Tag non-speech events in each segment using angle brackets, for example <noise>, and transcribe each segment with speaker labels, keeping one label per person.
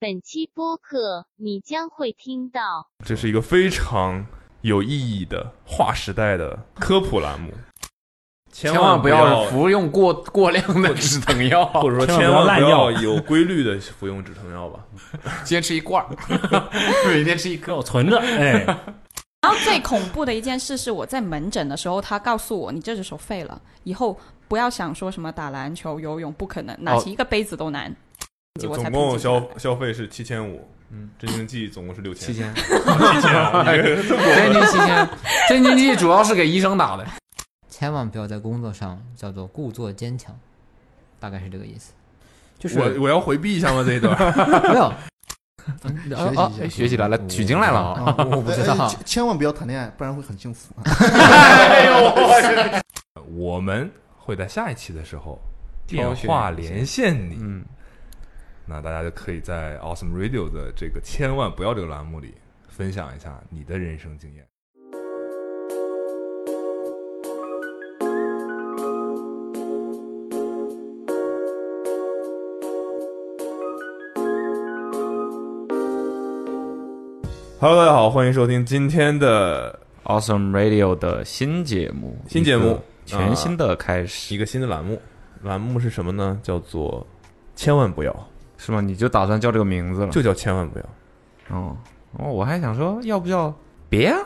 Speaker 1: 本期播客你将会听到。
Speaker 2: 这是一个非常有意义的划时代的科普栏目，千
Speaker 3: 千万
Speaker 2: 不
Speaker 3: 不要服用过过量的止疼药，
Speaker 2: 或者说
Speaker 4: 千万
Speaker 2: 千
Speaker 4: 不要
Speaker 2: 万
Speaker 4: 滥
Speaker 2: 不要
Speaker 4: 药
Speaker 2: 有规律的服用止疼药吧。
Speaker 3: <laughs> 先吃一罐儿， <laughs> 每天吃一颗
Speaker 4: 我。存
Speaker 3: <laughs>
Speaker 4: 着，哎，
Speaker 5: 然后最恐怖的一件事是，我在门诊的时候，他告诉我，你这只手废了，以后不要想说什么打篮球、游泳，不可能，拿起一个杯子都难。我才
Speaker 2: 呃
Speaker 5: 平静
Speaker 2: 总共
Speaker 5: 下来
Speaker 2: 消消费是七千五，嗯，镇静剂总共是六
Speaker 3: 七
Speaker 2: 千，
Speaker 3: 千，
Speaker 2: <laughs>
Speaker 3: 哎真经七千，真经剂主要是给医生打的。
Speaker 6: 千万不要在工作上叫做故作坚强，大概是这个意思。
Speaker 3: 就是
Speaker 2: 我我要回避一下吗？这一
Speaker 7: <laughs>
Speaker 2: 段
Speaker 6: 没 <laughs> 有，
Speaker 3: 啊啊哎学起来了取经来了啊
Speaker 6: 啊！我我不知道
Speaker 8: <laughs> 哎，千千万不要谈恋爱，不然会很幸
Speaker 4: <laughs>
Speaker 8: 福。
Speaker 2: 呃我们会在下一期的时候电
Speaker 3: 挑选
Speaker 2: 话连线你，
Speaker 3: 嗯，
Speaker 2: 那大家就可以在 Awesome Radio 的这个“千万不要”这个栏目里分享一下你的人生经验。Hello，大家好，欢迎收听今天的
Speaker 7: Awesome Radio 的新节目，
Speaker 2: 新节目啊
Speaker 7: 一个全新的开始、
Speaker 2: 一个新的栏目，栏目是什么呢？叫做“千万不要
Speaker 7: 是吗？你就打算叫这个名字”，了？
Speaker 2: 就叫“千万不要
Speaker 7: 哦哦，我还想说，要不要别啊？”，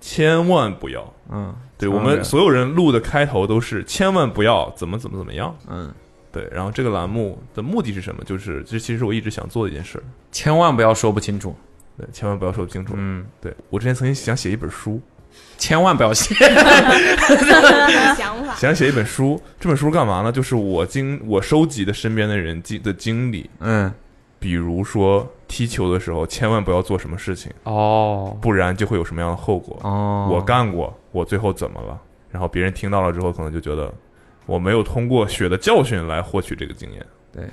Speaker 2: 千万不要。
Speaker 7: 嗯，
Speaker 2: 对
Speaker 7: 千
Speaker 2: 我
Speaker 7: 万
Speaker 2: 们
Speaker 7: 不要
Speaker 2: 所有人录的开头都是千万不要怎么怎么怎么样。
Speaker 7: 嗯，
Speaker 2: 对，然后这个栏目的目的是什么？就是这其实是我一直想做的一件事。
Speaker 7: 千万不要说不清楚，
Speaker 2: 对，千万不要说不清楚。
Speaker 7: 嗯，
Speaker 2: 对我之前曾经想写一本书，
Speaker 7: 千万不
Speaker 2: <laughs>
Speaker 7: 要信。
Speaker 5: 想法
Speaker 2: 想写一本书，这本书干嘛呢？就是我经我收集的身边的人经的经历，
Speaker 7: 嗯，
Speaker 2: 比如说踢球的时候千万不要做什么事情，
Speaker 7: 哦
Speaker 2: 不然就会有什么样的后果。
Speaker 7: 哦，
Speaker 2: 我干过，我最后怎么了？然后别人听到了之后，可能就觉得我没有通过血的教训来获取这个经验。
Speaker 7: 对，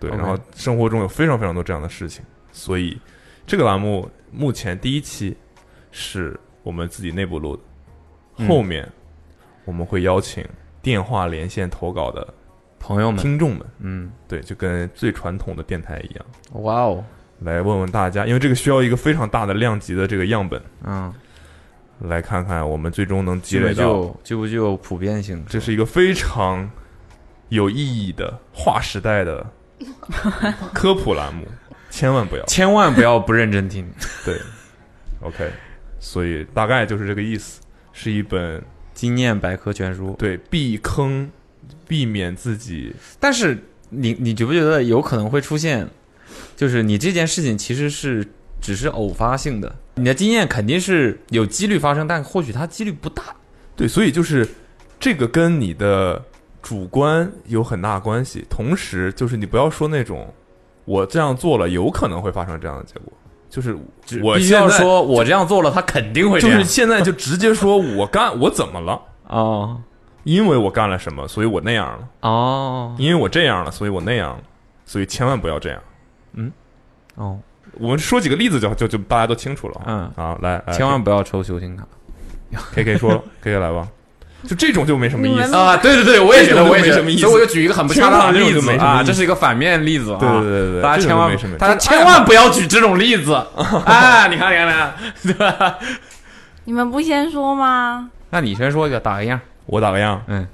Speaker 2: 对。
Speaker 7: OK
Speaker 2: 然后生活中有非常非常多这样的事情，所以这个栏目目前第一期是我们自己内部录的，
Speaker 7: 嗯
Speaker 2: 后面我们会邀请电话连线投稿的
Speaker 7: 朋友们，
Speaker 2: 听众们，
Speaker 7: 嗯，
Speaker 2: 对，就跟最传统的电台一样，
Speaker 7: 哇哦，
Speaker 2: 来问问大家，因为这个需要一个非常大的量级的这个样本，
Speaker 7: 嗯，
Speaker 2: 来看看我们最终能积
Speaker 7: 具
Speaker 2: 累
Speaker 7: 不具
Speaker 2: 到
Speaker 7: 有具不具有普遍性？
Speaker 2: 这是一个非常有意义的划时代的科普栏目，千万不要
Speaker 7: 千万不要不认真听。
Speaker 2: <laughs> 对。OK，所以大概就是这个意思，是一本
Speaker 7: 经验百科全书，
Speaker 2: 对避坑、避免自己
Speaker 7: 但是你你觉不觉得有可能会出现，就是你这件事情其实是只是偶发性的，你的经验肯定是有几率发生，但或许它几率不大。
Speaker 2: 对，所以就是这个跟你的主观有很大关系，同时就是你不要说那种我这样做了有可能会发生这样的结果，就是
Speaker 7: 只
Speaker 2: 我
Speaker 7: 必须
Speaker 2: 现
Speaker 7: 要
Speaker 2: 在
Speaker 7: 说，我这样做了，它肯定会这
Speaker 2: 就
Speaker 7: 样。
Speaker 2: 是现在就直接说我干我怎
Speaker 3: <laughs>
Speaker 2: 么了。
Speaker 7: 哦
Speaker 2: 因为我干了什么，所以我那样了；
Speaker 7: 哦
Speaker 2: 因为我这样了，所以我那样了。所以千万不要这样。
Speaker 7: 哦，
Speaker 2: 我们说几个例子就就就大家都清楚了。啊
Speaker 7: 嗯
Speaker 2: 好，来，来
Speaker 7: 千万不要抽球星卡
Speaker 2: K K 说 <laughs> ，K K 来吧。就这种就没什么意思。
Speaker 3: 啊，对对对，我也觉得，我也觉
Speaker 2: 这种就没什么意
Speaker 3: 得，
Speaker 2: 思
Speaker 3: 所以我就举一个很不恰当的例子
Speaker 2: 听话这种就没什么
Speaker 3: 啊，
Speaker 2: 意思
Speaker 3: 这是一个反面例子啊，
Speaker 2: 对对对对
Speaker 3: 大家千
Speaker 2: 这种就没
Speaker 3: 万
Speaker 2: 什么
Speaker 3: 大家千万不要举这种
Speaker 2: <laughs>
Speaker 3: 例子啊！你看，你看，你看，对吧？
Speaker 9: 你们不先说吗？
Speaker 3: 那你先说一个，打个样。
Speaker 2: 我打个样，
Speaker 7: 嗯，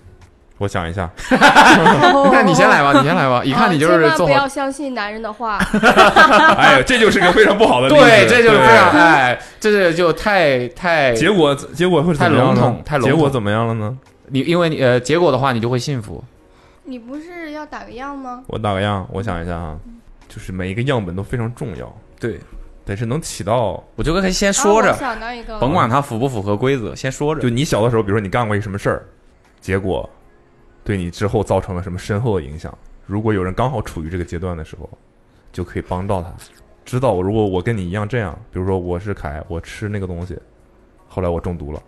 Speaker 2: 我想一下，
Speaker 3: <laughs> 那
Speaker 9: 那
Speaker 3: 你先来吧，你
Speaker 7: 哎
Speaker 3: 先来吧。一
Speaker 10: 一
Speaker 3: 看你就是做
Speaker 10: 哦千万不
Speaker 3: 好
Speaker 10: 要，相信男人的
Speaker 7: <laughs>
Speaker 10: 话，
Speaker 2: <laughs> 哎呀，这就是个非常不好的例子。
Speaker 3: 对，这就是非常哎，这是就太太
Speaker 2: 结果结果会是怎么样呢
Speaker 3: 太笼统太笼统
Speaker 2: 结果怎么样了呢？
Speaker 3: 你，因为你呃，结果的话你就会幸福。
Speaker 10: 你不是要打个样吗？
Speaker 2: 我打个样，我想一下啊，就是每一个样本都非常重要，
Speaker 7: 对，
Speaker 2: 但是能起到
Speaker 7: 我就跟他先说
Speaker 10: 啊
Speaker 7: 着
Speaker 10: 我，想到一个，
Speaker 7: 甭管它符不符合规则，先说
Speaker 2: 就
Speaker 7: 着。
Speaker 2: 你小的时候，比如说你干过一什么事儿，结果对你之后造成了什么深厚的影响。如果有人刚好处于这个阶段的时候，就可以帮到他，知道我如果我跟你一样这样，比如说我是凯，我吃那个东西，后来我中毒了，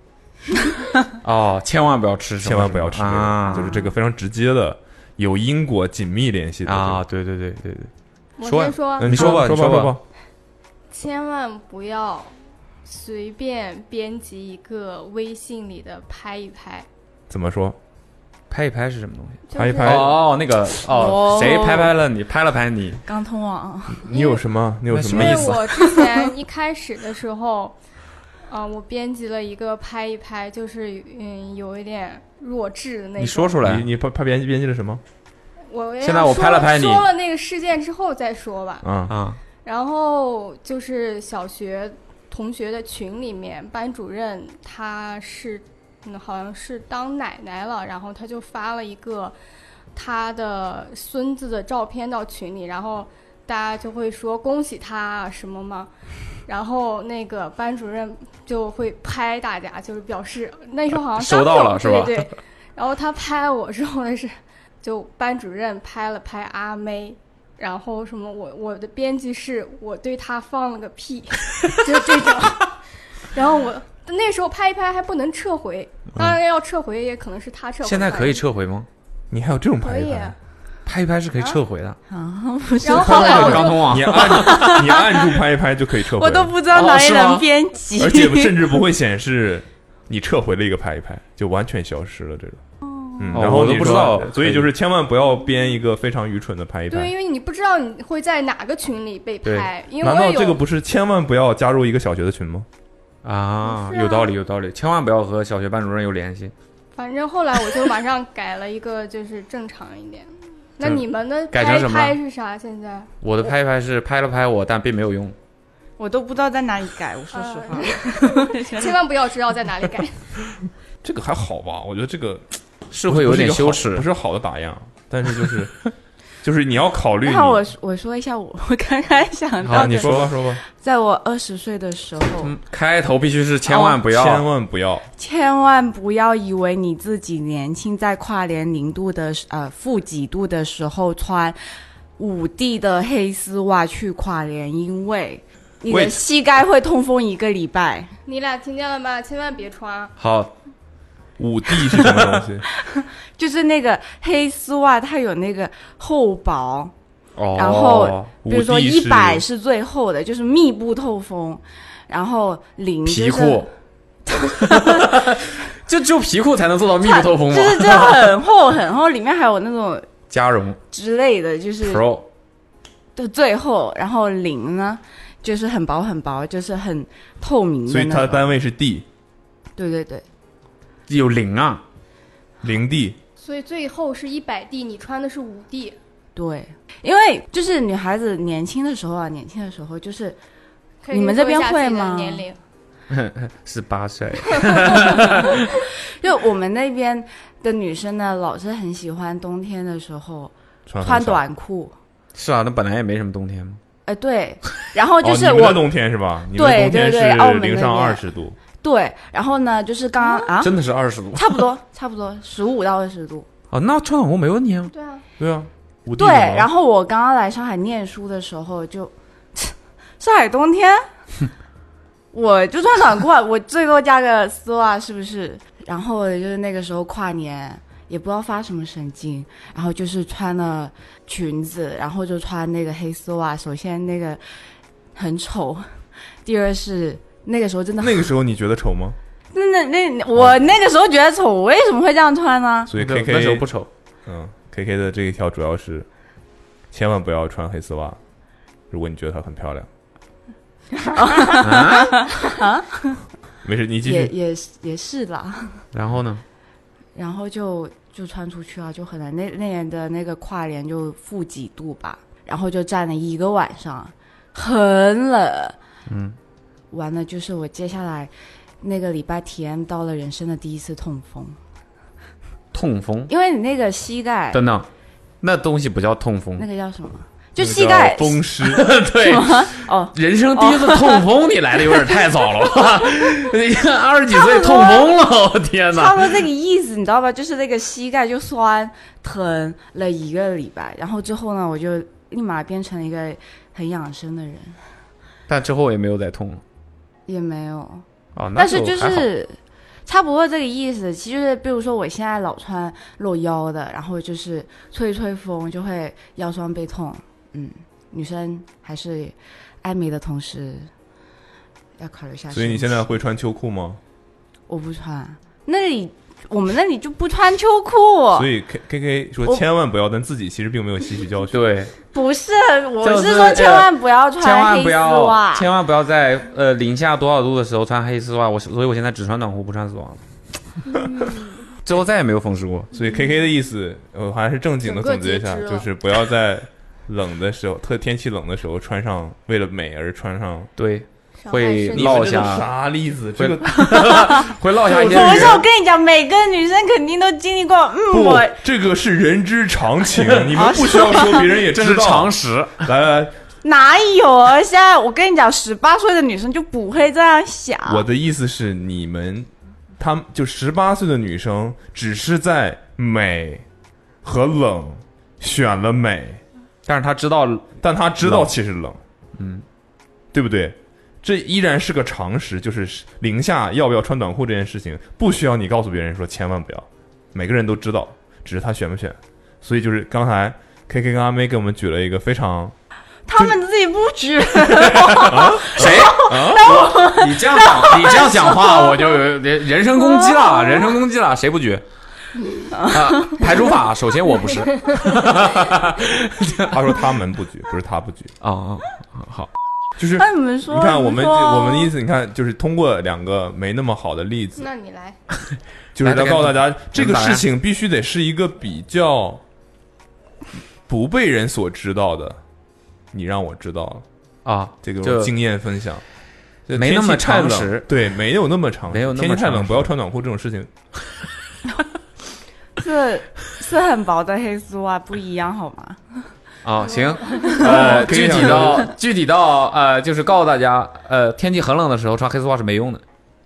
Speaker 7: <laughs>
Speaker 2: 啊
Speaker 7: 哦，千万不要吃什么，
Speaker 2: 千万不要吃这个，
Speaker 7: 啊！
Speaker 2: 就是这个非常直接的有因果紧密联系的
Speaker 7: 啊，，对对对对对，
Speaker 10: 我
Speaker 7: 说呀
Speaker 10: 先说
Speaker 2: 那，
Speaker 7: 你说吧
Speaker 2: 说吧
Speaker 7: 你说吧
Speaker 2: 吧，
Speaker 10: 千万不要随便编辑一个微信里的拍一拍，
Speaker 2: 怎么说？
Speaker 7: 拍一拍是什么东西？
Speaker 9: 就是
Speaker 2: 拍一拍，
Speaker 7: 哦，那个哦
Speaker 9: 哦，
Speaker 7: 谁拍拍了你？拍了拍你？
Speaker 9: 刚通网，
Speaker 2: 你有什么？你有什
Speaker 7: 什
Speaker 2: 么
Speaker 7: 么
Speaker 10: 因
Speaker 7: 意
Speaker 10: 为
Speaker 7: 思
Speaker 10: 我之前一开始的时候， <laughs> 呃，我编辑了一个拍一拍，就是嗯，有一点弱智的那种。
Speaker 7: 你说出来
Speaker 2: 你。你拍拍编辑编辑了什么？
Speaker 10: 我要
Speaker 7: 现在我
Speaker 10: 说
Speaker 7: 拍了拍你
Speaker 10: 说了那个事件之后再说吧。
Speaker 2: 啊、
Speaker 7: 啊，
Speaker 10: 然后就是小学同学的群里面，班主任他是，嗯，好像是当奶奶了，然后他就发了一个他的孙子的照片到群里，然后大家就会说恭喜他啊什么嘛。然后那个班主任就会拍大家，就是表示那时候好像
Speaker 7: 收到了
Speaker 10: 刚有
Speaker 7: 是
Speaker 10: 对对。然后他拍我之后呢是，就班主任拍了拍阿妹，然后什么我我的编辑是我对他放了个
Speaker 7: <laughs>
Speaker 10: 屁，就这种。然后我那时候拍一拍还不能撤回，当然要撤回也可能是他撤回。
Speaker 7: 现在可以。撤回吗？
Speaker 2: 你还有这种
Speaker 10: 可
Speaker 2: 拍一
Speaker 10: 以，啊
Speaker 2: 拍？
Speaker 7: 拍一拍是可以撤回的。
Speaker 10: 然后后来我
Speaker 3: 刚
Speaker 10: 就
Speaker 3: 通网
Speaker 2: 你按 <laughs> 你按住拍一拍就可以撤回，
Speaker 9: 我都不知道哪里能编辑。
Speaker 2: 而且甚至不会显示你撤回了一个拍一拍，就完全消失了这种。嗯，
Speaker 7: 哦
Speaker 2: 然后
Speaker 7: 我都
Speaker 2: 你
Speaker 7: 不知
Speaker 2: 说
Speaker 7: 道
Speaker 2: 所以就是千万不要编一个非常愚蠢的拍一
Speaker 10: 对，
Speaker 2: 拍。
Speaker 10: 因为你不知道你会在哪个群里被拍，因为
Speaker 2: 难
Speaker 10: 我
Speaker 2: 道
Speaker 10: 也
Speaker 2: 这个
Speaker 10: 有
Speaker 2: 不是千万不要加入一个小学的群吗？
Speaker 7: 啊，
Speaker 10: 不是啊
Speaker 7: 有道理，有道理，千万不要和小学班主任有联系。
Speaker 10: 反正后来我就马上改了一个，就是正常一点。那
Speaker 7: 正
Speaker 10: 你们的
Speaker 7: 改
Speaker 10: 拍
Speaker 7: 成什
Speaker 10: 一
Speaker 7: 么
Speaker 10: 拍是啥？现在
Speaker 7: 我的拍一拍是拍了拍我，但并没有用。
Speaker 9: <laughs> 我都不知道在哪里改，我说实话。<laughs>
Speaker 10: 呃千万不要知道在哪里改。
Speaker 2: 这个还好吧，我觉得这个
Speaker 7: 是会有点羞耻
Speaker 2: 不。是好的打样，但是就是 <laughs> 就是你要考虑你。
Speaker 9: 那我我说一下我我刚刚想
Speaker 7: 好，
Speaker 9: 到
Speaker 7: 你
Speaker 9: 的，
Speaker 7: 说吧，说吧。
Speaker 9: 在我二十岁的时候，
Speaker 7: 嗯，开头必须是千万不
Speaker 2: 千
Speaker 7: 要。
Speaker 2: 万不要，
Speaker 9: 千万不要以为你自己年轻，在跨年零度的时呃负几度的时候穿五 D 的黑丝袜去跨年，因为你的
Speaker 2: Wait
Speaker 9: 膝盖会痛风一个礼拜。
Speaker 10: 你俩听见了吗？千万别穿啊。
Speaker 7: 好，
Speaker 2: 五 D 是什么东西？
Speaker 9: 就是那个黑丝袜，它有那个厚薄，
Speaker 7: 哦，
Speaker 9: 然后
Speaker 2: 五
Speaker 9: 比如说
Speaker 2: D
Speaker 9: 一
Speaker 2: 是
Speaker 9: 百是最厚的，就是密不透风，然后零
Speaker 7: 皮
Speaker 9: 就是
Speaker 7: 裤， <laughs> 就只有皮裤才能做到密不透风吗啊
Speaker 9: 就？是这很厚很厚，里面还有那种
Speaker 7: 加绒
Speaker 9: 之类的，就是
Speaker 7: Pro <laughs>
Speaker 9: 的最厚，然后零呢就是很薄很薄，就是很透明
Speaker 2: 所
Speaker 9: 的
Speaker 2: 以它
Speaker 9: 那
Speaker 2: 的
Speaker 9: 种。
Speaker 2: 单位是 D，
Speaker 9: 对对对，
Speaker 7: 有零啊，
Speaker 2: 零 D。
Speaker 10: 所以最后是一百 D，你穿的是五 D。
Speaker 9: 对，因为就是女孩子年轻的时候啊，年轻的时候就是
Speaker 10: 可以
Speaker 9: 你们这边会吗
Speaker 10: 说一下自己的年龄
Speaker 7: 十
Speaker 9: <laughs>
Speaker 7: 八岁。
Speaker 9: 就我们那边的女生呢，老是很喜欢冬天的时候
Speaker 2: 穿很
Speaker 9: 穿
Speaker 2: 少
Speaker 9: 短裤。
Speaker 7: 是啊，那本来也没什么冬天嘛。
Speaker 9: 哎，对，然后就是
Speaker 2: 哦、你们
Speaker 9: 我、
Speaker 2: 的冬天是吧？你们的
Speaker 9: 对
Speaker 2: 冬天
Speaker 9: 对对澳
Speaker 2: 是
Speaker 9: 门那
Speaker 2: 零上
Speaker 9: 边
Speaker 2: 二十度，
Speaker 9: 对，然后呢，就是刚刚啊，
Speaker 7: 真的是二十度
Speaker 9: 差不多差不多十五到二十度。
Speaker 7: 啊，那穿短裤没问题啊。
Speaker 10: 对啊，
Speaker 2: 对啊，五 D
Speaker 9: 对，
Speaker 2: 怎么了
Speaker 9: 然后我刚刚来上海念书的时候就， <laughs> 上海冬天， <laughs> 我就穿短裤，啊， <laughs> 我最多加个丝袜，是不是？然后就是那个时候跨年，也不知道发什么神经，然后就是穿了裙子，然后就穿那个黑丝袜。首先那个很丑， <laughs> 第二是那个时候真的很
Speaker 2: 那个时候你觉得丑吗？
Speaker 9: 那那那我那个时候觉得丑，我为什么会这样穿呢？
Speaker 2: 所以
Speaker 7: 那
Speaker 2: K
Speaker 7: 那时候
Speaker 2: K
Speaker 7: 不丑，
Speaker 2: 嗯，K K 的这一条主要是千万不要穿黑丝袜，如果你觉得它很漂亮。 <laughs> 没事，你继
Speaker 9: 啊也也
Speaker 2: 续。
Speaker 9: 是也是啦， <laughs>
Speaker 7: 然后呢？
Speaker 9: 然后就就穿出去啊，就很难。那那年的那个跨年就负几度吧，然后就站了一个晚上，很冷。嗯，完了就是我接下来那个礼拜体验到了人生的第一次痛风，
Speaker 7: 痛风？
Speaker 9: 因为你那个膝盖
Speaker 7: 等等，那东西不叫痛
Speaker 9: 那
Speaker 7: 风，
Speaker 9: 个叫什么？就
Speaker 2: 那个
Speaker 9: 膝
Speaker 2: 叫
Speaker 9: 盖 <laughs>
Speaker 2: 风湿，
Speaker 7: 对，
Speaker 9: 哦，
Speaker 7: 人生第一次痛风，你来的有点太早
Speaker 9: <laughs>
Speaker 7: 了吧？ <laughs> 你看二十几岁痛风了，我天
Speaker 9: 差
Speaker 7: 哪！
Speaker 9: 不多这个意思，你知道吧？就是那个膝盖就酸疼了一个礼拜，然后之后呢，我就立马变成了一个很养生的人，
Speaker 7: 但之后也没有再痛了
Speaker 9: 也没有，
Speaker 7: 啊。那
Speaker 9: 但是就
Speaker 7: 还好
Speaker 9: 是差不多这个意思。其实就是比如说我现在老穿露腰的，然后就是吹吹风就会腰酸背痛，嗯，女生还是爱美的同时要考虑一下身体。
Speaker 2: 所以你现在会穿秋裤吗？
Speaker 9: 我不穿，那里我们那里就不穿秋裤
Speaker 2: 所，以 K K K 说
Speaker 9: 我
Speaker 2: 千万不要，但自己其实并没有吸取教训。
Speaker 7: 对，
Speaker 9: 不是，我
Speaker 7: 就是哎
Speaker 9: 是说千万不要
Speaker 7: 千
Speaker 9: 穿
Speaker 7: 万
Speaker 9: 黑
Speaker 7: 不
Speaker 9: 丝
Speaker 7: 要，
Speaker 9: 袜，
Speaker 7: 千万不要在呃零下多少度的时候穿黑丝袜。我所以我现在只穿短裤不穿丝袜了。
Speaker 9: 嗯
Speaker 7: <laughs> 之后再也没有风湿过。
Speaker 2: 所以 K K 的意思，我还是正经的总结
Speaker 9: <laughs>
Speaker 2: 一下
Speaker 10: 整个，截肢
Speaker 2: 就
Speaker 10: 了
Speaker 2: 是不要在冷的时候，特天气冷的时候穿上，为了美而穿上。
Speaker 7: 对，
Speaker 10: 伤害
Speaker 7: 会
Speaker 10: 身体
Speaker 2: 你
Speaker 7: 落
Speaker 2: 们这都
Speaker 7: 下
Speaker 2: 啥例子？
Speaker 7: 会
Speaker 2: 这个
Speaker 7: <laughs> 会落
Speaker 9: <laughs>
Speaker 7: 下一些
Speaker 9: 不是，我
Speaker 7: 人。
Speaker 9: 跟你讲，每个女生肯定都经历过。嗯，
Speaker 2: 不
Speaker 9: 我，
Speaker 2: 这个是人之常
Speaker 7: <laughs>
Speaker 2: 情，你们不需要说，别人也
Speaker 7: 这
Speaker 2: 知
Speaker 7: 啊是常
Speaker 2: 道。
Speaker 7: 识，
Speaker 2: 来来
Speaker 7: <laughs>
Speaker 2: 来，
Speaker 9: 哪有啊？现在我跟你讲，十八岁的女生就不会这样想。
Speaker 2: 我的意思是，你们，他们就十八岁的女生，只是在美和冷选了美，
Speaker 7: 但是他知道
Speaker 2: 但她知道
Speaker 7: 冷
Speaker 2: 其实冷，嗯，对不对？这依然是个常识，就是零下要不要穿短裤这件事情，不需要你告诉别人说千万不要，每个人都知道，只是他选不选。所以就是刚才 K K 跟阿妹给我们举了一个非常
Speaker 9: 他们自己不觉得，
Speaker 7: <laughs> 啊谁？啊
Speaker 9: <laughs>
Speaker 7: 我你这样讲，你这样讲话，我就有人人身攻击
Speaker 9: <laughs>
Speaker 7: 了，人身攻击了，谁不举？啊，排除法，首先
Speaker 9: <laughs>
Speaker 7: 我不是。
Speaker 2: 他说他们不举，不是他不举，
Speaker 7: <laughs> 哦，哦好，
Speaker 2: 就是
Speaker 9: 哎那你们说，
Speaker 2: 你看我们
Speaker 9: 你说
Speaker 2: 我们的意思，你看就是通过两个没那么好的例子，
Speaker 10: <laughs> 那你来，
Speaker 2: 就是要告诉大家，这个
Speaker 7: 能打呀
Speaker 2: 事情必须得是一个比较不被人所知道的，你让我知道了
Speaker 7: 啊，
Speaker 2: 这个
Speaker 7: 就
Speaker 2: 经验分享。就
Speaker 7: 没那么
Speaker 2: 天气太冷
Speaker 7: 常识
Speaker 2: 对，没有那么常识，
Speaker 7: 没有那么
Speaker 2: 天气太
Speaker 7: 常
Speaker 2: 冷，
Speaker 7: 识
Speaker 2: 不要穿短裤这种事情，
Speaker 9: 是是很薄的黑丝袜不一样好吗？
Speaker 10: 嗯
Speaker 7: 啊，
Speaker 10: <laughs>
Speaker 7: 行，
Speaker 10: 哦
Speaker 7: 呃，
Speaker 2: 可以
Speaker 7: 具体
Speaker 10: 啊
Speaker 2: 讲
Speaker 7: 到具体到呃，就是告诉大家，呃，天气很冷的时候穿黑丝袜是没用的，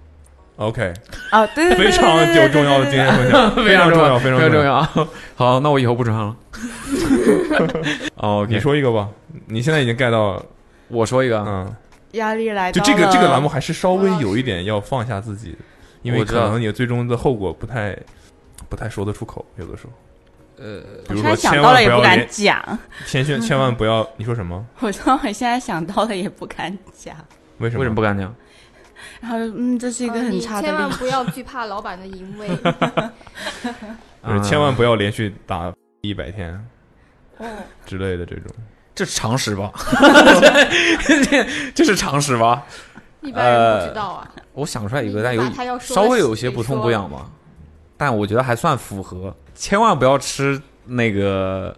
Speaker 10: <laughs>
Speaker 2: OK，
Speaker 9: 哦，对对对，
Speaker 2: 非常
Speaker 9: 对
Speaker 2: 有重要的经。验分享，非常重要，非
Speaker 7: <laughs> 非
Speaker 2: 常
Speaker 7: 常重
Speaker 2: 要。
Speaker 7: 要。好，那我以后不
Speaker 2: <laughs>
Speaker 7: 穿了。哦，
Speaker 2: 你，说一个吧，你现在已经 get 到，
Speaker 7: 我说一个啊，
Speaker 2: 嗯，
Speaker 9: 压力来
Speaker 2: 就
Speaker 9: 到
Speaker 2: 这个
Speaker 9: 了
Speaker 2: 这个栏目，还是稍微有一点要放下自己，因为
Speaker 7: 我知
Speaker 2: 可
Speaker 7: 道
Speaker 2: 能你最终的后果不太不太说得出口，有的时候。呃，比
Speaker 9: 我
Speaker 2: 如
Speaker 9: 现在
Speaker 2: 说千
Speaker 9: 想到
Speaker 2: 万
Speaker 9: 了也
Speaker 2: 不
Speaker 9: 不
Speaker 2: 要
Speaker 9: 敢
Speaker 2: 连
Speaker 9: 讲。
Speaker 2: 千千千万不要，你说什么？
Speaker 9: 我说我现在想到了也不敢讲。
Speaker 2: 为什么？
Speaker 7: 为什么不敢讲？
Speaker 9: 然后嗯，这 <laughs> 是一个
Speaker 10: 呃
Speaker 9: 很
Speaker 10: 你
Speaker 9: 差的例
Speaker 10: 千万
Speaker 9: 子。
Speaker 10: 不要惧怕老板的淫
Speaker 7: <laughs>
Speaker 10: 威。
Speaker 2: 就是千
Speaker 7: 啊
Speaker 2: 万不要连续打一百天
Speaker 10: 哦，
Speaker 2: 之类的这
Speaker 9: <laughs>
Speaker 2: 种。
Speaker 7: 这是常识吧？ <laughs> 这这这是常识吧？
Speaker 10: 一般人不知道啊。
Speaker 7: 我想出来一个，
Speaker 10: 你
Speaker 7: 但有
Speaker 10: 把他要说的
Speaker 7: 稍微有些
Speaker 10: 给
Speaker 7: 不痛
Speaker 10: 说
Speaker 7: 不痒吧，但我觉得还算符合。千万不要吃那个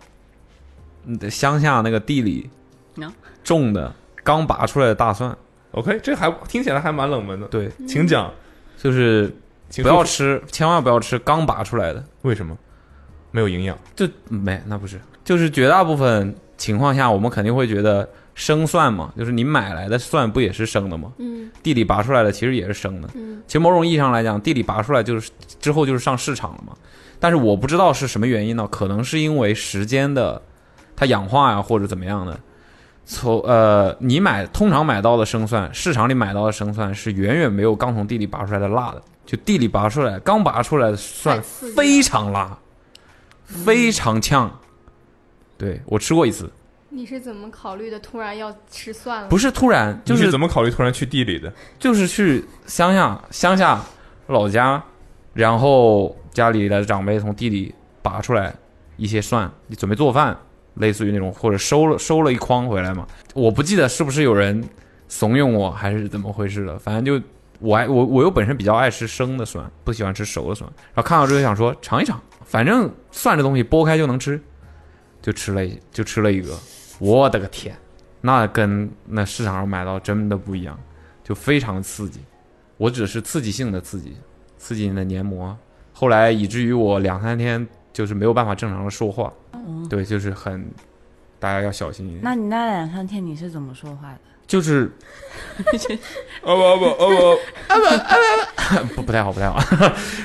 Speaker 7: 嗯乡下那个地里
Speaker 9: 喏
Speaker 7: 种的刚拔出来的大蒜，
Speaker 2: OK，这还听起来还蛮冷门的，
Speaker 7: 对，
Speaker 10: 嗯
Speaker 2: 请讲，
Speaker 7: 就是
Speaker 2: 请
Speaker 7: 不要
Speaker 2: 说
Speaker 7: 吃，千万不要吃刚拔出来的，
Speaker 2: 为什么没有营养？
Speaker 7: 就没那不是，就是绝大部分情况下，我们肯定会觉得生蒜嘛，就是你买来的蒜不也是生的吗？
Speaker 10: 嗯
Speaker 7: 地里拔出来的其实也是生的。
Speaker 10: 嗯，
Speaker 7: 其实某种意义上来讲，地里拔出来就是之后就是上市场了嘛。但是我不知道是什么原因呢？可能是因为时间的它氧化呀、或者怎么样的。从呃，你买通常买到的生蒜，市场里买到的生蒜是远远没有刚从地里拔出来的辣的。就地里拔出来，刚拔出来的蒜
Speaker 10: 太刺激了嗯
Speaker 7: 非常辣，非常呛。对我吃过一次，
Speaker 10: 你是怎么考虑的？突然要吃蒜了？
Speaker 7: 不是突然，就
Speaker 2: 你
Speaker 7: 是
Speaker 2: 怎么考虑突然去地里的？
Speaker 7: 就是去乡下乡下老家，然后家里的长辈从地里拔出来一些蒜，你准备做饭，类似于那种或者收了收了一筐回来嘛。我不记得是不是有人怂恿我还是怎么回事了，反正就我爱我我又本身比较爱吃生的蒜，不喜欢吃熟的蒜。然后看到之后想说尝一尝，反正蒜这东西剥开就能吃，就吃了一就吃了一个，我的个天，那跟那市场上买到真的不一样。就非常刺激。我只是刺激性的刺激，刺激你的黏膜，后来以至于我两三天就是没有办法正常的说话。对，就是很，大家要小心一点。
Speaker 9: 哦那你那两三天你是怎么说话的？
Speaker 7: 就是
Speaker 2: 哦不不哦
Speaker 7: 呃不不太好，不太 <laughs> 好，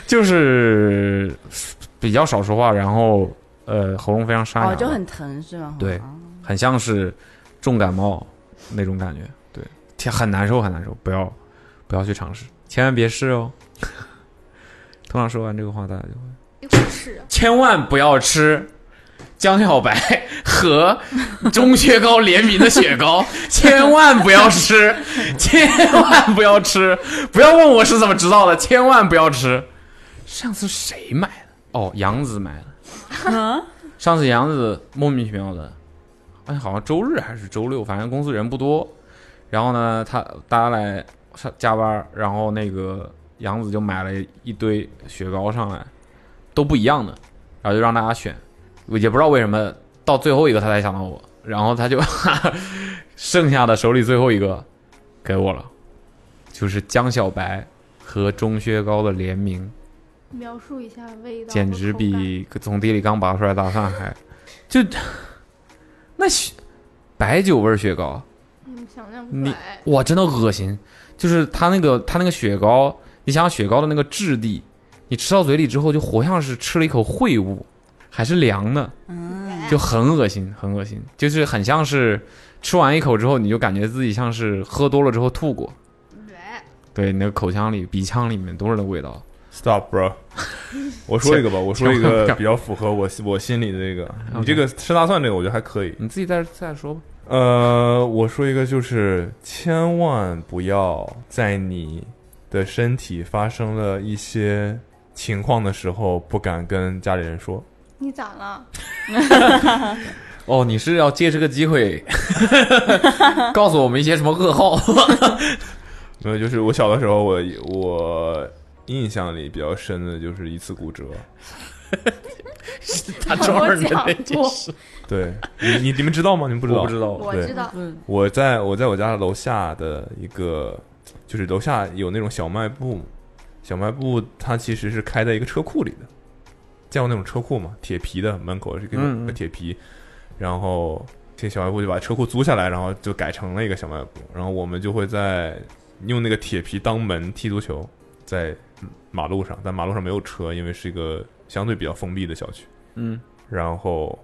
Speaker 7: 就是比较少说话，然后呃喉咙非常沙哑，
Speaker 9: 哦，就很疼是吗？
Speaker 7: 对
Speaker 9: 哦
Speaker 7: 很像是重感冒那种感觉，对，天很难受，很难受，不要不要去尝试，千万别试哦。 <laughs> 通常说完这个话，大家就。
Speaker 10: 一会儿是啊
Speaker 7: 千万不要吃江小白和钟薛高联名的雪糕，千万不要吃，千万不要吃！不要问我是怎么知道的，千万不要吃，上次谁买的？哦，杨子买的。 <laughs> 上次杨子莫名其妙的，哎，好像周日还是周六，反正公司人不多。然后呢，他大家来上加班，然后那个杨子就买了一堆雪糕上来，都不一样的，然后就让大家选。我也不知道为什么，到最后一个他才想到我，然后他就 <laughs> 剩下的手里最后一个给我了，就是江小白和钟薛高的联名。
Speaker 10: 描述一下味道和口感，
Speaker 7: 简直比从地里刚拔出来的大蒜还，就 <laughs> 那雪白酒味儿雪糕，
Speaker 10: 你们嗯想象不
Speaker 7: 你
Speaker 10: 出来。
Speaker 7: 哇，真的恶心！就是它那个它那个雪糕，你想想雪糕的那个质地，你吃到嘴里之后就活像是吃了一口秽物，还是凉的，
Speaker 10: 嗯
Speaker 7: 就很恶心，很恶心，就是很像是吃完一口之后，你就感觉自己像是喝多了之后吐过，对，你那个口腔里、鼻腔里面都是那味道。
Speaker 2: Stop,
Speaker 7: <laughs>
Speaker 2: bro！我说一个吧，我说一个比较符合我我心里的这个。你这个吃大蒜这个，我觉得还可以。
Speaker 7: 你自己再再说吧。
Speaker 2: 呃，我说一个就是，千万不要在你的身体发生了一些情况的时候，不敢跟家里人说。
Speaker 10: 你咋了？
Speaker 7: 哦，你是要借这个机会告诉我们一些什么
Speaker 10: <laughs>
Speaker 7: 噩耗？
Speaker 2: 没有，就是我小的时候我，我印象里比较深的就是一次骨折。
Speaker 7: 他
Speaker 10: 我讲过，
Speaker 2: <laughs> 对你，你你们知道吗？你们不知道？
Speaker 7: 我不知道
Speaker 10: 我
Speaker 2: 对
Speaker 10: 知道，
Speaker 2: 我在我在我家楼下的一个，就是楼下有那种小卖部，小卖部它其实是开在一个车库里的，见过那种车库吗？铁皮的，门口是一个
Speaker 7: 嗯嗯
Speaker 2: 个铁皮，然后这小卖部就把车库租下来，然后就改成了一个小卖部，然后我们就会在用那个铁皮当门踢足球，在马路上，但马路上没有车，因为是一个相对比较封闭的小区。
Speaker 7: 嗯，
Speaker 2: 然后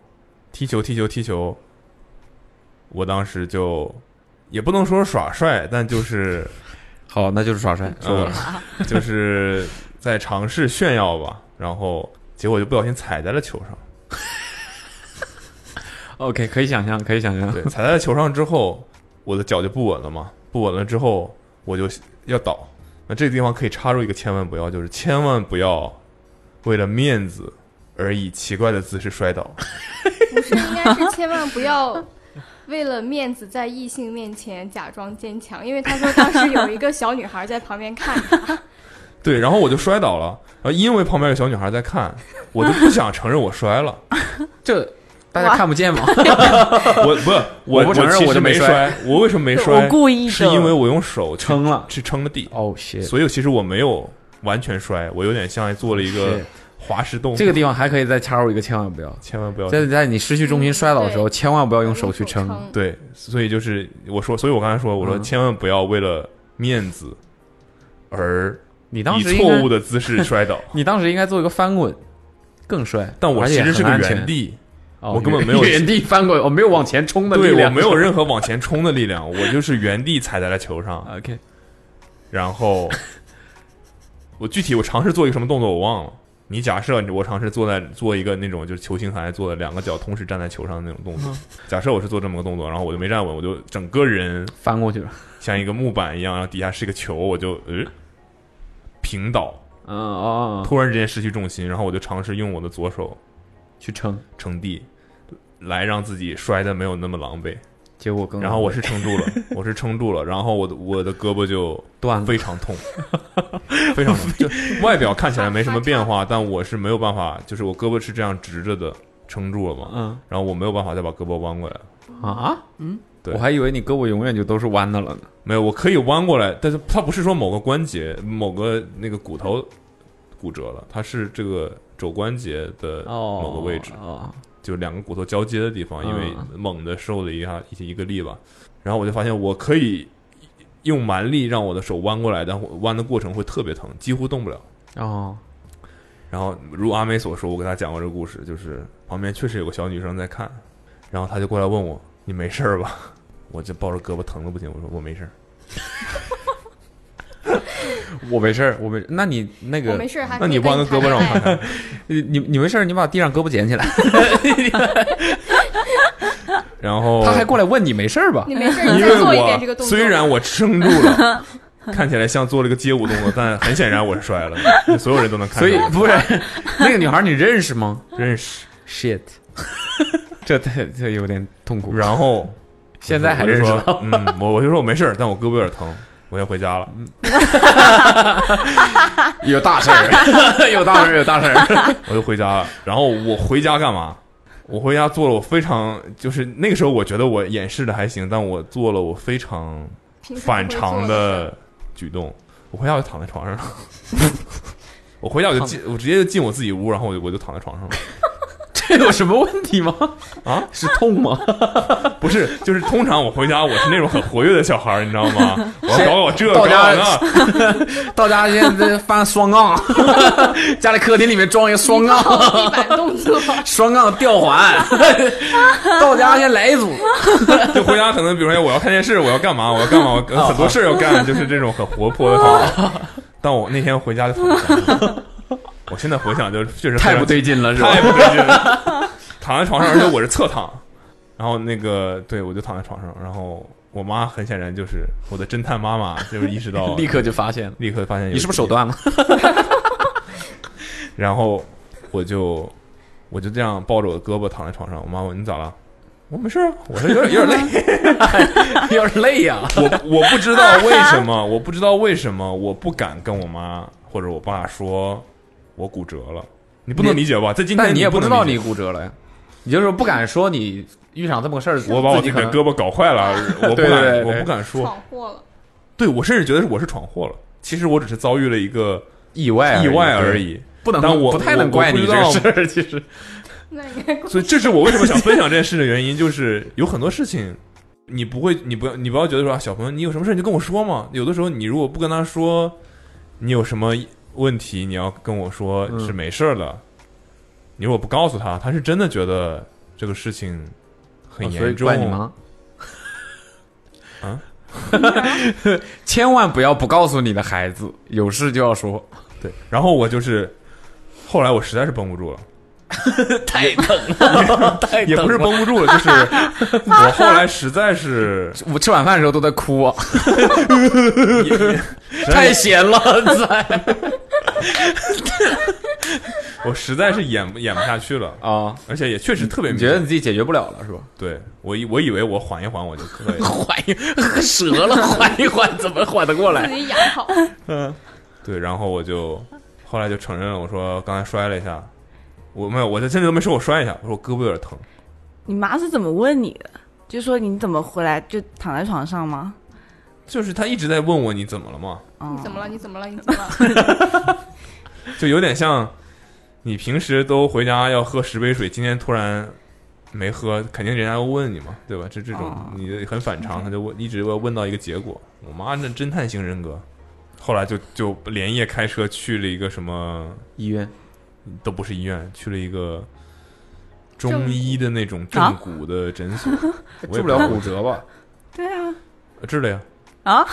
Speaker 2: 踢球踢球踢球，我当时就也不能说是耍帅，但就是
Speaker 7: 好，那就是耍帅。
Speaker 2: 嗯，就是在尝试炫耀吧。然后结果就不小心踩在了球上，
Speaker 7: OK，可以想象，可以想象。
Speaker 2: 对，踩在了球上之后，我的脚就不稳了嘛，不稳了之后我就要倒。那这个地方可以插入一个，千万不要，就是千万不要为了面子而以奇怪的姿势摔倒。
Speaker 10: 不是应该是千万不要为了面子在异性面前假装坚强，因为他说当时有一个小女孩在旁边看他，
Speaker 2: 对，然后我就摔倒了，然后因为旁边有小女孩在看，我就不想承认我摔
Speaker 7: <laughs>
Speaker 2: 了。
Speaker 7: 这大家看不见吗？
Speaker 2: 我不，
Speaker 7: 啊我不承认
Speaker 2: 其实
Speaker 7: 我就没
Speaker 2: 没
Speaker 7: 摔，
Speaker 2: 我为什么没
Speaker 4: 我
Speaker 2: 摔？
Speaker 4: 故意的，
Speaker 2: 是因为我用手去
Speaker 7: 撑了。
Speaker 2: 去撑了地，
Speaker 7: 哦，谢。
Speaker 2: 所以其实我没有完全摔，我有点像做了一个
Speaker 7: 是
Speaker 2: 滑石动作。
Speaker 7: 哦这个地啊方还可以再插入一个，千万不要。
Speaker 2: 千万不要
Speaker 7: 在在你失去重心摔倒的时候，千万不要用手去撑。
Speaker 10: 撑。
Speaker 2: 对，所以就是我说，所以我刚才说，我说
Speaker 7: 嗯
Speaker 2: 千万不要为了面子而
Speaker 7: 你当
Speaker 2: 以
Speaker 7: 时应该
Speaker 2: 错误，的姿势摔倒。
Speaker 7: <laughs> 你当时应该做一个翻滚，更帅。
Speaker 2: 但我
Speaker 7: 而
Speaker 2: 其
Speaker 7: 且
Speaker 2: 实是个
Speaker 7: 很安全
Speaker 2: 原，地，
Speaker 7: 哦
Speaker 2: 我根本没有
Speaker 7: <laughs> 原地翻滚，我没有往前冲的力
Speaker 2: 对我
Speaker 7: 量，
Speaker 2: 没有。任何往前冲的力量，我就是原地踩在了球上。
Speaker 7: <laughs> OK，
Speaker 2: 然后我具体我尝试做一个什么动作我忘了。你假设我尝试坐在做一个那种就是球形台做的两个脚同时站在球上的那种动
Speaker 7: 嗯
Speaker 2: 作， <laughs> 假设我是做这么个动作，然后我就没站稳，我就整个人
Speaker 7: 翻过去了。
Speaker 2: 像一个木板一样，然后底下是一个球，我就呃平倒，
Speaker 7: <laughs> 嗯哦，哦哦
Speaker 2: 突然之间失去重心，然后我就尝试用我的左手
Speaker 7: 去撑，
Speaker 2: 撑地，来让自己摔的没有那么狼狈。
Speaker 7: 结果更
Speaker 2: 然后我是撑
Speaker 7: <laughs>
Speaker 2: 住了，我是撑住了，然后我的我的胳膊就
Speaker 7: 断 <laughs> 了。
Speaker 2: 非常痛，非常
Speaker 7: <laughs>
Speaker 2: 痛。就外表看起来没什么变化，但我是没有办法，就是我胳膊是这样直着的撑住了嘛，
Speaker 7: 嗯
Speaker 2: 然后我没有办法再把胳膊弯过来。
Speaker 7: 啊，嗯，
Speaker 2: 对
Speaker 7: 我还以为你胳膊永远就都是弯的了呢。
Speaker 2: 没有，我可以弯过来，但是它不是说某个关节、某个那个骨头骨折了，它是这个肘关节的某个位置，
Speaker 7: 哦，
Speaker 2: 就两个骨头交接的地方，
Speaker 7: 嗯
Speaker 2: 因为猛地受了一下一些一个力吧，然后我就发现我可以用蛮力让我的手弯过来，但弯的过程会特别疼，几乎动不了。
Speaker 7: 哦，
Speaker 2: 然后如阿美所说，我给她讲过这个故事，就是旁边确实有个小女生在看，然后她就过来问我：“你没事儿吧？”我就抱着胳膊疼的不行，我说我没事儿。
Speaker 7: 我没事儿，我没。那你那
Speaker 10: 我
Speaker 7: 个
Speaker 10: 没，事，还可
Speaker 2: 那
Speaker 10: 以
Speaker 2: 你
Speaker 10: 跟
Speaker 2: 弯个胳膊让我
Speaker 10: 谈恋爱
Speaker 2: 看看。
Speaker 7: <laughs> 你你你没事儿，你把地上胳膊
Speaker 2: <laughs>
Speaker 7: 捡起来。
Speaker 2: 然后
Speaker 7: 他还过来问你没事儿吧？
Speaker 10: 你没事，
Speaker 2: 因
Speaker 10: 你再
Speaker 2: 为
Speaker 10: 做一遍这个
Speaker 2: 我
Speaker 10: 动作。 <laughs>
Speaker 2: 虽然我撑住了，看起来像做了个街舞动作，但很显然我是摔了，所有人都能看
Speaker 7: 所
Speaker 2: 出
Speaker 7: 以
Speaker 2: 来。
Speaker 7: 不是那个女孩，你认识吗
Speaker 2: 认识，
Speaker 7: ？shit，这这这有点痛苦。
Speaker 2: 然后
Speaker 7: 现在还
Speaker 2: 我就
Speaker 7: 认识
Speaker 2: 说
Speaker 7: 吗？，
Speaker 2: 嗯，我我就说我没事儿，但我胳膊有点疼，我先回家了。
Speaker 7: 嗯
Speaker 2: <laughs>
Speaker 7: 有大事
Speaker 2: <laughs>
Speaker 7: 儿，有大事儿，有大事儿。
Speaker 2: 我就回家了。然后我回家干嘛？我回家做了我非常，就是那个时候我觉得我掩饰的还行，但我做了我非常
Speaker 10: 平时不会
Speaker 2: 反
Speaker 10: 做
Speaker 2: 常
Speaker 10: 的
Speaker 2: 的举动。我回家我就躺在床上
Speaker 7: <laughs>
Speaker 2: 了，我回家我就进，我直接就进我自己屋，然后我就我就躺在床上了。
Speaker 7: <laughs> 这有什么问题吗？
Speaker 2: 啊，
Speaker 7: 是痛吗？
Speaker 2: <laughs> 不是，就是通常我回家我是那种很活跃的小孩儿，你知道
Speaker 7: <laughs>
Speaker 2: 吗？我要
Speaker 7: 谁
Speaker 2: 搞搞这，搞搞
Speaker 7: 到家
Speaker 2: 那，
Speaker 7: <laughs> 到家现在翻双杠，家里客厅里面装一
Speaker 2: <laughs>
Speaker 7: 个双杠，
Speaker 10: 地板动作，
Speaker 7: <laughs> 双杠吊环， <laughs> 到家先来一组。
Speaker 2: 就回家可能比如说我要看电视，我要干嘛，我要干
Speaker 7: <laughs>
Speaker 2: 嘛，我有很多事儿要干，就是这种很活泼的小孩儿。但我那天回家就躺在床上了，我现在回想就是确实非常
Speaker 7: 太不对劲了，是吧
Speaker 2: 太？不对劲了。
Speaker 7: <laughs>
Speaker 2: 躺在床上，而且我是侧躺，然后那个对我就躺在床上，然后我妈很显然就是我的侦探妈妈，就是意识到
Speaker 7: <laughs> 立刻就发现了，
Speaker 2: 立刻发现有
Speaker 7: 你是不是手断了？
Speaker 2: <laughs> 然后我就我就这样抱着我的胳膊躺在床上，我妈问你咋
Speaker 7: <laughs>
Speaker 2: 了？我没事儿，我说有点有点累，
Speaker 7: 有点累呀。
Speaker 2: 我我不知道为什么， <laughs> 我不知道为什么我不敢跟我妈或者我爸说我骨折了，你不能
Speaker 7: 你
Speaker 2: 理解吧？在今
Speaker 7: 但
Speaker 2: 天
Speaker 7: 你也
Speaker 2: 不
Speaker 7: 不
Speaker 2: 能
Speaker 7: 知道
Speaker 2: 理
Speaker 7: 你
Speaker 2: 解
Speaker 7: 骨折了呀，你就是不敢说你遇上这么个事儿，
Speaker 2: 我把我
Speaker 7: 自
Speaker 2: 自
Speaker 7: 己
Speaker 2: 己
Speaker 7: 可
Speaker 2: 的
Speaker 7: 能
Speaker 2: 胳膊搞坏
Speaker 7: <laughs>
Speaker 2: 了，我不
Speaker 7: 对对对
Speaker 2: 敢
Speaker 7: 对
Speaker 2: 我不敢说，
Speaker 7: <laughs>
Speaker 10: 闯祸了。
Speaker 2: 对我甚至觉得是我是闯祸了，其实我只是遭遇了一个
Speaker 7: 意外
Speaker 2: 意外而
Speaker 7: 已，
Speaker 2: 已。
Speaker 7: 不能
Speaker 2: 但我
Speaker 7: 不太能
Speaker 2: 我
Speaker 7: 怪
Speaker 2: 我不
Speaker 7: 你
Speaker 2: 知
Speaker 7: 这个
Speaker 2: 道
Speaker 7: 事儿，其实
Speaker 10: <laughs> 那应该
Speaker 2: 所以这是我为什么想分享这件事的原因，就是有很多事情，你不会，你不要，你不要觉得说啊，小朋友，你有什么事你就跟我说嘛。有的时候你如果不跟他说，你有什么问题，你要跟我说
Speaker 7: 嗯
Speaker 2: 是没事儿的。你如果不告诉他，他是真的觉得这个事情很
Speaker 7: 哦所以
Speaker 2: 严重。
Speaker 7: 怪你吗？
Speaker 2: 啊，
Speaker 7: <laughs> 千万不要不告诉你的孩子，有事就要说，
Speaker 2: 对，然后我就是后来我实在是绷不住了。
Speaker 7: 太疼了， <laughs>
Speaker 4: 哎
Speaker 7: 太
Speaker 2: 也不是
Speaker 7: <laughs>
Speaker 2: 绷不住了，就是我后来实在是
Speaker 7: 我吃晚饭的时候都在哭啊，
Speaker 2: 也也
Speaker 7: 太
Speaker 2: <laughs>
Speaker 7: 咸了，
Speaker 2: 我实在是演不演不下去了，
Speaker 7: 啊！
Speaker 2: 而且也确实特别
Speaker 7: 你
Speaker 2: 敏
Speaker 7: 觉得你
Speaker 2: 感。
Speaker 7: 自己解决不了了是吧？
Speaker 2: 对我以我以为我缓一缓我就可以了，
Speaker 7: <laughs> 缓一折了，缓一缓，怎么缓得过
Speaker 10: 自
Speaker 7: 来？
Speaker 10: 己养好，
Speaker 2: <laughs>
Speaker 7: 嗯
Speaker 2: 对，然后我就后来就承认了，我说刚才摔了一下，我没有，我在真的都没说我摔一下，我说我胳膊有点疼，
Speaker 9: 你妈是怎么问你的？就说你怎么回来就躺在床上吗？
Speaker 2: 就是他一直在问我你怎么了嘛，
Speaker 9: 哦
Speaker 10: 你怎么了？你怎么了？你怎么了？
Speaker 2: 就有点像你平时都回家要喝十杯水，今天突然没喝，肯定人家要问你嘛，对吧？这这种
Speaker 7: 啊
Speaker 9: 哦
Speaker 2: 你很反常，他就问一直要问到一个结果。我妈那侦探型人格，后来就就连夜开车去了一个什么
Speaker 7: 医院
Speaker 2: 都不是医院，去了一个中医的那种正骨的诊
Speaker 7: <laughs>
Speaker 2: 所，我也
Speaker 7: 啊治不
Speaker 2: 知道呃
Speaker 7: 了骨折吧？
Speaker 9: 对啊，
Speaker 2: 治了呀。
Speaker 9: 啊，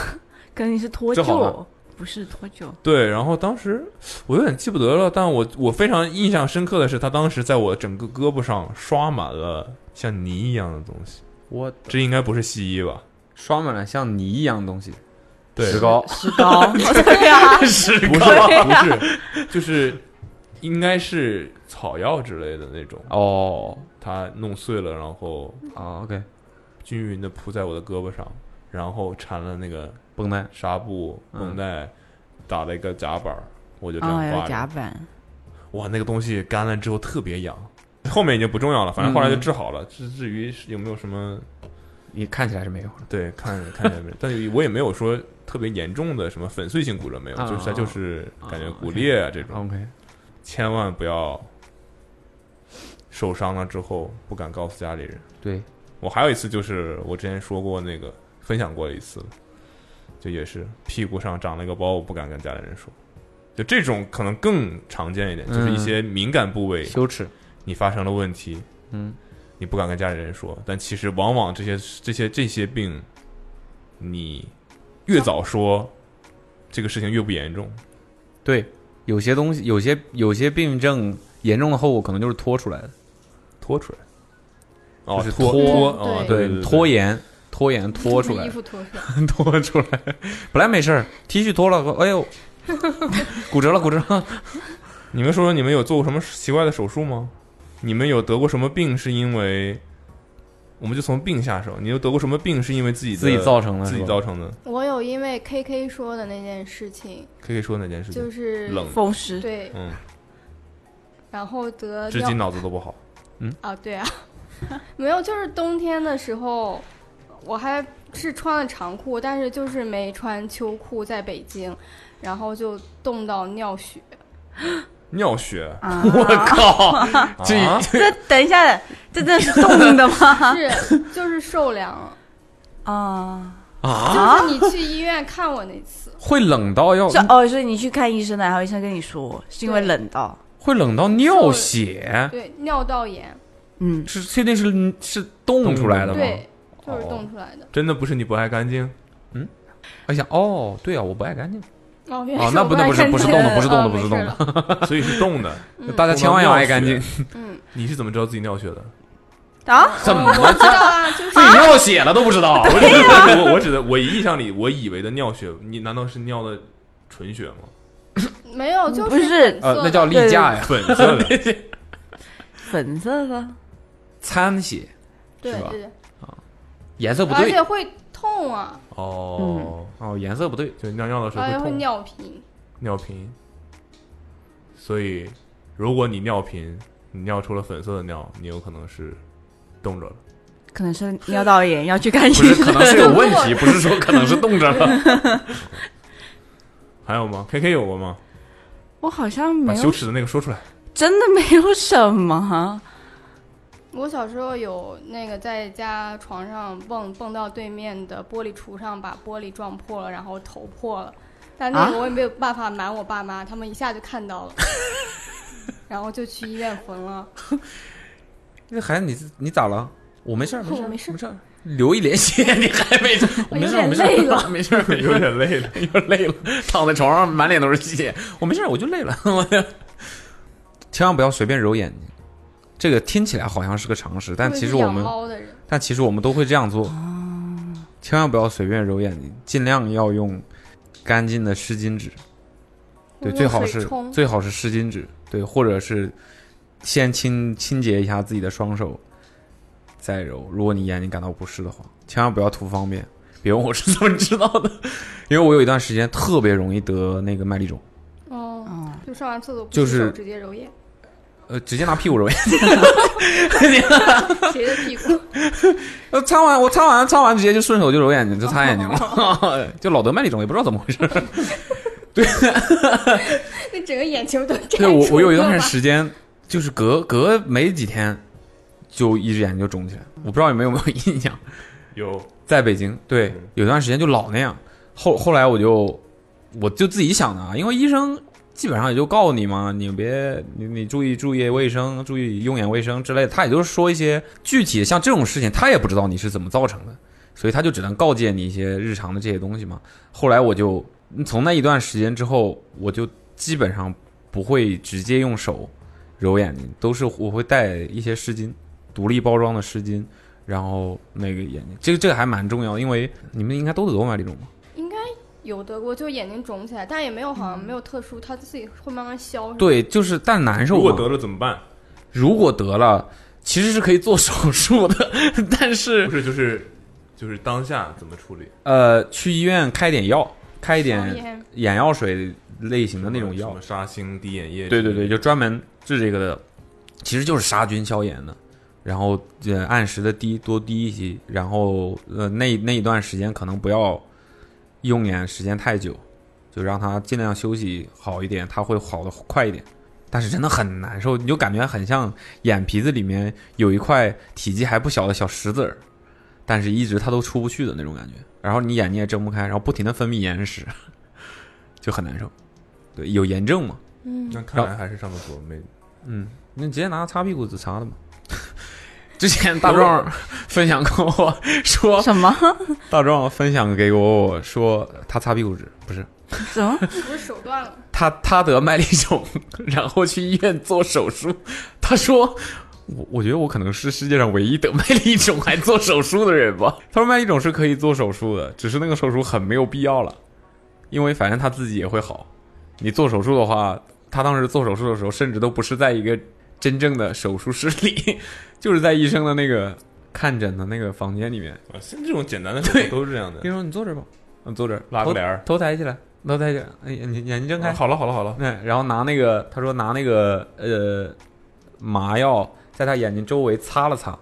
Speaker 9: 可能你是脱
Speaker 7: 这好吗
Speaker 9: 臼，不是脱臼。
Speaker 2: 对，然后当时我有点记不得了，但我我非常印象深刻的是，他当时在我整个胳膊上刷满了像泥一样的东西。
Speaker 7: 我
Speaker 2: 这应该不是西医吧？
Speaker 7: 刷满了像泥一样的东西，
Speaker 2: 对，
Speaker 7: 石膏，
Speaker 9: 石膏， <laughs> 对
Speaker 2: <laughs>
Speaker 9: 呀，
Speaker 7: 石
Speaker 2: 不是不是，
Speaker 7: <laughs>
Speaker 2: 就是应该是草药之类的那种，
Speaker 7: 哦
Speaker 2: 它弄碎了，然后
Speaker 7: 啊，OK，
Speaker 2: 均匀的铺在我的胳膊上，然后缠了那个
Speaker 7: 绷带
Speaker 2: 纱布
Speaker 7: 嗯
Speaker 2: 绷带，打了一个夹板儿，我就这样
Speaker 9: 哦，有
Speaker 2: 挂着。
Speaker 9: 夹板，
Speaker 2: 哇，那个东西干了之后特别痒，后面已经不重要了，反
Speaker 9: 嗯
Speaker 2: 正后来就治好了。至至于是有没有什么，
Speaker 7: 嗯
Speaker 2: <laughs>
Speaker 7: 你看起来是没有了。
Speaker 2: 对，看看见没？但我也没有说特别严重的什么粉碎性骨折没有，
Speaker 7: 啊
Speaker 2: 就是它就是
Speaker 7: 啊
Speaker 2: 感觉
Speaker 7: 啊
Speaker 2: 骨裂啊这种，
Speaker 7: OK，
Speaker 2: 千万不要受伤了之后不敢告诉家里人。
Speaker 7: 对，
Speaker 2: 我还有一次就是我之前说过那个分享过一次了，就也是屁股上长了一个包，我不敢跟家里人说。就这种可能更常见一点，就是一
Speaker 7: 嗯
Speaker 2: 些敏感部位，
Speaker 7: 羞耻，
Speaker 2: 你发生了问题，
Speaker 7: 嗯，
Speaker 2: 你不敢跟家里人说，但其实往往这些这些这些病，你越早说，这个事情越不严重。
Speaker 7: 对，有些东西，有些有些病症严重的后果可能就是拖出来的，
Speaker 2: 拖出来，哦
Speaker 7: 就，是
Speaker 2: 拖
Speaker 7: 拖
Speaker 9: 嗯
Speaker 2: 哦，
Speaker 10: 对
Speaker 2: 对对，
Speaker 7: 拖延，拖延拖出来
Speaker 10: 衣，服脱出来，
Speaker 7: <laughs> 拖出来，本来没事儿，T 恤脱了，哎呦，骨折了，骨折了，
Speaker 2: <laughs> 你们说说你们有做过什么奇怪的手术吗？你们有得过什么病是因为？我们就从病下手。你有得过什么病是因为自己的
Speaker 7: 自己造成的
Speaker 2: 自己
Speaker 7: 是吧
Speaker 2: 造成的？
Speaker 10: 我有因为 K K 说的那件事情，
Speaker 2: 可以说哪件事情？
Speaker 10: 就是
Speaker 2: 冷，
Speaker 9: 风湿，
Speaker 10: 对，
Speaker 2: 嗯，
Speaker 10: 然后得
Speaker 2: 至
Speaker 10: 尿
Speaker 2: 今脑子都不好。
Speaker 10: 啊，对啊， <laughs> 没有，就是冬天的时候，我还是穿了长裤，但是就是没穿秋裤，在北京，然后就冻到尿血。
Speaker 2: 尿血，
Speaker 9: 啊，
Speaker 7: 靠， <laughs> 这
Speaker 2: 啊
Speaker 9: 这 <laughs> 等一下， <laughs> 这真的是冻的吗？
Speaker 10: <laughs> 是，就是受凉了。
Speaker 9: 啊，
Speaker 7: 啊，
Speaker 10: 就是你去医院看我那次，
Speaker 7: 会冷到要
Speaker 9: 是哦，所以你去看医生的，然后医生跟你说是因为冷到，
Speaker 7: 会冷到尿血，
Speaker 10: 对，尿道炎，
Speaker 9: 嗯，
Speaker 7: 是确定是是冻出来的吗？
Speaker 10: 对，就是
Speaker 7: 哦
Speaker 10: 冻出来的。
Speaker 2: 真的不是你不爱干净？嗯
Speaker 7: 哎呀，哦，对啊，我不爱干净，
Speaker 10: 哦，
Speaker 7: 哦那不那不是不
Speaker 10: <laughs>
Speaker 7: 是冻的不是冻的不是冻的
Speaker 10: 的。
Speaker 2: <laughs> 所以是冻的。
Speaker 10: 嗯
Speaker 7: 大家千万要爱干净
Speaker 2: 冻。
Speaker 10: 嗯，
Speaker 2: 你是怎么知道自己尿血的？
Speaker 9: 啊，
Speaker 7: 怎么哎
Speaker 10: 我知道啊，就是
Speaker 7: <laughs> 自己尿血了都不知道？啊
Speaker 2: 我
Speaker 10: 哎
Speaker 2: 只是我我指的我印象里我以为的尿血，你难道是尿的纯血吗？
Speaker 10: 没有，就
Speaker 9: 嗯不是
Speaker 10: 粉色
Speaker 7: 呃，
Speaker 10: 的
Speaker 7: 那叫例假呀，
Speaker 2: 粉色
Speaker 7: <laughs>
Speaker 2: 的，
Speaker 9: 粉色的，
Speaker 7: 掺血，
Speaker 10: 对
Speaker 7: 是吧
Speaker 10: 对，对
Speaker 7: 颜色不
Speaker 10: 而
Speaker 7: 对
Speaker 10: 且会痛啊，
Speaker 2: 哦，
Speaker 7: 哦，颜色不对，
Speaker 2: 就尿尿的时候
Speaker 10: 而
Speaker 2: 会
Speaker 10: 且会
Speaker 2: 痛，
Speaker 10: 哎尿频。
Speaker 2: 尿频。所以，如果你尿频，你尿出了粉色的尿，你有可能是冻着了。
Speaker 9: 可能是尿道炎要去看医
Speaker 7: 不是，
Speaker 9: 生，
Speaker 7: 可能是有问题，不是说可能是冻着了。
Speaker 2: <laughs> 还有吗？K K 有过吗？
Speaker 9: <laughs> 我好像
Speaker 2: 把
Speaker 9: 没
Speaker 2: 羞
Speaker 9: 有，
Speaker 2: 耻的那个说出来。
Speaker 9: 真的没有什么，
Speaker 10: 我小时候有那个在家床上蹦蹦到对面的玻璃橱上，把玻璃撞破了，然后头破了。但那
Speaker 7: 啊
Speaker 10: 个我也没有办法瞒我爸妈，他们一下就看到了， <laughs> 然后就去医院缝了。
Speaker 7: 那孩子，你你咋了？我没事儿，没事儿，
Speaker 10: 我没事儿 <laughs>
Speaker 7: 没事儿。流一脸血，你还没事儿？我没事儿，
Speaker 10: 有
Speaker 7: 没事
Speaker 10: 点累
Speaker 7: 儿，
Speaker 10: <laughs> 了
Speaker 7: <laughs> 没事儿，没事
Speaker 2: 有
Speaker 7: 儿，
Speaker 2: 点累
Speaker 10: <laughs>
Speaker 2: 了。
Speaker 7: 有点累了，躺在床上满脸都是血。我没事儿，我就累了。 <laughs> 我就千万不要随便揉眼睛，这个听起来好像是个常识，但
Speaker 10: 因为
Speaker 7: 其
Speaker 10: 是
Speaker 7: 实我
Speaker 10: 养
Speaker 7: 们
Speaker 10: 猫的人，
Speaker 7: 但其实我们都会这样做，千万不要随便揉眼睛，尽量要用干净的湿巾纸，对，
Speaker 10: 用
Speaker 7: 最好
Speaker 10: 水
Speaker 7: 是
Speaker 10: 冲
Speaker 7: 最好是湿巾纸，对，或者是先清清洁一下自己的双手，再揉。如果你眼睛感到不适的话，千万不要图方便。别问我是怎么知道的，因为我有一段时间特别容易得那个麦粒肿，
Speaker 10: 哦，
Speaker 9: 嗯，
Speaker 10: 就上完厕所不
Speaker 7: 就
Speaker 10: 洗手
Speaker 7: 是
Speaker 10: 直接揉
Speaker 7: <laughs>
Speaker 10: 眼， <laughs>
Speaker 7: 呃，直接拿屁股揉眼。
Speaker 10: 斜着屁股。
Speaker 7: <laughs> 呃，擦完我擦完擦完直接就顺手就揉眼睛，就擦眼睛
Speaker 10: <laughs>
Speaker 7: 了，就老得麦粒肿，也不知道怎么回事。
Speaker 10: 那整个眼球都
Speaker 7: 对
Speaker 10: 对
Speaker 7: 我，我有一段时间，就是隔隔没几天，就一只眼睛就肿起来。我不知道你们有 <laughs> 没有印象，
Speaker 2: 有
Speaker 7: 在北京，对，有段时间就老那样。后后来我就我就自己想的啊，因为医生基本上也就告诉你嘛，你别你你注意注意卫生，注意用眼卫生之类的。他也就是说一些具体的，像这种事情，他也不知道你是怎么造成的，所以他就只能告诫你一些日常的这些东西嘛。后来我就嗯从那一段时间之后，我就基本上不会直接用手揉眼睛，都是我会带一些湿巾，独立包装的湿巾。然后那个眼睛，这个这个还蛮重要，因为你们应该都得过麦粒肿吧？
Speaker 10: 应该有得过，就眼睛肿起来，但也没有好像没有特殊，它自己会慢慢消。是吧，
Speaker 7: 对，就是但难受
Speaker 2: 如
Speaker 7: 嘛。
Speaker 2: 果得了怎么办？
Speaker 7: 如果得了，其实是可以做手术的，但是
Speaker 2: 不是就是就是当下怎么处理？
Speaker 7: 呃，去医院开点药，开一
Speaker 10: 消
Speaker 7: 点
Speaker 10: 炎
Speaker 7: 眼药水类型的那种
Speaker 2: 什
Speaker 7: 药
Speaker 2: 么，沙星滴眼液？
Speaker 7: 对对对，，就专门治这个的，其实就是杀菌消炎的。然后呃，按时的滴多滴一些，然后呃，那那一段时间可能不要用眼时间太久，就让它尽量休息好一点，它会好的快一点。但是真的很难受，你就感觉很像眼皮子里面有一块体积还不小的小石子儿，但是一直它都出不去的那种感觉。然后你眼睛也睁不开，然后不停的分泌眼屎， <laughs> 就很难受。对，有炎症嘛？
Speaker 2: 那看来还是上厕所没
Speaker 7: 嗯，那直接拿擦屁股纸擦
Speaker 2: <laughs>
Speaker 7: 的嘛。之前大壮分享 <laughs> 过我说，
Speaker 9: 什么
Speaker 7: 大壮分享给我说他擦屁股纸不是
Speaker 9: 什么
Speaker 10: 是不是手断了？
Speaker 7: 他他得麦粒肿，然后去医院做手术。他说我我觉得我可能是世界上唯一得麦粒肿还做手术的人吧。 <laughs> 他说麦粒肿是可以做手术的，只是那个手术很没有必要了，因为反正他自己也会好。你做手术的话，他当时做手术的时候，甚至都不是在一个真正的手术室里， <laughs> 就是在医生的那个看诊的那个房间里面。
Speaker 2: 啊像这种简
Speaker 7: <laughs>
Speaker 2: 单的事情都是这样的
Speaker 7: 医。生说：“你坐这儿吧，嗯，坐这儿，
Speaker 2: 拉个帘儿
Speaker 7: 头头抬起来，头抬起来，哎，眼眼睛睁开
Speaker 2: 啊，好了好了好了，
Speaker 7: 嗯，然后拿那个，他说拿那个呃麻药在他眼睛周围擦了擦，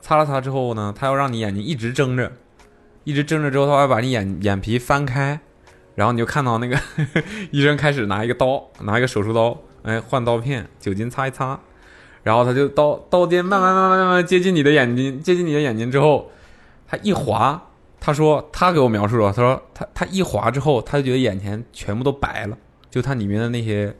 Speaker 7: 擦了擦之后呢，他要让你眼睛一直睁着，一直睁着之后，他会把你眼眼皮翻开，然后你就看到那个 <laughs> 医生开始拿一个刀，拿一个手术刀，哎，换刀片，酒精擦一擦，然后他就刀刀尖慢慢慢慢慢慢接近你的眼睛，接近你的眼睛之后，他一划。他说，他给我描述了，他说他他一划之后，他就觉得眼前全部都白了，就它里面的那些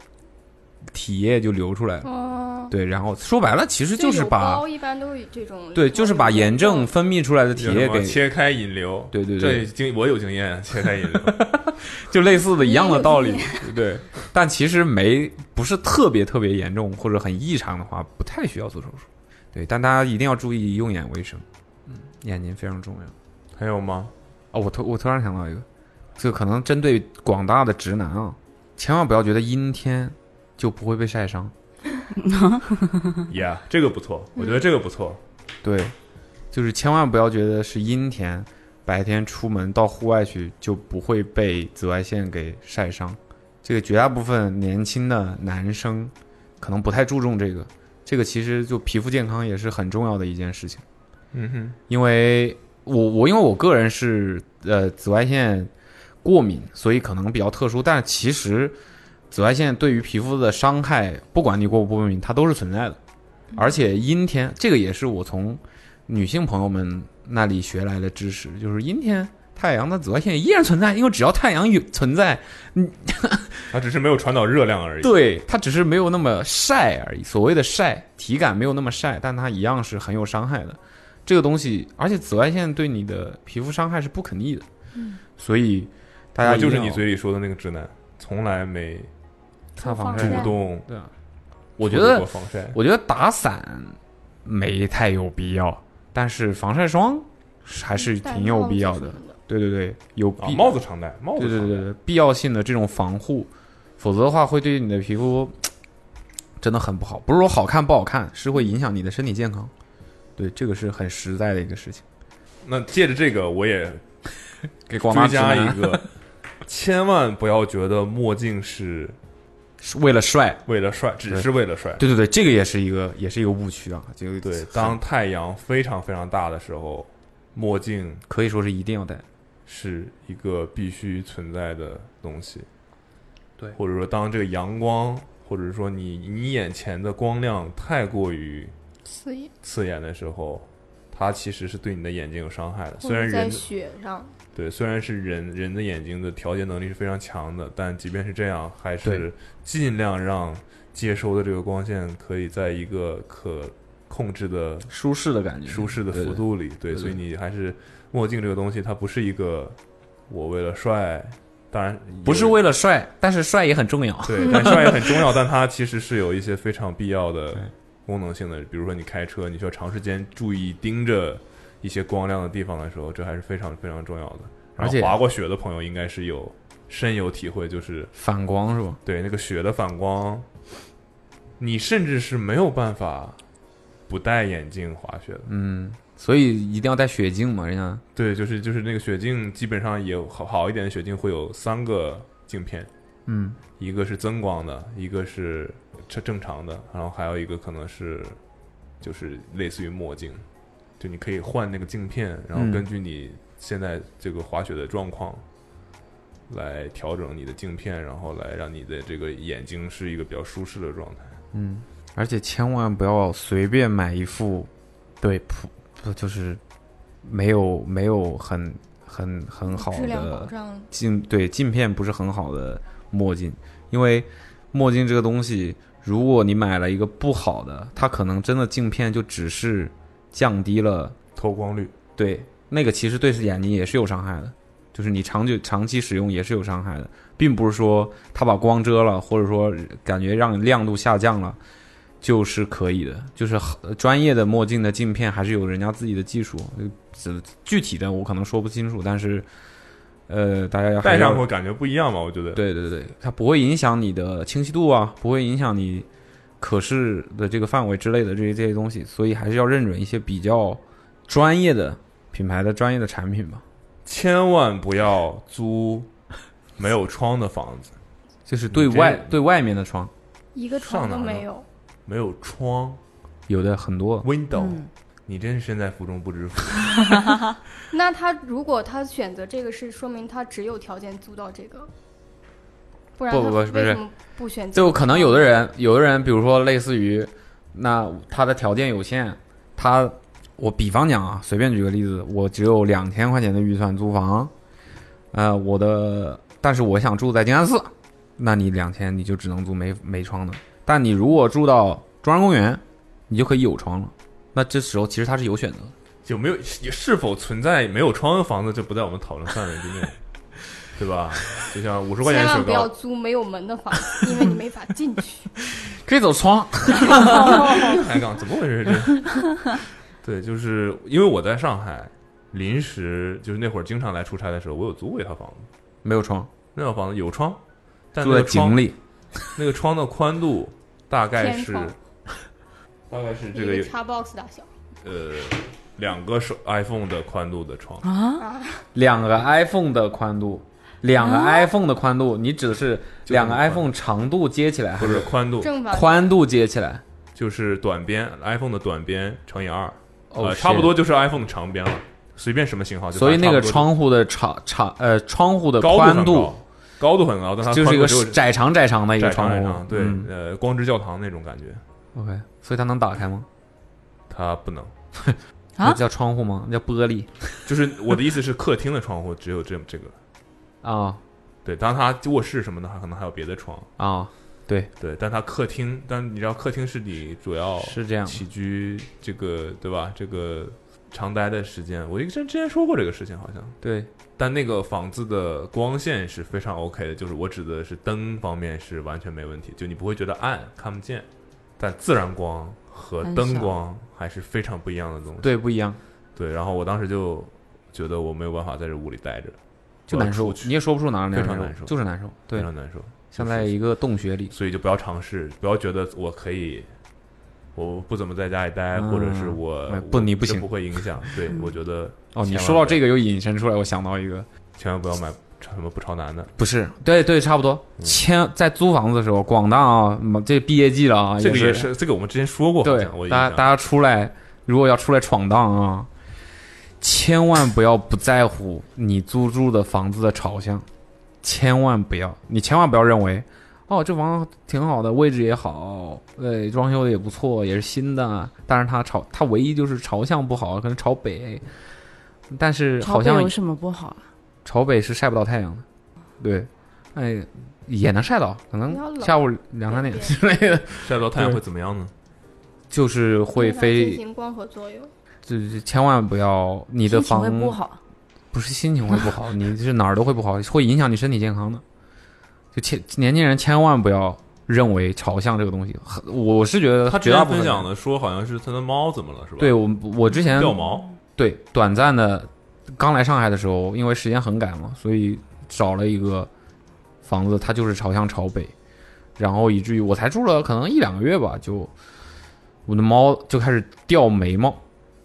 Speaker 7: 体液就流出来了。
Speaker 10: 哦，
Speaker 7: 对，然后说白了，其实就是
Speaker 10: 有
Speaker 7: 把
Speaker 10: 包一般都有这种
Speaker 7: 对，就是把炎症分泌出来的体
Speaker 2: 有
Speaker 7: 液
Speaker 2: 什么
Speaker 7: 给，
Speaker 2: 切开引流，
Speaker 7: 对对
Speaker 2: 这
Speaker 7: 对，
Speaker 2: 经我有经验， <laughs> 切开引流。
Speaker 7: <laughs> 就类似的一样的道理
Speaker 10: 你也，
Speaker 7: <laughs> 对。但其实没不是特别特别严重或者很异常的话，不太需要做手术。对，但大家一定要注意用眼卫生，嗯，眼睛非常重要。
Speaker 2: 还有吗？
Speaker 7: 哦，我突我突然想到一个，这可能针对广大的直男啊，千万不要觉得阴天就不会被晒伤。
Speaker 2: Yeah，这个不错，我觉得这个不错。
Speaker 7: 对，就是千万不要觉得是阴天，白天出门到户外去就不会被紫外线给晒伤。这个绝大部分年轻的男生可能不太注重这个，这个其实就皮肤健康也是很重要的一件事情。
Speaker 2: 嗯哼，
Speaker 7: 因为我我因为我个人是呃紫外线过敏，所以可能比较特殊。但是其实紫外线对于皮肤的伤害，不管你过不过敏，它都是存在的。而且阴天，这个也是我从女性朋友们那里学来的知识，就是阴天太阳的紫外线依然存在，因为只要太阳有存在， <laughs>
Speaker 2: 它只是没有传导热量而已。
Speaker 7: 对，它只是没有那么晒而已。所谓的晒，体感没有那么晒，但它一样是很有伤害的。这个东西，而且紫外线对你的皮肤伤害是不可逆的。所以大家
Speaker 2: 我就
Speaker 7: 一
Speaker 2: 是
Speaker 7: 定
Speaker 2: 你
Speaker 7: 要
Speaker 2: 嘴里说的那个直男，从来没
Speaker 7: 擦防
Speaker 10: 主
Speaker 2: 主
Speaker 10: 对。
Speaker 7: 晒
Speaker 10: 啊
Speaker 2: 动。
Speaker 7: 对啊，我觉
Speaker 2: 做
Speaker 7: 得
Speaker 2: 过防晒，
Speaker 7: 我觉得打伞没太有必要，但是防晒霜还
Speaker 2: 嗯
Speaker 7: 是挺有必要的。对对对，有
Speaker 2: 啊
Speaker 7: 必、
Speaker 2: 帽子常戴，帽
Speaker 7: 对
Speaker 2: 子
Speaker 7: 对
Speaker 2: 常
Speaker 7: 对
Speaker 2: 戴。
Speaker 7: 对，必要性的这种防护，否则的话会对你的皮肤真的很不好。不是说好看不好看，是会影响你的身体健康。对，这个是很实在的一个事情。
Speaker 2: 那借着这个，我也
Speaker 7: <laughs> 给广大
Speaker 2: 追
Speaker 7: 啊直
Speaker 2: 加
Speaker 7: 男
Speaker 2: 一个，千万不要觉得墨镜是
Speaker 7: 是为了帅，
Speaker 2: 为了帅，只
Speaker 7: 对
Speaker 2: 是为了帅。
Speaker 7: 对对对，这个也是一个也是一个误区啊。这个
Speaker 2: 对
Speaker 7: 很，
Speaker 2: 当太阳非常非常大的时候，墨镜
Speaker 7: 可以说是一定要戴。
Speaker 2: 是一个必须存在的东西。
Speaker 7: 对
Speaker 2: 或者说当这个阳光，或者说你你眼前的光亮太过于
Speaker 10: 刺眼，
Speaker 2: 刺眼的时候，它其实是对你的眼睛有伤害的。
Speaker 10: 或
Speaker 2: 虽然
Speaker 10: 者在
Speaker 2: 人
Speaker 10: 雪上，
Speaker 2: 对，虽然是人人的眼睛的调节能力是非常强的，但即便是这样，还是
Speaker 7: 对
Speaker 2: 尽量让接收的这个光线可以在一个可控制的
Speaker 7: 舒适的感觉，
Speaker 2: 舒适的
Speaker 7: 对
Speaker 2: 幅。度里。对，
Speaker 7: 对
Speaker 2: 所以你还是墨镜这个东西，它不是一个我为了帅，当然
Speaker 7: 对不是为了帅，但是帅也很重要。 <laughs>
Speaker 2: 对，但帅也很重要，但它其实是有一些非常必要的
Speaker 7: 对
Speaker 2: 功能性的，比如说你开车，你需要长时间注意盯着一些光亮的地方的时候，这还是非常非常重要的。然
Speaker 7: 而
Speaker 2: 后
Speaker 7: 且
Speaker 2: 滑过雪的朋友应该是有深有体会，就是
Speaker 7: 反光是吧？
Speaker 2: 对那个雪的反光，你甚至是没有办法不戴眼镜滑雪的。
Speaker 7: 嗯，所以一定要戴雪镜嘛，人家
Speaker 2: 对，就是就是那个雪镜，基本上也有好好一点的雪镜会有三个镜片，
Speaker 7: 嗯，
Speaker 2: 一个是增光的，一个是正正常的，然后还有一个可能是就是类似于墨镜，就你可以换那个镜片，然后
Speaker 7: 嗯
Speaker 2: 根据你现在这个滑雪的状况来调整你的镜片，然后来让你的这个眼睛是一个比较舒适的状态。
Speaker 7: 嗯而且千万不要随便买一副，对普不就是没有没有很很很好
Speaker 10: 质量保
Speaker 7: 的
Speaker 10: 障
Speaker 7: 镜对镜片不是很好的墨镜，因为墨镜这个东西，如果你买了一个不好的，它可能真的镜片就只是降低了
Speaker 2: 透光率，
Speaker 7: 对，那个其实对眼睛也是有伤害的，就是你长久长期使用也是有伤害的，并不是说它把光遮了，或者说感觉让你亮度下降了，就是可以的，就是很专业的墨镜的镜片还是有人家自己的技术，呃只具体的我可能说不清楚，但是呃，大家要
Speaker 2: 戴上
Speaker 7: 会。
Speaker 2: 会感觉不一样嘛？我觉得，
Speaker 7: 对对对，它不会影响你的清晰度啊，不会影响你可视的这个范围之类的这些这些东西，所以还是要认准一些比较专业的品牌的专业的产品吧。
Speaker 2: 千万不要租没有窗的房子，
Speaker 7: 就是对
Speaker 2: 你这
Speaker 7: 外对外面的窗，
Speaker 10: 一个
Speaker 2: 上
Speaker 10: 床都
Speaker 2: 哪呢
Speaker 10: 没有。
Speaker 2: 没有窗
Speaker 7: 有的很多
Speaker 2: window，、
Speaker 9: 嗯
Speaker 2: 你真是身在福中不知福。 <laughs>
Speaker 10: 那他如果他选择这个是说明他只有条件租到这个，不然
Speaker 7: 不
Speaker 10: 他
Speaker 7: 不不是不
Speaker 10: 为
Speaker 7: 是
Speaker 10: 什么不选择？
Speaker 7: 就可能有的人，有的人，比如说类似于，那他的条件有限，他，我比方讲啊，随便举个例子，我只有两千块钱的预算租房，呃，我的，但是我想住在静安寺，那你两千你就只能租没没窗的，但你如果住到中央公园，你就可以有窗了，那这时候其实他是有选择的，
Speaker 2: 有没有是否存在没有窗的房子，这不在我们讨论范围之内， <laughs> 对吧？就像五十块钱
Speaker 10: 千
Speaker 2: 雪
Speaker 10: 万不要
Speaker 2: 糕，
Speaker 10: 租没有门的房子，因为你没法进
Speaker 2: <laughs>
Speaker 10: 去。
Speaker 7: 可以走窗，
Speaker 10: <laughs>
Speaker 2: 抬杠，怎么回事？这 <laughs> 对，就是因为我在上海，临时就是那会儿经常来出差的时候，我有租过一套房子，
Speaker 7: <laughs> 没有 <laughs> 窗，
Speaker 2: 那套房子有窗，但
Speaker 7: 住
Speaker 2: 那
Speaker 7: 在
Speaker 2: 个窗
Speaker 7: 井里，
Speaker 2: 那个窗的宽度大概
Speaker 10: 天
Speaker 2: 是
Speaker 10: 窗
Speaker 2: 大概是这
Speaker 10: 一
Speaker 2: 个
Speaker 10: 叉 box 大小，
Speaker 2: 呃两个手 iPhone 的宽度的窗，
Speaker 10: 啊
Speaker 7: 两个 iPhone 的宽度。两个
Speaker 2: 啊
Speaker 7: iPhone 的宽度，你指的是
Speaker 2: 就
Speaker 7: 两个
Speaker 2: 这么宽
Speaker 7: iPhone 长度接起来，
Speaker 2: 不是宽度，
Speaker 10: 正反
Speaker 7: 宽度接起来，
Speaker 2: 就是短边 iPhone 的短边乘以二，
Speaker 7: 哦
Speaker 2: 呃，
Speaker 7: 是
Speaker 2: 差不多就是 iPhone 的长边了，随便什么型号就
Speaker 7: 所以那个
Speaker 2: 反正差
Speaker 7: 窗户的长长呃窗户的
Speaker 2: 不多高
Speaker 7: 宽
Speaker 2: 很
Speaker 7: 度
Speaker 2: 高，高度很高，但它
Speaker 7: 就是
Speaker 2: 宽
Speaker 7: 一
Speaker 2: 度
Speaker 7: 个
Speaker 2: 只有
Speaker 7: 窄长窄长的一个
Speaker 2: 窄
Speaker 7: 窗
Speaker 2: 长窄
Speaker 7: 户
Speaker 2: 长，，对，
Speaker 7: 嗯
Speaker 2: 呃，光之教堂那种感觉，
Speaker 7: ，OK，所以它能打开吗？
Speaker 2: 它不能。
Speaker 6: 啊
Speaker 7: <laughs> 那叫窗户吗？那叫玻璃
Speaker 2: 就是我的意思是，客厅的窗户只有这
Speaker 7: <laughs>
Speaker 2: 这个，
Speaker 7: 啊
Speaker 2: 对，当然它卧室什么的，它可能还有别的窗，
Speaker 7: 啊，
Speaker 2: 对，但它客厅，但你知道客厅是你主要
Speaker 7: 是这样，
Speaker 2: 起居这个对吧？这个常待的时间，我一前之前说过这个事情好像，
Speaker 7: 对，
Speaker 2: 但那个房子的光线是非常 OK 的，就是我指的是灯方面是完全没问题，就你不会觉得暗看不见，但自然光和
Speaker 6: 很
Speaker 2: 灯
Speaker 6: 少
Speaker 2: 光还是非常不一样的东西。
Speaker 7: 对不一样，
Speaker 2: 对，然后我当时就觉得我没有办法在这屋里待着，
Speaker 7: 就
Speaker 2: 我要
Speaker 7: 难受
Speaker 2: 出，去
Speaker 7: 你也说不出哪里
Speaker 2: 非常难受
Speaker 7: 就是难受，
Speaker 2: 非
Speaker 7: 对，
Speaker 2: 常难受。
Speaker 7: 像在一个洞穴里，
Speaker 2: 所以就不要尝试，不要觉得我可以，我不怎么在家里待，
Speaker 7: 嗯
Speaker 2: 或者是我
Speaker 7: 哎不
Speaker 2: 我
Speaker 7: 你不
Speaker 2: 这
Speaker 7: 行
Speaker 2: 不会影响。对，
Speaker 9: 嗯
Speaker 2: 我觉得
Speaker 7: 哦，你
Speaker 2: 千万
Speaker 7: 说到
Speaker 2: 不
Speaker 7: 这个又引申出来，我想到一个，
Speaker 2: 千万不要买什么不嗯朝南的，
Speaker 7: 不是，对对，差不多，签在租房子的时候，广大啊，嗯这毕业季了啊，
Speaker 2: 这个
Speaker 7: 也
Speaker 2: 也是这个我们之前说过，好
Speaker 7: 对
Speaker 2: 像我，印
Speaker 7: 大家
Speaker 2: 象
Speaker 7: 大家出来，如果要出来闯荡啊，千万不要不在乎你租住的房子的朝向，千万不要，你千万不要认为，哦，这房子挺好的，位置也好，对，装修的也不错，也是新的，但是它朝它唯一就是朝向不好，可能朝北，但是
Speaker 9: 朝
Speaker 7: 好
Speaker 9: 北
Speaker 7: 像
Speaker 9: 有什么不好啊？
Speaker 7: 朝北是晒不到太
Speaker 9: 哦
Speaker 7: 阳的，对，哎，也能晒到，
Speaker 10: 比较
Speaker 7: 可能
Speaker 10: 冷
Speaker 7: 下午两三点之类的，
Speaker 2: <laughs> 晒到太阳会怎么样呢？
Speaker 7: 就是
Speaker 10: 对
Speaker 7: 会
Speaker 10: 它进
Speaker 7: 飞。
Speaker 10: 行光合作用，
Speaker 7: 就是千万不要你的
Speaker 9: 心情
Speaker 7: 房
Speaker 9: 会不好，
Speaker 7: 不是心情会不好，你是哪儿都会不好，会影响你身体健康的。就千年轻人千万不要认为朝向这个东西，很我是觉得
Speaker 2: 他之
Speaker 7: 绝大
Speaker 2: 前
Speaker 7: 部分
Speaker 2: 分
Speaker 7: 人
Speaker 2: 享的说好像是他的猫怎么了，是吧？
Speaker 7: 对，我我之前
Speaker 2: 掉毛，
Speaker 7: 对短暂的刚来上海的时候，因为时间很赶嘛，所以找了一个房子，它就是朝向朝北，然后以至于我才住了可能一两个月吧，就我的猫就开始掉眉毛。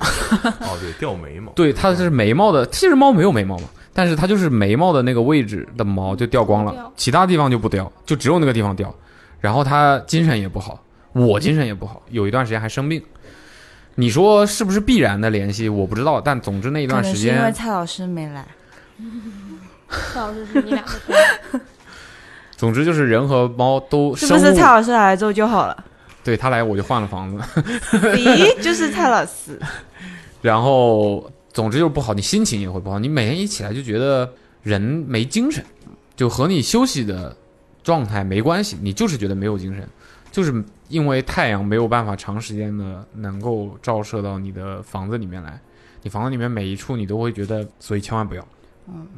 Speaker 2: 哦对，掉眉毛，
Speaker 7: 对，它是眉毛的，其实猫没有眉毛嘛，但是它就是眉毛的那个位置的毛就掉光了
Speaker 10: 掉，
Speaker 7: 其他地方就不掉，就只有那个地方掉。然后它精神也不好，我精神也不好，有一段时间还生病。你说是不是必然的联系？我不知道，但总之那一
Speaker 9: 可
Speaker 7: 段
Speaker 9: 能
Speaker 7: 时
Speaker 9: 是因为
Speaker 7: 间，
Speaker 9: 蔡老师没来，
Speaker 10: <laughs> 蔡老师是你俩的朋友。
Speaker 7: <laughs> 总之就是人和猫都
Speaker 9: 是
Speaker 7: 生
Speaker 9: 不
Speaker 7: 物，
Speaker 9: 是蔡老师来了之后就好
Speaker 7: <laughs>
Speaker 9: 了？
Speaker 7: 对它来我就换了房子，
Speaker 9: 咦，就是蔡老师，
Speaker 7: 然后总之就是不好，你心情也会不好，你每天一起来就觉得人没精神，就和你休息的状态没关系，你就是觉得没有精神，就是因为太阳没有办法长时间的能够照射到你的房子里面来，你房子里面每一处你都会觉得，所以千万不要，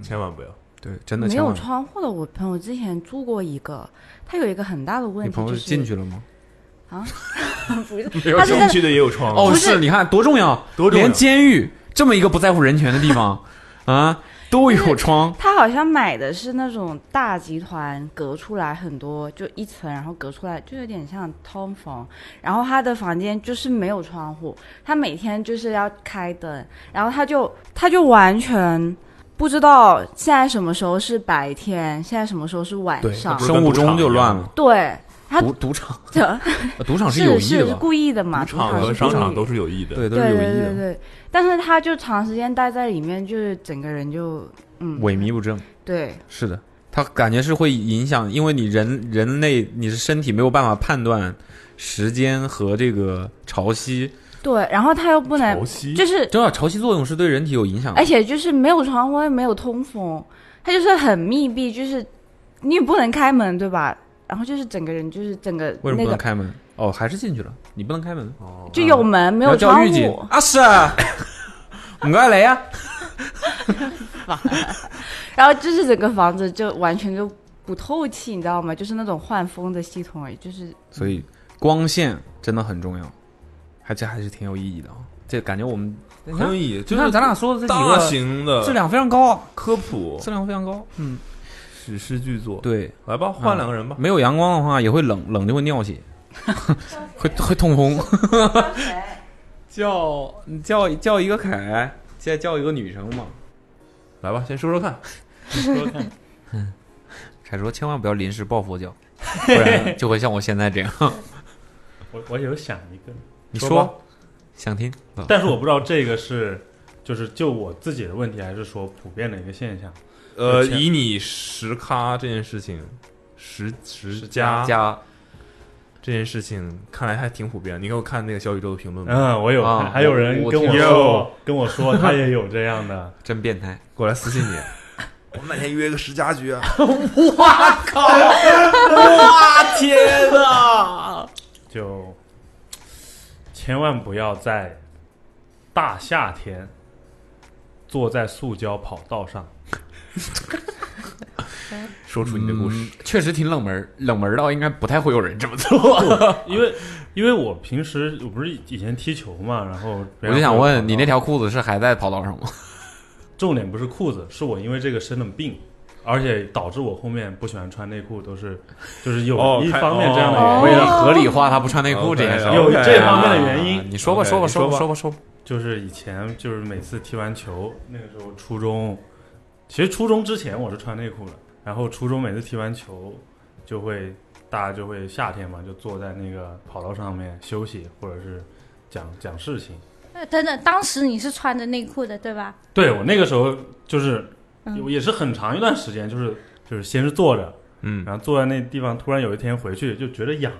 Speaker 2: 千万不要。
Speaker 7: 对，真的
Speaker 9: 没
Speaker 7: 千
Speaker 9: 有
Speaker 7: 万不要。
Speaker 9: 窗户的。我朋友之前住过一个，他有一个很大的问
Speaker 7: 你
Speaker 9: 题
Speaker 7: 朋友
Speaker 9: 就是
Speaker 7: 进去了吗？
Speaker 9: 啊，不是，
Speaker 7: <laughs> 没有
Speaker 9: <laughs> 他是
Speaker 7: 这
Speaker 9: 在
Speaker 2: 区的也有窗
Speaker 7: 哦，
Speaker 9: 不是
Speaker 7: 是，你看多重要，
Speaker 2: 多重要
Speaker 7: 连监狱这么一个不在乎人权的地方啊，都有窗。
Speaker 9: 他好像买的是那种大集团隔出来很多，就一层，然后隔出来就有点像通房。然后他的房间就是没有窗户，他每天就是要开灯，然后他就他就完全不知道现在什么时候是白天，现在什么时候是晚
Speaker 2: 对
Speaker 9: 上
Speaker 2: 他不。是
Speaker 7: 生物钟就乱了，
Speaker 9: 对，他
Speaker 7: 赌赌场，
Speaker 9: 这
Speaker 7: 呃赌场有
Speaker 9: 是
Speaker 7: 意
Speaker 9: 是
Speaker 7: 的
Speaker 9: 是
Speaker 7: 吧？
Speaker 9: 故意的嘛？
Speaker 2: 赌场
Speaker 9: 赌
Speaker 2: 和
Speaker 9: 是
Speaker 2: 商
Speaker 9: 故
Speaker 2: 场
Speaker 9: 意
Speaker 2: 都是有益的。
Speaker 7: 对，都是
Speaker 9: 对
Speaker 7: 有
Speaker 9: 对
Speaker 7: 意
Speaker 9: 对
Speaker 7: 的，
Speaker 9: 对，但是他就长时间待在里面，就是整个人就嗯
Speaker 7: 萎靡不振。
Speaker 9: 对。
Speaker 7: 是的，它感觉是会影响，因为你人人类你是身体没有办法判断时间和这个潮汐，
Speaker 9: 对，然后他又不能
Speaker 2: 潮，汐
Speaker 9: 就是
Speaker 7: 对啊，潮汐作用是对人体有影响的
Speaker 9: 而。且就是没有窗户，也没有通风，他就是很密闭，就是你也不能开门，对吧？然后就是整个人就是整个
Speaker 7: 为什么
Speaker 9: 那
Speaker 7: 不能
Speaker 9: 个
Speaker 7: 开门？哦，还是进去了，你不能开门，
Speaker 2: 哦
Speaker 9: 就有门没
Speaker 7: 没
Speaker 9: 有
Speaker 7: 叫
Speaker 9: 窗
Speaker 7: 狱警
Speaker 9: 户，
Speaker 7: 啊是啊，唔该你啊，
Speaker 9: <laughs> 然后就是整个房子就完全就不透气，你知道吗？就是那种换风的系统而已，就是
Speaker 7: 所以光线真的很重要，还这还是挺有意义的啊。这感觉我们
Speaker 2: 很有意义。就
Speaker 7: 你看
Speaker 2: 是
Speaker 7: 咱俩说的这几
Speaker 2: 大
Speaker 7: 个
Speaker 2: 型的
Speaker 7: 质量非常高，啊
Speaker 2: 科普
Speaker 7: 质量非常高。嗯，
Speaker 2: 史诗巨作，
Speaker 7: 对，
Speaker 2: 来吧，换两个人吧。
Speaker 7: 没有阳光的话也会冷，冷就会尿血， <laughs> 会会痛风。叫你叫叫一个凯，再叫一个女生嘛。
Speaker 2: 来吧，先说 <laughs> 说看。
Speaker 7: 凯说千万不要临时抱佛脚，不然就会像我现在这样。 <laughs>
Speaker 4: 我我有想一个，
Speaker 7: 你
Speaker 4: 说吧
Speaker 7: 说，想听？
Speaker 2: 嗯
Speaker 7: 嗯
Speaker 4: 但是我不知道这个是就是就我自己的问题，还是说普遍的一个现象。
Speaker 2: <laughs> 呃，
Speaker 4: 而且
Speaker 2: 以你十咖这件事情，十十加
Speaker 7: 加
Speaker 2: 这件事情，看来还挺普遍。你给我看那个小宇宙的评论吗？
Speaker 4: 嗯，我有看，
Speaker 7: 啊
Speaker 4: 还有人
Speaker 7: 我
Speaker 4: 跟
Speaker 7: 我
Speaker 4: 我
Speaker 7: 听
Speaker 4: 说跟我说他也
Speaker 7: <laughs>
Speaker 4: 有这样
Speaker 2: <laughs>
Speaker 4: 的，
Speaker 7: 真变态！
Speaker 2: 过来私信你。 <laughs> 我们哪天约个十加局
Speaker 4: <laughs>
Speaker 2: 啊？ <laughs>
Speaker 7: 天
Speaker 2: 啊
Speaker 7: 哪！
Speaker 4: 就千万不要在大夏天坐在塑胶跑道上。
Speaker 2: 说出你的故事。
Speaker 7: 嗯确实挺冷门儿，冷门儿到应该不太会有人这么做。
Speaker 4: <laughs> 因为因为我平时我不是以前踢球嘛，然后
Speaker 7: 我就想问你，那条裤子是还在跑道上吗？
Speaker 4: 重点不是裤子，是我因为这个生了病，而且导致我后面不喜欢穿内裤，都是 <laughs> 就是有
Speaker 2: 哦
Speaker 4: 一
Speaker 2: 看
Speaker 4: 方面这样的
Speaker 2: 哦
Speaker 4: 原
Speaker 7: 为
Speaker 4: 因，哦
Speaker 7: 了合理化他不穿内裤这件事儿，哦
Speaker 4: 有
Speaker 2: OK，
Speaker 4: 这方面的原
Speaker 7: 啊
Speaker 4: 因。
Speaker 7: 你说吧，
Speaker 2: OK，
Speaker 7: 说吧，
Speaker 2: 你
Speaker 7: 说
Speaker 2: 说
Speaker 7: 吧，说吧，说吧。
Speaker 4: 就是以前就是每次踢完球，那个时候初中，其实初中之前我是穿内裤的，然后初中每次踢完球就会大家就会夏天嘛，就坐在那个跑道上面休息或者是讲讲事情。
Speaker 11: 呃等等，当时你是穿着内裤的对吧？
Speaker 4: 对我那个时候就是
Speaker 11: 嗯
Speaker 4: 也是很长一段时间，就是就是先是坐着，
Speaker 2: 嗯，
Speaker 4: 然后坐在那地方，突然有一天回去就觉得痒，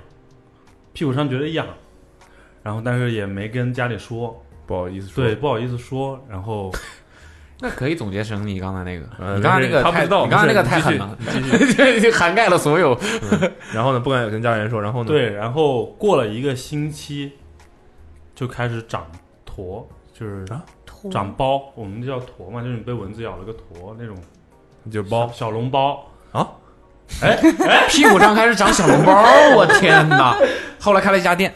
Speaker 4: 屁股上觉得痒，然后但是也没跟家里说，
Speaker 2: 不好意思说，
Speaker 4: 对，，不好意思说，然后
Speaker 7: <laughs> 那可以总结成你刚才那个，
Speaker 2: 呃
Speaker 7: 你刚才那个
Speaker 2: 他不
Speaker 7: 太，
Speaker 2: 知道
Speaker 7: 你刚才那个
Speaker 2: 不是
Speaker 7: 太狠了， <laughs> 这涵盖了所有。
Speaker 2: 嗯然后呢，不敢有跟家里人说，然后呢，，
Speaker 4: 对，然后过了一个星期，就开始长坨，就是
Speaker 2: 啊
Speaker 11: 脱
Speaker 4: 长包，我们叫坨嘛，就是你被蚊子咬了个坨那种
Speaker 2: 就
Speaker 4: 小
Speaker 2: 是包
Speaker 4: 小笼包，
Speaker 7: 啊
Speaker 4: 哎
Speaker 7: <laughs> 屁股上开始长小
Speaker 4: <laughs>
Speaker 7: 笼包，我天哪！后来开了一家店，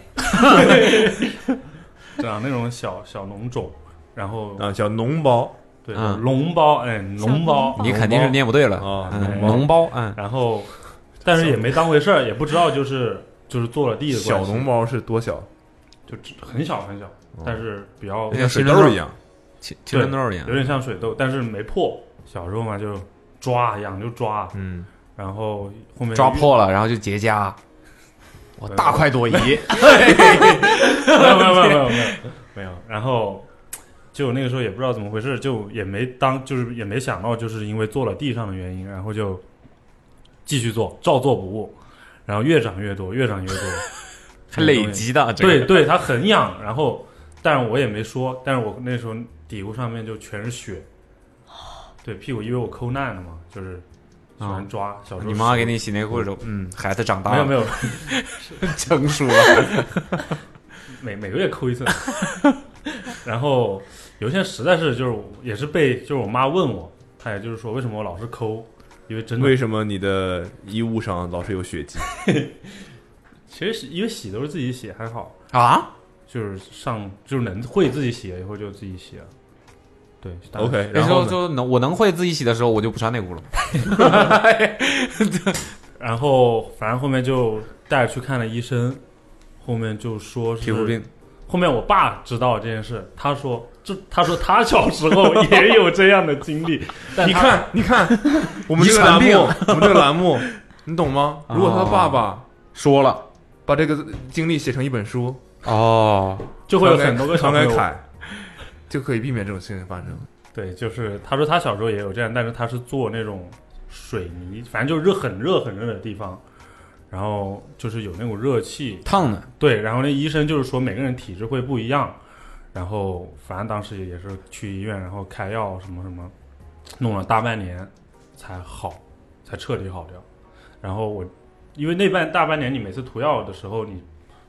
Speaker 4: 长啊那种小小脓肿，然后
Speaker 2: 啊，小脓包，
Speaker 4: 对
Speaker 7: 嗯
Speaker 4: 脓包，哎，脓包，
Speaker 7: 你肯定是念不对了
Speaker 2: 哦
Speaker 7: 嗯
Speaker 2: 脓
Speaker 7: 脓包，嗯，
Speaker 4: 然后，但是也没当回事儿，也不知道就是就是坐了地的
Speaker 2: 小
Speaker 4: 关系
Speaker 2: 脓包是多小？
Speaker 4: 就只很小很小，
Speaker 7: 哦
Speaker 4: 但是比较
Speaker 7: 那
Speaker 2: 像
Speaker 7: 个
Speaker 2: 水
Speaker 7: 新
Speaker 2: 痘
Speaker 7: 人
Speaker 2: 儿
Speaker 7: 痘
Speaker 2: 一样。
Speaker 7: 青青春痘一样
Speaker 4: 有。点像水痘，但是没破。小时候嘛就抓痒就抓，
Speaker 2: 嗯，
Speaker 4: 然后后面
Speaker 7: 抓，破了，然后就结痂。我大快朵颐，
Speaker 4: 没有没有没有没有没有没有，然后。就那个时候也不知道怎么回事，就也没当，就是也没想到，就是因为坐了地上的原因，然后就继续做，照做不误，然后越长越多，越长越多，
Speaker 7: 还累积的，这个
Speaker 4: 对，对，它很痒，然后，但是我也没说，但是我那时候底裤上面就全是血，对，屁股因为我抠难了嘛，就是喜欢抓，小时候
Speaker 7: 啊你妈给你洗内裤的时候，嗯，孩子长大
Speaker 4: 没有没
Speaker 7: 有
Speaker 4: 有，
Speaker 7: <laughs> 成熟了，
Speaker 4: <laughs> 每每个月抠一次， <laughs> 然后有一天实在是就是也是被就是我妈问我，她也就是说为什么我老是抠，因为真的
Speaker 2: <laughs> 为什么你的衣物上老是有血迹？
Speaker 4: 其实洗因为洗都是自己洗，还好
Speaker 7: 啊，
Speaker 4: 就是上就是能会自己洗了以后就自己洗了。对大概
Speaker 7: OK，
Speaker 4: 是
Speaker 7: 然后就能我能会自己洗的时候，我就不穿内裤了。
Speaker 4: <laughs> 然后反正后面就带着去看了医生，后面就说是
Speaker 7: 皮肤病。
Speaker 4: 后面我爸知道这件事，他说这他说他小时候也有这样的经
Speaker 2: <laughs>
Speaker 4: 历。但
Speaker 2: 你
Speaker 4: 他
Speaker 2: 看，你看，我们这个栏
Speaker 7: 遗传病
Speaker 2: 目， <laughs> 我们这个栏目，你懂吗？如果他爸爸
Speaker 7: 说了，
Speaker 2: 把这个经历写成一本书，
Speaker 7: 哦，
Speaker 4: 就会有很多个小
Speaker 2: 传
Speaker 4: 朋
Speaker 2: 给
Speaker 4: 友
Speaker 2: 凯，就可以避免这种事情发生。
Speaker 4: 对，就是他说他小时候也有这样，但是他是做那种水泥，反正就是热很热很热的地方，然后就是有那种热气
Speaker 7: 烫的。
Speaker 4: 对，然后那医生就是说每个人体质会不一样，然后反正当时也是去医院，然后开药什么什么，弄了大半年才好，才彻底好掉。然后我因为那半大半年你每次涂药的时候，你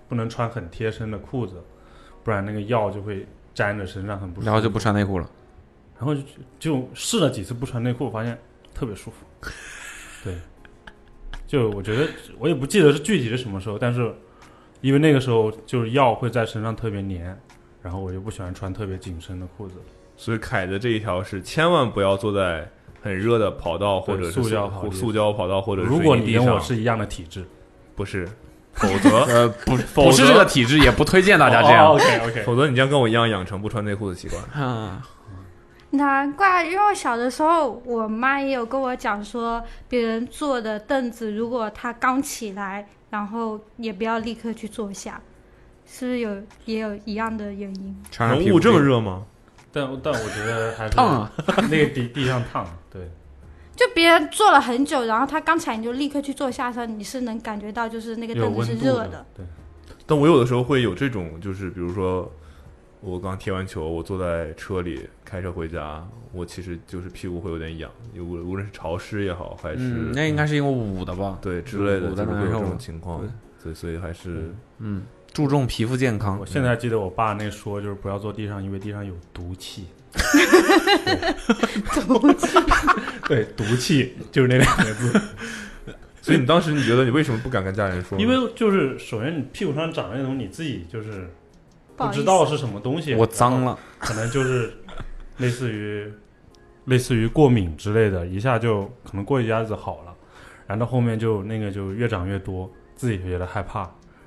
Speaker 4: 不能穿很贴身的裤子，不然那个药就会粘着身上很不舒服。
Speaker 7: <laughs> 然后就不穿内裤了。
Speaker 4: 然后就就试了几次不穿内裤，发现特别舒
Speaker 9: <laughs>
Speaker 4: 服。对，就我觉得我也不记得是具体是什么时候，但是因为那个时候就是药会在身上特别粘，然后我就不喜欢穿特别紧身的裤子。
Speaker 2: 所以凯的这一条是千万不要坐在很热的跑道或者
Speaker 4: 对
Speaker 2: 是
Speaker 4: 塑胶跑道
Speaker 2: 塑胶跑道或者是
Speaker 4: 如果
Speaker 2: 水泥
Speaker 4: 你
Speaker 2: 地
Speaker 4: 跟我
Speaker 2: 上
Speaker 4: 是一样的体质，
Speaker 2: 不是， <laughs> 否则
Speaker 7: 呃不
Speaker 2: 否
Speaker 7: 不是
Speaker 2: 则
Speaker 7: 这个体质也不推荐大家这样
Speaker 2: 哦哦
Speaker 7: OK，OK
Speaker 2: 否则你将跟我一样养成不穿内裤的习 <laughs> 惯。
Speaker 7: 啊，
Speaker 11: 难怪，因为小的时候，我妈也有跟我讲说，别人坐的凳子，如果它刚起来，然后也不要立刻去坐下，是不是有也有一样的原因？
Speaker 7: 传染
Speaker 2: 能
Speaker 7: 皮肤
Speaker 2: 捂这么
Speaker 7: 病
Speaker 2: 热吗？
Speaker 4: 但但我觉得还是
Speaker 11: 烫啊
Speaker 4: 那个地地上烫，对。
Speaker 11: 就别人坐了很久，然后他刚起来你就立刻去坐下的时候，你是能感觉到就是那个
Speaker 2: 有
Speaker 11: 凳子
Speaker 2: 温
Speaker 11: 是
Speaker 2: 度
Speaker 11: 热
Speaker 2: 的
Speaker 11: 的。
Speaker 2: 但我有的时候会有这种，就是比如说，我刚踢完球，我坐在车里开车回家，我其实就是屁股会有点痒，无无论是潮湿也好，还是、
Speaker 7: 嗯，那
Speaker 2: <laughs>
Speaker 7: 应该是因为捂的吧？
Speaker 2: 对之类的，
Speaker 7: 捂
Speaker 2: 就
Speaker 7: 的
Speaker 2: 是会
Speaker 7: 难
Speaker 2: 有这
Speaker 7: 受
Speaker 2: 种情况。嗯所以所以还是
Speaker 7: 嗯，注重皮肤健康。
Speaker 4: 我现在还记得我爸那说，就是不要坐地上，因为地上有毒
Speaker 11: <laughs>
Speaker 4: 气。
Speaker 11: 毒气，
Speaker 4: <laughs> 对，毒气就是那两个字。
Speaker 2: 所以你当时你觉得你为什么不敢跟家人说呢？
Speaker 4: 因为就是首先你屁股上长那种你自己就是
Speaker 2: 不好
Speaker 4: 不
Speaker 2: 意
Speaker 4: 知
Speaker 2: 思
Speaker 4: 道是什么东西，
Speaker 7: 我脏了，
Speaker 4: 可能就是 <laughs> 类似于类似于过敏之类的，一下就可能过一下子好了，然后后面就那个就越长越多，自己觉得害怕，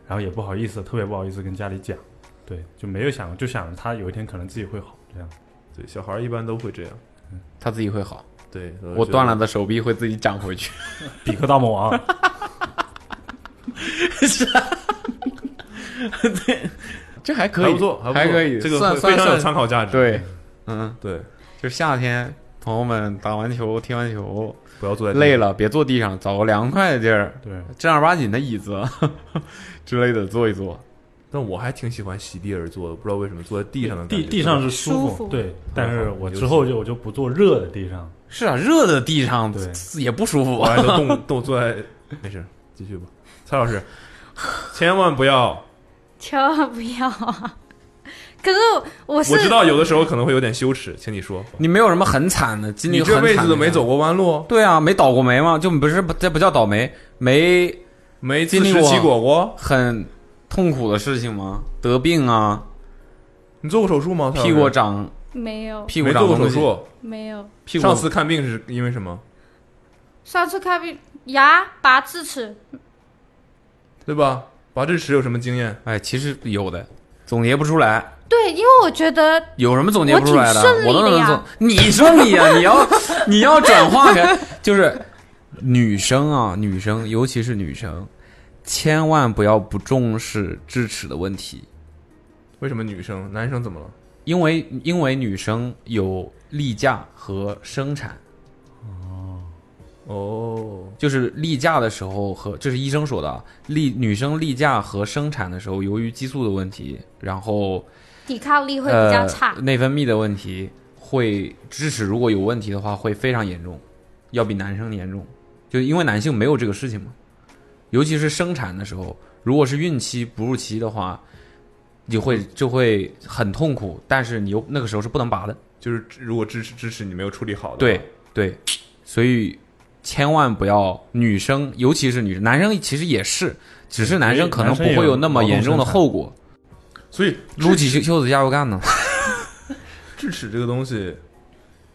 Speaker 4: 然后也不好意思，特别不好意思跟家里讲，对，就没有想就想着他有一天可能自己会好这样。
Speaker 2: 对，小孩一般都会这样，
Speaker 7: 他自己会好。
Speaker 2: 对，
Speaker 7: 我断了的手臂会自己长回去。
Speaker 4: <laughs> 比克大魔王，
Speaker 7: <laughs> 这还 <laughs> 可
Speaker 2: 还
Speaker 7: 以，
Speaker 2: 不错还不错
Speaker 7: 可以，
Speaker 2: 这个
Speaker 7: 算
Speaker 2: 非
Speaker 7: 算
Speaker 2: 常有
Speaker 7: 算
Speaker 2: 参考价值
Speaker 7: 对，嗯，
Speaker 2: 对，
Speaker 7: 就是夏天，朋友们打完球、踢完球，
Speaker 2: 不要坐在地上
Speaker 7: 累了，别坐地上，找个凉快的地儿，
Speaker 4: 对，
Speaker 7: 正儿八经的椅子 <laughs> 之类的坐一坐。
Speaker 2: 但我还挺喜欢席地而坐的，不知道为什么坐在地上的感
Speaker 4: 地
Speaker 2: 觉
Speaker 4: 地上是
Speaker 2: 舒
Speaker 4: 舒服对但是我之后就我就不坐热的地上，
Speaker 7: 是啊，热的地上
Speaker 4: 对
Speaker 7: 也不舒服
Speaker 2: 我还都
Speaker 7: <laughs>
Speaker 2: 动动坐在，没事，继续吧。蔡老师，千万不
Speaker 7: <laughs>
Speaker 2: 要，
Speaker 11: 千万不要 <laughs> 啊！可是我是
Speaker 2: 我知道有的时候可能会有点羞耻，请你说。
Speaker 7: 你没有什么很惨的经历，
Speaker 2: 你这辈子没走过弯路？哦
Speaker 7: 对啊，没倒过霉吗？就不是不这不叫倒霉，没
Speaker 2: 没
Speaker 7: 经历
Speaker 2: 自食其果
Speaker 7: 过很痛苦的事情吗？得病啊，
Speaker 2: 你做过手术吗蔡老
Speaker 7: 屁
Speaker 2: 师
Speaker 7: 股长
Speaker 11: 没有
Speaker 7: 屁股
Speaker 2: 没做
Speaker 7: 长
Speaker 2: 过手
Speaker 7: 东西
Speaker 2: 术，
Speaker 11: 没有
Speaker 7: 屁股
Speaker 2: 上次看病是因为什么？
Speaker 11: 上次看病牙拔智齿，
Speaker 2: 对吧？拔智齿有什么经验？
Speaker 7: 哎，其实有的，总结不出来。
Speaker 11: 对，因为我觉得
Speaker 7: 有什么总结不出来的？
Speaker 11: 我挺
Speaker 7: 我
Speaker 11: 顺利的
Speaker 7: 都能
Speaker 11: 呀
Speaker 7: 总，你顺利啊！你要 <laughs> 你要转化开，就是女生啊，女生，尤其是女生，千万不要不重视智齿的问题，
Speaker 2: 为什么女生？男生怎么了？
Speaker 7: 因为因为女生有例假和生产。
Speaker 2: 哦，
Speaker 7: 就是例假的时候和这是医生说的啊，例女生例假和生产的时候，由于激素的问题，然后
Speaker 11: <laughs> 抵抗力会比较差。
Speaker 7: 呃、内分泌的问题会智齿如果有问题的话会非常严重，要比男生严重，就因为男性没有这个事情嘛，尤其是生产的时候，如果是孕期、哺乳期的话，你会就会很痛苦，但是你又那个时候是不能拔的，
Speaker 11: 嗯
Speaker 2: 就是如果支持支持你没有处理好的，
Speaker 7: 对，对，所以千万不要女生，尤其是女生，男生其实也是，只是男生可能不会有那么严重的后果。
Speaker 2: 所以
Speaker 7: 撸起袖袖子加油干呢？
Speaker 2: 智齿这个东西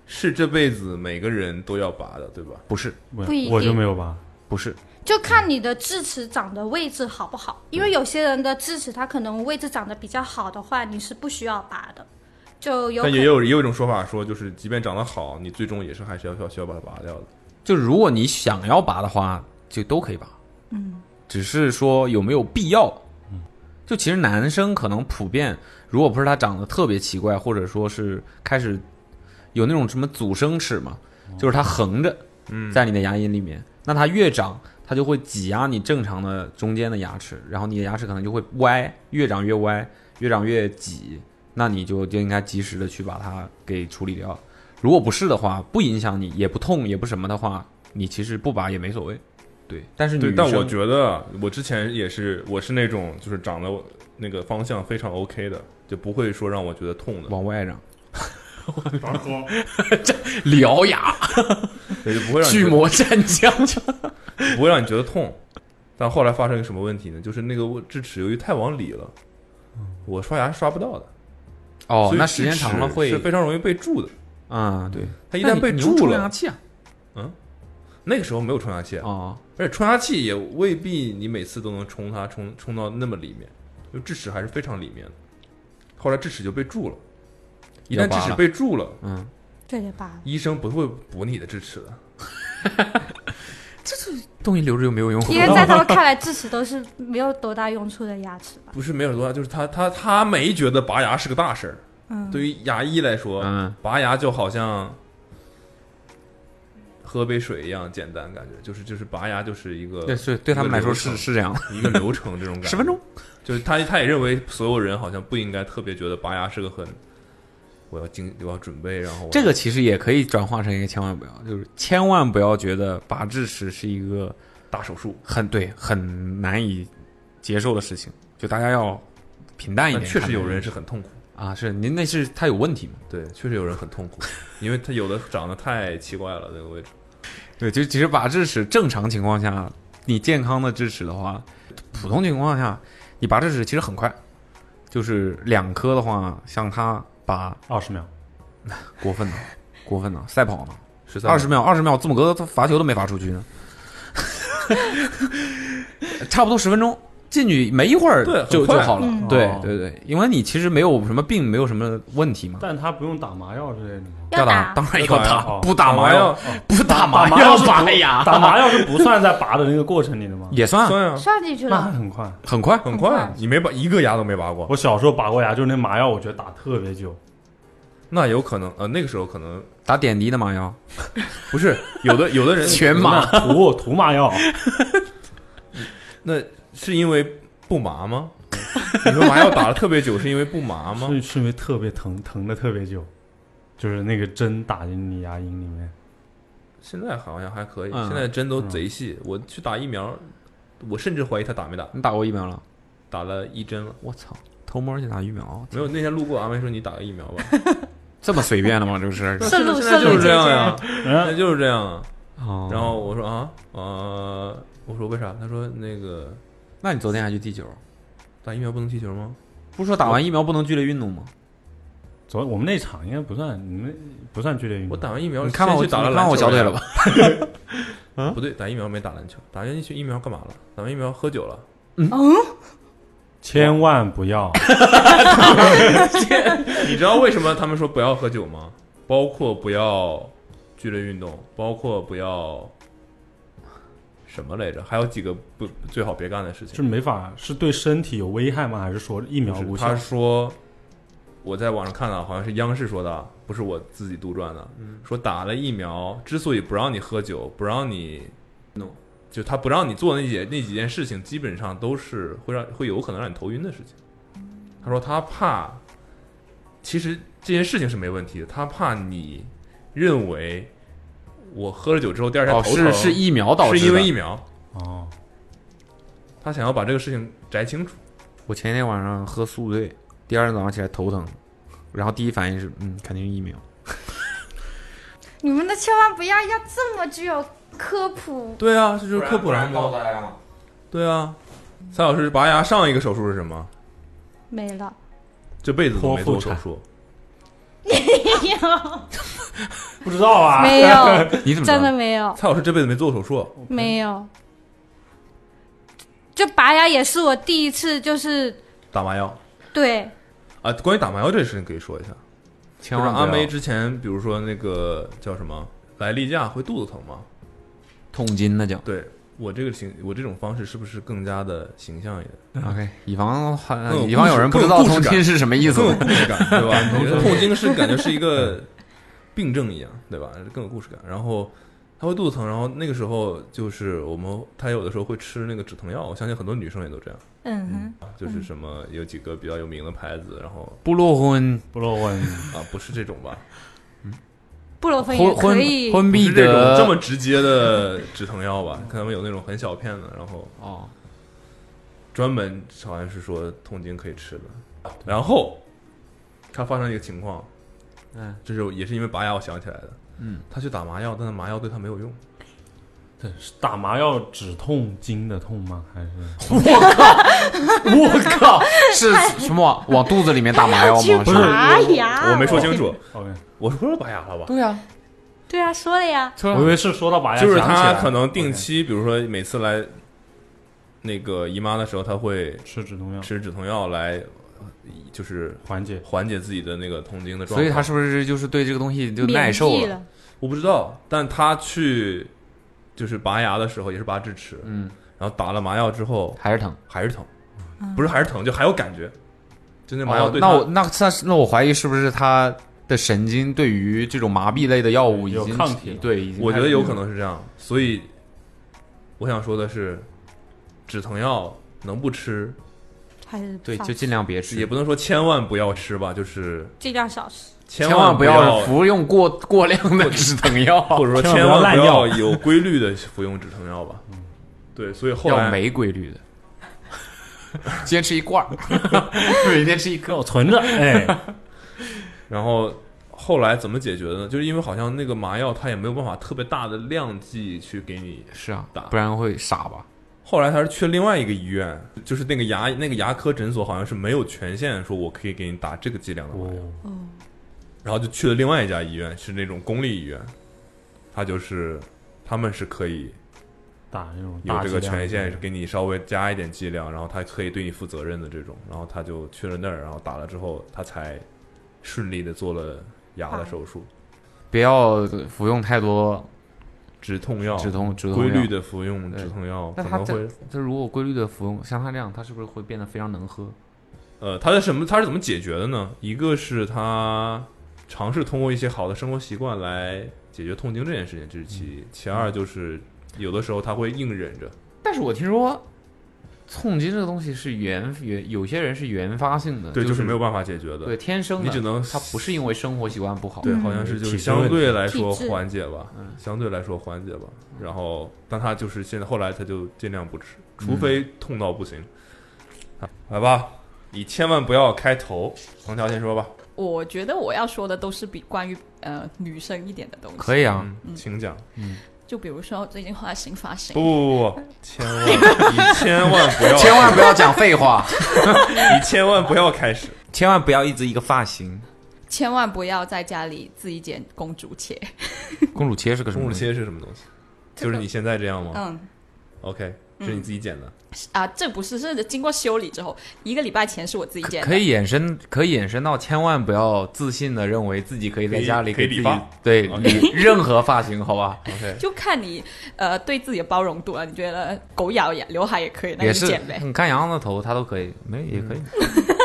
Speaker 2: 是这辈子每个人都要拔的，对吧？
Speaker 7: 不是，
Speaker 11: 不一定我就没有
Speaker 2: 拔，
Speaker 7: 不是。
Speaker 11: 就看你的智齿长的位置好不好，因为有些人的智齿它可能位置长得比较好的话，你是不需要拔的，就有可
Speaker 2: 但也有也有一种说法说，就是即便长得好，你最终也是还是要需要需要把它拔掉的。
Speaker 7: 就如果你想要拔的话，就都可以拔，
Speaker 9: 嗯，
Speaker 7: 只是说有没有必要。就其实男生可能普遍，如果不是他长得特别奇怪，或者说是开始有那种什么阻生齿嘛，就是它横着，
Speaker 2: 嗯
Speaker 7: 在你的牙龈里面，那它越长，它就会挤压你正常的中间的牙齿，然后你的牙齿可能就会歪，越长越歪，越长越挤，那你就就应该及时的去把它给处理掉。如果不是的话，不影响你，也不痛，也不什么的话，你其实不拔也没所谓。对，但是
Speaker 2: 对
Speaker 7: 女，
Speaker 2: 但
Speaker 7: 生
Speaker 2: 我觉得我之前也是，我是那种就是长得那个方向非常 OK 的，就不会说让我觉得痛的。
Speaker 7: 往外长，
Speaker 4: 拔光，
Speaker 7: 獠牙，
Speaker 2: <laughs> 对，就不会让你
Speaker 7: 巨魔战将，
Speaker 2: <laughs> 不会让你觉得痛。但后来发生一个什么问题呢？就是那个智齿由于太往里了，我刷牙是刷不到的。
Speaker 7: 哦
Speaker 2: 所以
Speaker 7: 那时间
Speaker 2: 智齿
Speaker 7: 长了会
Speaker 2: 是非常容易被蛀的。
Speaker 7: 啊、对，
Speaker 2: 它一旦被蛀了，
Speaker 7: 器啊，
Speaker 2: 嗯，那个时候没有冲牙器啊，
Speaker 7: 哦、
Speaker 2: 而且冲牙器也未必你每次都能冲它冲冲到那么里面，就智齿还是非常里面的。后来智齿就被蛀了，一旦
Speaker 7: 要拔
Speaker 2: 智齿
Speaker 7: 了
Speaker 2: 被蛀了，
Speaker 7: 嗯，
Speaker 11: 这得拔。
Speaker 2: 医生不会补你的智齿的。
Speaker 7: <laughs> 东西留着又没有用。
Speaker 11: 因为在他们看来，智齿都是没有多大用处的牙齿吧。
Speaker 2: 不是没有多大，就是他他他没觉得拔牙是个大事儿。
Speaker 11: 嗯
Speaker 2: 对于牙医来说，
Speaker 7: 嗯
Speaker 2: 拔牙就好像喝杯水一样简单，感觉就是就是拔牙就是一个
Speaker 7: 对是对他们来说是
Speaker 2: 一个流程
Speaker 7: 是这样
Speaker 2: 一个流程这种感觉。
Speaker 7: 10分钟，
Speaker 2: 就是他他也认为所有人好像不应该特别觉得拔牙是个很我要经我要准备，然后我
Speaker 7: 这个其实也可以转化成一个千万不要，就是千万不要觉得拔智齿是一个
Speaker 2: 大手术，
Speaker 7: 很对，很难以接受的事情。就大家要平淡一点
Speaker 2: 但确
Speaker 7: 看待
Speaker 2: 实
Speaker 7: 这个事情。
Speaker 2: 有人是很痛苦
Speaker 7: 啊，是您那是他有问题嘛？
Speaker 2: 对，确实有人很痛苦，因为他有的长得太奇怪了那个位置。
Speaker 7: 对，就其实拔智齿，正常情况下，你健康的智齿的话，普通情况下，你拔智齿其实很快，就是两颗的话，像他拔
Speaker 4: 二十秒，
Speaker 7: <laughs> 过分了，过分了，赛跑呢，
Speaker 2: 13秒
Speaker 7: 二十秒，二十秒，字母哥他罚球都没罚出去呢， <laughs> 差不多十分钟进去没一会儿
Speaker 4: 对很
Speaker 7: 就就
Speaker 4: 快
Speaker 7: 好了，
Speaker 4: 嗯
Speaker 7: 对
Speaker 4: 哦
Speaker 7: 对对，因为你其实没有什么病，没有什么问题嘛，
Speaker 4: 但他不用打麻药之类的吗？
Speaker 7: 要打当然要打，不打
Speaker 4: 打
Speaker 7: 麻
Speaker 4: 药
Speaker 7: 药，不打麻
Speaker 4: 麻
Speaker 7: 药
Speaker 4: 是
Speaker 7: 拔
Speaker 4: 不
Speaker 7: 牙，
Speaker 4: 打麻药是不算在拔的那个过程里的吗？
Speaker 7: 也算
Speaker 2: 算啊，
Speaker 11: 算进去
Speaker 4: 那
Speaker 11: 了，
Speaker 4: 很快，
Speaker 7: 很快，
Speaker 2: 很
Speaker 11: 快，
Speaker 2: 你没拔一个牙都没拔过。
Speaker 4: 我小时候拔过牙，就是那麻药，我觉得打特别久。
Speaker 2: 那有可能，呃，那个时候可能
Speaker 7: 打点滴的麻药，
Speaker 2: <laughs> 不是有的有的人
Speaker 7: 全麻 <laughs>
Speaker 4: 涂涂麻药，
Speaker 2: <laughs> 那是因为不麻吗？ <laughs> 你说麻药打了特别久，是因为不麻吗？
Speaker 4: 是是因为特别疼，疼的特别久，就是那个针打进你牙龈里面。
Speaker 2: 现在好像还可以，
Speaker 4: 嗯
Speaker 2: 现在针都贼细。我去打疫苗，我甚至怀疑他打没打。
Speaker 7: 你打过疫苗了？
Speaker 2: 打了一针了。
Speaker 7: 我操，偷摸去打疫苗，
Speaker 2: 没有，那天路过阿妹说你打个疫苗
Speaker 7: <laughs>
Speaker 2: 吧，
Speaker 7: 这么随便的吗？ <laughs> 这
Speaker 2: <laughs>
Speaker 7: 个事儿
Speaker 2: 那现在现在就是这样呀，那就是这样啊。
Speaker 7: 哦
Speaker 2: 然后我说啊，呃，我说为啥？他说那个
Speaker 7: 那你昨天还去踢球？
Speaker 2: 打疫苗不能踢球吗？
Speaker 7: 不是说打完疫苗不能剧烈运动吗？
Speaker 4: 昨我们那场应该不算，你们不算剧烈运动。
Speaker 2: 我打完疫苗，
Speaker 7: 你看到我
Speaker 2: 先去打了
Speaker 7: 你看到
Speaker 2: 篮
Speaker 7: 我
Speaker 2: 球
Speaker 7: 小腿
Speaker 2: 呀
Speaker 7: 了吧？
Speaker 4: <laughs> 啊
Speaker 2: 不对，打疫苗没打篮球，打完疫苗干嘛了？打完疫苗喝
Speaker 4: <laughs>
Speaker 2: 酒了。
Speaker 11: 嗯，
Speaker 4: 千万不
Speaker 9: <laughs>
Speaker 4: 要，
Speaker 2: 你知道为什么他们说不要喝酒吗？包括不要剧烈运动，包括不要什么来着？还有几个不最好别干的事
Speaker 4: 就是
Speaker 2: 情。
Speaker 4: 没法，是对身体有危害吗？还是说疫苗
Speaker 2: 不
Speaker 4: 无
Speaker 2: 是
Speaker 4: 效？
Speaker 2: 他说，我在网上看到，好像是央视说的，不是我自己杜撰的。说打了疫苗，之所以不让你喝酒，不让你弄，就他不让你做那几那几件事情，基本上都是会让会有可能让你头晕的事情。他说他怕，其实这件事情是没问题的，他怕你认为我喝了酒之后第二天
Speaker 7: 哦
Speaker 2: 头疼、
Speaker 7: 是是疫苗导致的
Speaker 2: 是因为疫苗，
Speaker 4: 哦，
Speaker 2: 他想要把这个事情摘清楚。
Speaker 7: 我前天晚上喝宿醉，第二天早上起来头疼，然后第一反应是，嗯，肯定是疫苗。
Speaker 11: 你们的千万不要要这么具有
Speaker 10: 科普。
Speaker 2: 对啊，这就是科普栏目。对啊，蔡老师拔牙上一个手术是什么？
Speaker 11: 没
Speaker 7: <laughs>
Speaker 11: 了。
Speaker 2: 这辈子都没做过手术。
Speaker 11: 没有，
Speaker 4: 不知道啊？
Speaker 11: 没
Speaker 4: <laughs>
Speaker 11: 有你怎么知道真的没有
Speaker 2: 蔡老师这辈子没做过手术。
Speaker 11: 没有。就拔牙也是我第一次，就是
Speaker 2: 打麻药
Speaker 11: 对，
Speaker 2: 啊，关于打麻药这事情可以说一下。
Speaker 7: 千
Speaker 2: 就是
Speaker 7: 万不要
Speaker 2: 阿梅之前，比如说那个叫什么来例假会肚子疼吗？
Speaker 7: 痛经那叫。
Speaker 2: 对我这个形，我这种方式是不是更加的形象一点
Speaker 7: OK，以防呃
Speaker 2: 更故事
Speaker 7: 以防有人不知道
Speaker 2: 更有故
Speaker 7: 痛
Speaker 2: 事感
Speaker 7: 经是什么意思，
Speaker 2: 更有故事感，对
Speaker 7: <laughs>
Speaker 2: 吧？你这痛经是感觉是一
Speaker 7: 个。 <laughs>
Speaker 2: 个病症一样，对吧？更有故事感。然后他会肚子疼，然后那个时候就是我们，他有的时候会吃那个止疼药，我相信很多女生也都这样。
Speaker 11: 嗯哼
Speaker 2: 就是什么有几个比较有名的牌子，然后
Speaker 7: 布洛芬，
Speaker 4: 布洛芬
Speaker 2: 啊，不是这种吧？
Speaker 11: 布洛芬也
Speaker 2: 昏
Speaker 11: 可以。
Speaker 7: 昏必
Speaker 2: 不是这
Speaker 7: 得
Speaker 2: 种这么直接的止疼药吧？可能有那种很小片的，然后
Speaker 7: 哦，
Speaker 2: 专门好像是说痛经可以吃的。然后他发生一个情况，
Speaker 7: 嗯，
Speaker 2: 这是也是因为拔牙我想起来的，
Speaker 7: 嗯，
Speaker 2: 他去打麻药，但是麻药对他没有用。
Speaker 4: 对，是打麻药止痛经的痛吗？还是
Speaker 7: 我靠，是什么往往肚子里面打麻药
Speaker 9: <laughs>
Speaker 11: 还要
Speaker 7: 吗？
Speaker 11: 去拔牙
Speaker 2: 我没
Speaker 4: <laughs>
Speaker 2: 说清楚。
Speaker 4: 哦 OK，
Speaker 2: 我说了拔牙了吧？
Speaker 11: 对啊，对啊，说了呀。
Speaker 4: 我以为是说到拔牙
Speaker 2: 就是
Speaker 4: 想起
Speaker 2: 他
Speaker 4: 来
Speaker 2: 可能定期，比如说每次来那个姨妈的时候，他会
Speaker 4: 吃止痛药，
Speaker 2: 吃止痛药来呃就是
Speaker 4: 缓解
Speaker 2: 缓解自己的那个痛经的状况。
Speaker 7: 所以他是不是就是对这个东西就
Speaker 2: 免
Speaker 7: 耐受
Speaker 2: 疫
Speaker 7: 了
Speaker 2: 了？我不知道，但他去就是拔牙的时候也是拔智齿，嗯，然后打了麻药之后
Speaker 7: 还是疼，
Speaker 2: 还是疼，不是还是疼，就还有感觉，就那麻药
Speaker 7: 哦
Speaker 2: 对
Speaker 7: 那
Speaker 2: 他
Speaker 7: 我那那那我怀疑是不是他的神经对于这种麻痹类的药物已
Speaker 2: 有
Speaker 7: 经
Speaker 2: 抗体了
Speaker 7: 对，已经
Speaker 2: 我觉得
Speaker 7: 开始
Speaker 2: 有可能是这样，所以我想说的是，止疼药能不吃，
Speaker 11: 还是
Speaker 2: 对
Speaker 11: 放
Speaker 2: 就
Speaker 7: 尽量别吃，
Speaker 2: 也不能说千万不要吃吧，就是
Speaker 11: 尽量少吃。
Speaker 2: 千
Speaker 7: 千万
Speaker 2: 不
Speaker 7: 不要服用过过量的止疼药，
Speaker 2: 或者说哦千万不要有规律的服用止疼药吧。对，所以后来
Speaker 7: 嗯要没规律的，今天吃一
Speaker 2: <laughs>
Speaker 7: 罐儿， <laughs> 每天吃一颗，
Speaker 4: 我存着哎。
Speaker 2: 然后后来怎么解决的呢？就是因为好像那个麻药它也没有办法特别大的量剂去给你
Speaker 7: 是啊
Speaker 2: 打，
Speaker 7: 不然会傻吧？
Speaker 2: 后来他是去另外一个医院，就是那个牙那个牙科诊所好像是没有权限说我可以给你打这个剂量的麻药，
Speaker 11: 哦，
Speaker 2: 然后就去了另外一家医院，是那种公立医院，他就是他们是可以
Speaker 4: 打那种
Speaker 2: 有
Speaker 4: 大
Speaker 2: 这
Speaker 4: 剂
Speaker 2: 个
Speaker 4: 量
Speaker 2: 权
Speaker 4: 的
Speaker 2: 限，是给你稍微加一点剂量，然后他可以对你负责任的这种，然后他就去了那儿，然后打了之后，他才顺利的做了牙的手术，
Speaker 7: 不要服用太多
Speaker 2: 止痛药
Speaker 7: 止痛止痛
Speaker 2: 规律
Speaker 7: 药
Speaker 2: 的服用止痛药
Speaker 7: 那
Speaker 2: 可
Speaker 7: 他
Speaker 2: 能
Speaker 7: 这
Speaker 2: 会
Speaker 7: 这如果规律的服用，像他这样，他是不是会变得非常能喝？
Speaker 2: 呃，他的什么？他是怎么解决的呢？一个是他尝试通过一些好的生活习惯来解决痛经这件事情，这是其
Speaker 7: 嗯
Speaker 2: 一；其二就是有的时候他会硬忍着。
Speaker 7: 但是我听说，痛经这个东西是原原有些人是原发性的，
Speaker 2: 对
Speaker 7: 就
Speaker 2: 就是没有办法解决的
Speaker 7: 对，天生的，
Speaker 2: 你只能
Speaker 7: 它不是因为生活习惯不好，
Speaker 2: 对，
Speaker 5: 嗯
Speaker 2: 好像是就是相对来说缓解吧，
Speaker 7: 嗯
Speaker 2: 相对来说缓解吧。然后，但他就是现在后来他就尽量不吃，
Speaker 7: 嗯
Speaker 2: 除非痛到不行。啊来吧，你千万不要开头，黄条先说吧。
Speaker 5: 我觉得我要说的都是比关于呃女生一点的东西。
Speaker 2: 可以啊
Speaker 5: 嗯，
Speaker 2: 请讲。
Speaker 7: 嗯，
Speaker 5: 就比如说最近花型发型，
Speaker 2: 不不不不，千万你千万不要，
Speaker 7: 千万不要讲废话，
Speaker 2: <laughs> 你千万不要开始，
Speaker 7: 千万不要一直一个发型。
Speaker 5: <laughs> 千万不要在家里自己剪公主切。
Speaker 7: 公主切是个什么
Speaker 2: 公
Speaker 7: 东
Speaker 2: 主
Speaker 7: 西？
Speaker 2: 切是什么东西？就是你现在这样吗？
Speaker 5: 嗯。
Speaker 2: OK，是你自己剪的。
Speaker 5: 啊，这不是是经过修理之后，一个礼拜前是我自己剪的。
Speaker 7: 可以衍生，可以衍生到千万不要自信的认为自己可以在家里
Speaker 2: 可以
Speaker 7: 给
Speaker 2: 可以
Speaker 7: 自
Speaker 2: 理
Speaker 7: 己
Speaker 2: 发
Speaker 7: 对
Speaker 2: OK
Speaker 7: 理任何发型，好吧
Speaker 2: ？OK，
Speaker 5: 就看你呃对自己的包容度啊了。你觉得狗咬也刘海也可以，那
Speaker 7: 也
Speaker 5: 你
Speaker 7: 是
Speaker 5: 剪呗。
Speaker 7: 你看洋洋的头，他都可以，没也可以。
Speaker 2: 嗯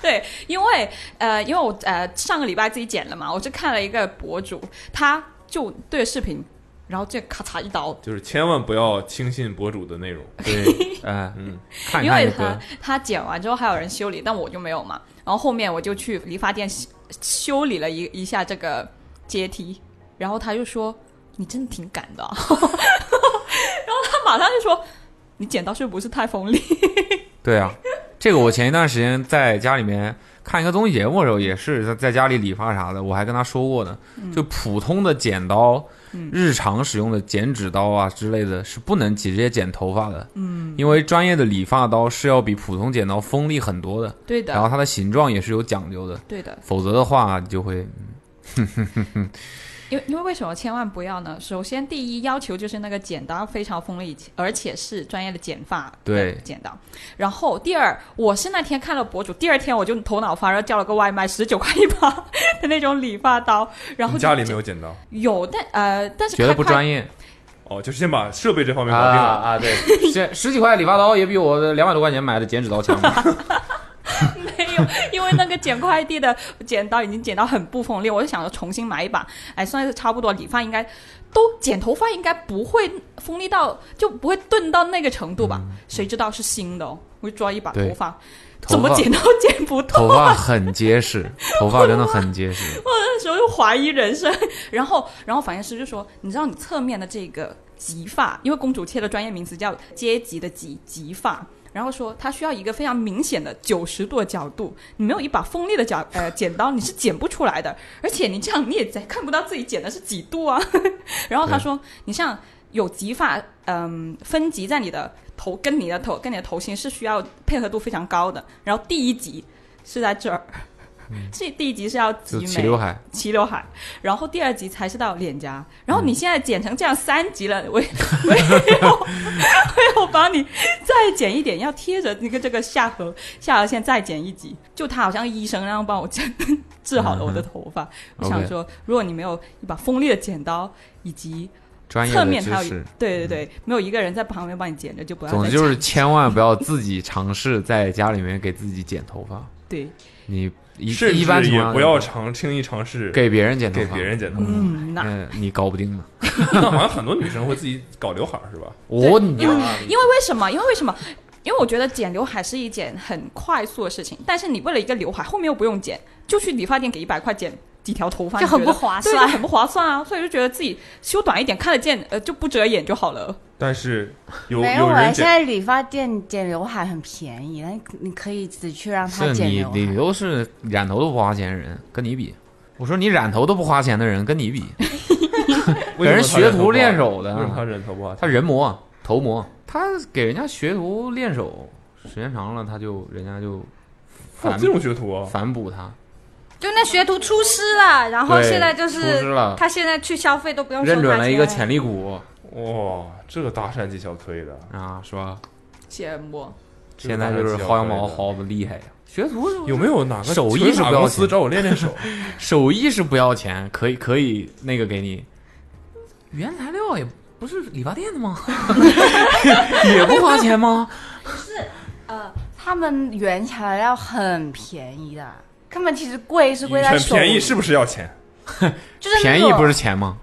Speaker 5: 对，因为呃，因为我呃上个礼拜自己剪了嘛，我就看了一个博主，他就对着视频，然后这咔嚓一刀，
Speaker 2: 就是千万不要轻信博主的内容。
Speaker 7: 对，哎，
Speaker 2: 嗯，
Speaker 5: 因为他他剪完之后还有人修理，但我就没有嘛。然后后面我就去理发店修修理了一一下这个阶梯，然后他就说：“你真的挺赶的、啊。” <laughs> 然后他马上就说：“你剪刀是不是太锋利 <laughs>
Speaker 7: 对啊，这个我前一段时间在家里面看一个综艺节目的时候，也是在在家里理发啥的，我还跟他说过呢，
Speaker 5: 嗯
Speaker 7: 就普通的剪刀
Speaker 5: 嗯，
Speaker 7: 日常使用的剪纸刀啊之类的，是不能直接剪头发的，
Speaker 5: 嗯
Speaker 7: 因为专业的理发刀是要比普通剪刀锋利很多的，
Speaker 5: 对的
Speaker 7: 然后它的形状也是有讲究的，
Speaker 5: 对的
Speaker 7: 否则的话就会，嗯
Speaker 5: 因为因为为什么千万不要呢？首先，第一要求就是那个剪刀非常锋利，而且是专业的剪发
Speaker 7: 对
Speaker 5: 剪刀。然后第二，我是那天看了博主，第二天我就头脑发热叫了个外卖，十九块一把的那种理发刀，然后
Speaker 2: 你
Speaker 5: 就
Speaker 2: 家里没有剪刀，
Speaker 5: 有，但呃，但是
Speaker 7: 觉得
Speaker 5: 看
Speaker 7: 不
Speaker 5: 快
Speaker 7: 专业。
Speaker 2: <laughs> 哦，就是先把设备这方面
Speaker 7: 啊
Speaker 2: 搞定了
Speaker 7: 啊，对，十十几块理发刀也比我两百多块钱买的剪纸刀
Speaker 5: <laughs>
Speaker 7: 强。
Speaker 5: 没有，
Speaker 7: <laughs>
Speaker 5: 因为那个捡快递的剪刀已经剪到很不锋利，我就想着重新买一把，哎，算是差不多，理发应该都剪头发应该不会锋利到就不会钝到那个程度吧？谁知道是新的哦，我就抓一把
Speaker 7: 嗯对
Speaker 5: 头发，
Speaker 7: 头
Speaker 5: 怎么
Speaker 7: 发
Speaker 5: 剪都剪不
Speaker 7: 头
Speaker 5: 动
Speaker 7: 发
Speaker 5: 啊。
Speaker 7: 很结实，头发真的很
Speaker 5: <laughs>
Speaker 7: 结实。
Speaker 5: 我那时候就怀疑人生， <laughs> 然后，然后发型师就说：“你知道你侧面的这个极发，因为公主切的专业名词叫阶级的极极发，然后说它需要一个非常明显的九十度的角度，你没有一把锋利的角呃剪刀，你是剪不出来的，而且你这样你也在看不到自己剪的是几度啊。”然后他说：“你像有极发，嗯、分级在你的头跟你的头跟你的头型是需要配合度非常高的，然后第一级是在这儿。” <laughs> 这第一集是要集
Speaker 7: 嗯
Speaker 5: 美，
Speaker 7: 就齐刘海
Speaker 5: 齐刘海，然后第二集才是到脸颊，然后
Speaker 7: 嗯
Speaker 5: 你现在剪成这样三集了，
Speaker 7: <laughs>
Speaker 5: 我也没有没有帮你再剪一点，要贴着那个这个下颌下颌线再剪一集，就他好像医生那样帮我剪治好了我的头发。我想
Speaker 7: OK
Speaker 5: 说，如果你没有一把锋利的剪刀以及
Speaker 7: 专业
Speaker 5: 侧
Speaker 7: 的
Speaker 5: 面
Speaker 7: 知
Speaker 5: 还有一
Speaker 7: 识嗯
Speaker 5: 对对对，没有一个人在旁边帮你剪着，就不要再
Speaker 7: 总
Speaker 5: 剪。
Speaker 7: 之就是千万不要自己尝试在家里面给自己剪头发。
Speaker 5: 对，
Speaker 7: 你一
Speaker 2: 甚至
Speaker 7: 一般情
Speaker 2: 也
Speaker 7: 况
Speaker 2: 不要尝轻易尝试
Speaker 7: 给别人剪头
Speaker 2: 给
Speaker 7: 发，
Speaker 2: 别人剪头发。
Speaker 5: 嗯，那
Speaker 7: 那你搞不定的。
Speaker 2: <laughs> 那好像很多女生会自己搞刘海儿是吧？
Speaker 7: 我
Speaker 5: 因为
Speaker 7: 啊
Speaker 5: 因为为什么？因为为什么？因为我觉得剪刘海是一件很快速的事情，但是你为了一个刘海，后面又不用剪，就去理发店给一百块剪几条头发，
Speaker 10: 就
Speaker 5: 你觉
Speaker 10: 很不
Speaker 5: 得
Speaker 10: 划
Speaker 5: 对
Speaker 10: 算
Speaker 5: 就很不划算啊！所以就觉得自己修短一点，看得见，呃，就不遮掩就好了。
Speaker 2: 但是有
Speaker 9: 没有啊，
Speaker 2: 人
Speaker 9: 现
Speaker 2: 剪，
Speaker 9: 在理发店剪刘海很便宜，但你可以只去让他
Speaker 7: 是啊
Speaker 9: 剪
Speaker 7: 你
Speaker 9: 刘海。
Speaker 7: 你都是染头都不花钱的人，跟你比，我说你染头都不花钱的人跟
Speaker 2: <laughs>
Speaker 7: 你比，给人学徒练手的，
Speaker 2: 为什么他人头不好？
Speaker 7: 他人模头模，他给人家学徒练手，时间长了他就人家就
Speaker 2: 还
Speaker 7: 反
Speaker 2: 有这种学徒啊？
Speaker 7: 反哺他，
Speaker 11: 就那学徒出师了，然后
Speaker 7: 对
Speaker 11: 现在就
Speaker 7: 出师
Speaker 11: 是
Speaker 7: 了
Speaker 11: 他现在去消费都不用收
Speaker 7: 认准
Speaker 11: 他
Speaker 7: 了一个
Speaker 11: 钱。
Speaker 7: 潜力股
Speaker 2: 哇，这个搭讪技巧可以的
Speaker 7: 啊，是吧？
Speaker 5: 羡慕。
Speaker 7: 现在就是薅羊毛薅的厉害呀。学徒
Speaker 2: 有没有哪个
Speaker 7: 手艺是
Speaker 2: 哪
Speaker 7: 不
Speaker 2: 个
Speaker 7: 要
Speaker 2: 公司
Speaker 7: 钱？
Speaker 2: 找我练练手？
Speaker 7: <laughs> 手艺是不要钱，可以可以那个给你，原材料也不是理发店
Speaker 2: <laughs>
Speaker 7: 的吗？ <laughs> 也不花钱吗？
Speaker 9: 呃，他们原材料很便宜的，他们其实贵是贵在
Speaker 2: 很
Speaker 9: 手，
Speaker 2: 便宜是不是要
Speaker 7: <laughs>
Speaker 2: 钱？
Speaker 9: 就是那
Speaker 7: 便
Speaker 9: 种
Speaker 7: 宜不是钱吗？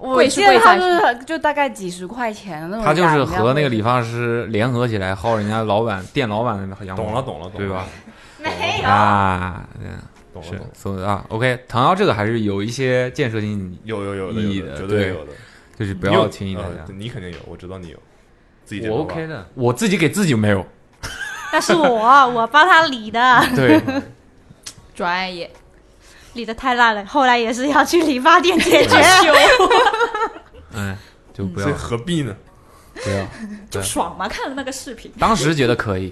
Speaker 9: 我
Speaker 5: 贵是
Speaker 9: 记得
Speaker 5: 贵
Speaker 9: 他
Speaker 5: 在
Speaker 9: 就是就大概几十块钱
Speaker 11: 嗯
Speaker 9: 的那种
Speaker 7: 他
Speaker 9: 染料。
Speaker 7: 就是和那个理发师联合起来薅人家老板店老板的羊毛，
Speaker 2: 懂了懂了懂了
Speaker 7: 对吧？
Speaker 11: <laughs> 没有，
Speaker 7: 啊，嗯，
Speaker 2: 懂了
Speaker 7: 是
Speaker 2: 懂了，
Speaker 7: 所以啊，OK，唐瑶这个还是有一些建设性
Speaker 2: 有有有的
Speaker 7: 意义
Speaker 2: 有的绝对
Speaker 7: 对
Speaker 2: 有的，
Speaker 7: 就是不
Speaker 2: 你
Speaker 7: 要
Speaker 2: 有
Speaker 7: 轻易大
Speaker 2: 呃
Speaker 7: 家。
Speaker 2: 你肯定有，我知道你有。自己剪
Speaker 7: 我
Speaker 2: 头发
Speaker 7: OK 的，我自己给自己没有，
Speaker 11: 那是我，我帮他理的， <laughs>
Speaker 7: 对，
Speaker 5: 专业
Speaker 11: 理的太烂了，后来也是要去理发店解决。 <laughs>
Speaker 7: 嗯，就不要
Speaker 2: 所以何必呢？
Speaker 7: 不要，
Speaker 5: 就爽嘛，看了那个视频，
Speaker 7: 当时觉得可以，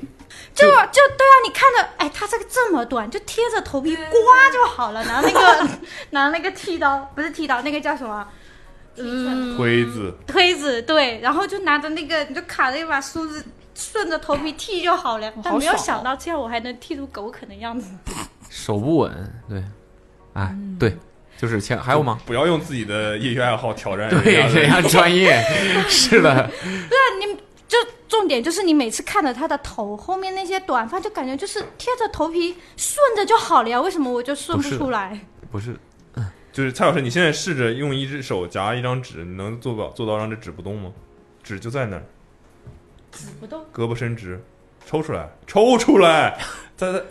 Speaker 11: 就就对啊，你看着，哎，他这个这么短，就贴着头皮刮就好了，拿那 <laughs> 个拿那个剃刀，不是剃刀，那个叫什么？嗯，
Speaker 2: 推子
Speaker 11: 推子对，然后就拿着那个，你就卡着一把梳子，顺着头皮剃就好啊了。但没有
Speaker 5: 爽哦
Speaker 11: 想到这样我还能剃出狗啃的样子。
Speaker 7: 手不稳，对，哎，
Speaker 11: 嗯
Speaker 7: 对，就是前还
Speaker 2: <laughs>
Speaker 7: 有吗？
Speaker 2: 不要用自己的业余爱好挑战
Speaker 7: 对，
Speaker 2: 人
Speaker 7: 人
Speaker 2: 家
Speaker 7: 家
Speaker 2: 的 <laughs>
Speaker 7: 专业，是的，
Speaker 11: 对啊，你就重点就是你每次看着他的头后面那些短发，就感觉就是贴着头皮顺着就好了呀。为什么我就顺
Speaker 7: 不
Speaker 11: 不
Speaker 7: 是
Speaker 11: 出来？
Speaker 7: 不是嗯
Speaker 2: 就是蔡老师，你现在试着用一只手夹一张纸，你能做到做到让这纸不动吗？纸就在那儿，
Speaker 11: 不动，
Speaker 2: 胳膊伸直，抽出来，抽出来，再再，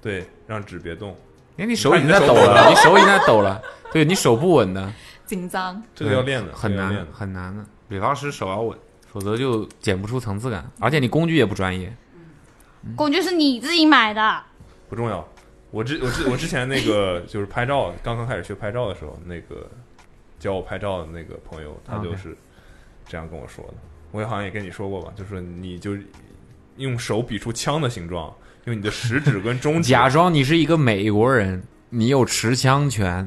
Speaker 2: 对，让纸别动。
Speaker 7: 因为 <laughs> 哎你手已经在
Speaker 2: 你
Speaker 7: 抖
Speaker 2: 看你的手
Speaker 7: 了，你手已经在抖了，对你手不稳的，
Speaker 5: 紧张。
Speaker 2: 这个要练的，
Speaker 7: 很
Speaker 2: 这个要
Speaker 7: 难
Speaker 2: 练的。
Speaker 7: 很难的。啊理发师手要稳，否则就剪不出层次感，而且你工具也不专业。
Speaker 11: 工具是你自己买的，
Speaker 2: 不重要，我之我之我之前那个就是拍照，刚刚开始学拍照的时候，那个教我拍照的那个朋友，他就
Speaker 7: OK
Speaker 2: 是这样跟我说的。我也好像也跟你说过吧，就是你就用手比出枪的形状，用你的食指跟中 <laughs> 指。
Speaker 7: <laughs> 假装你是一个美国人，你有持枪权。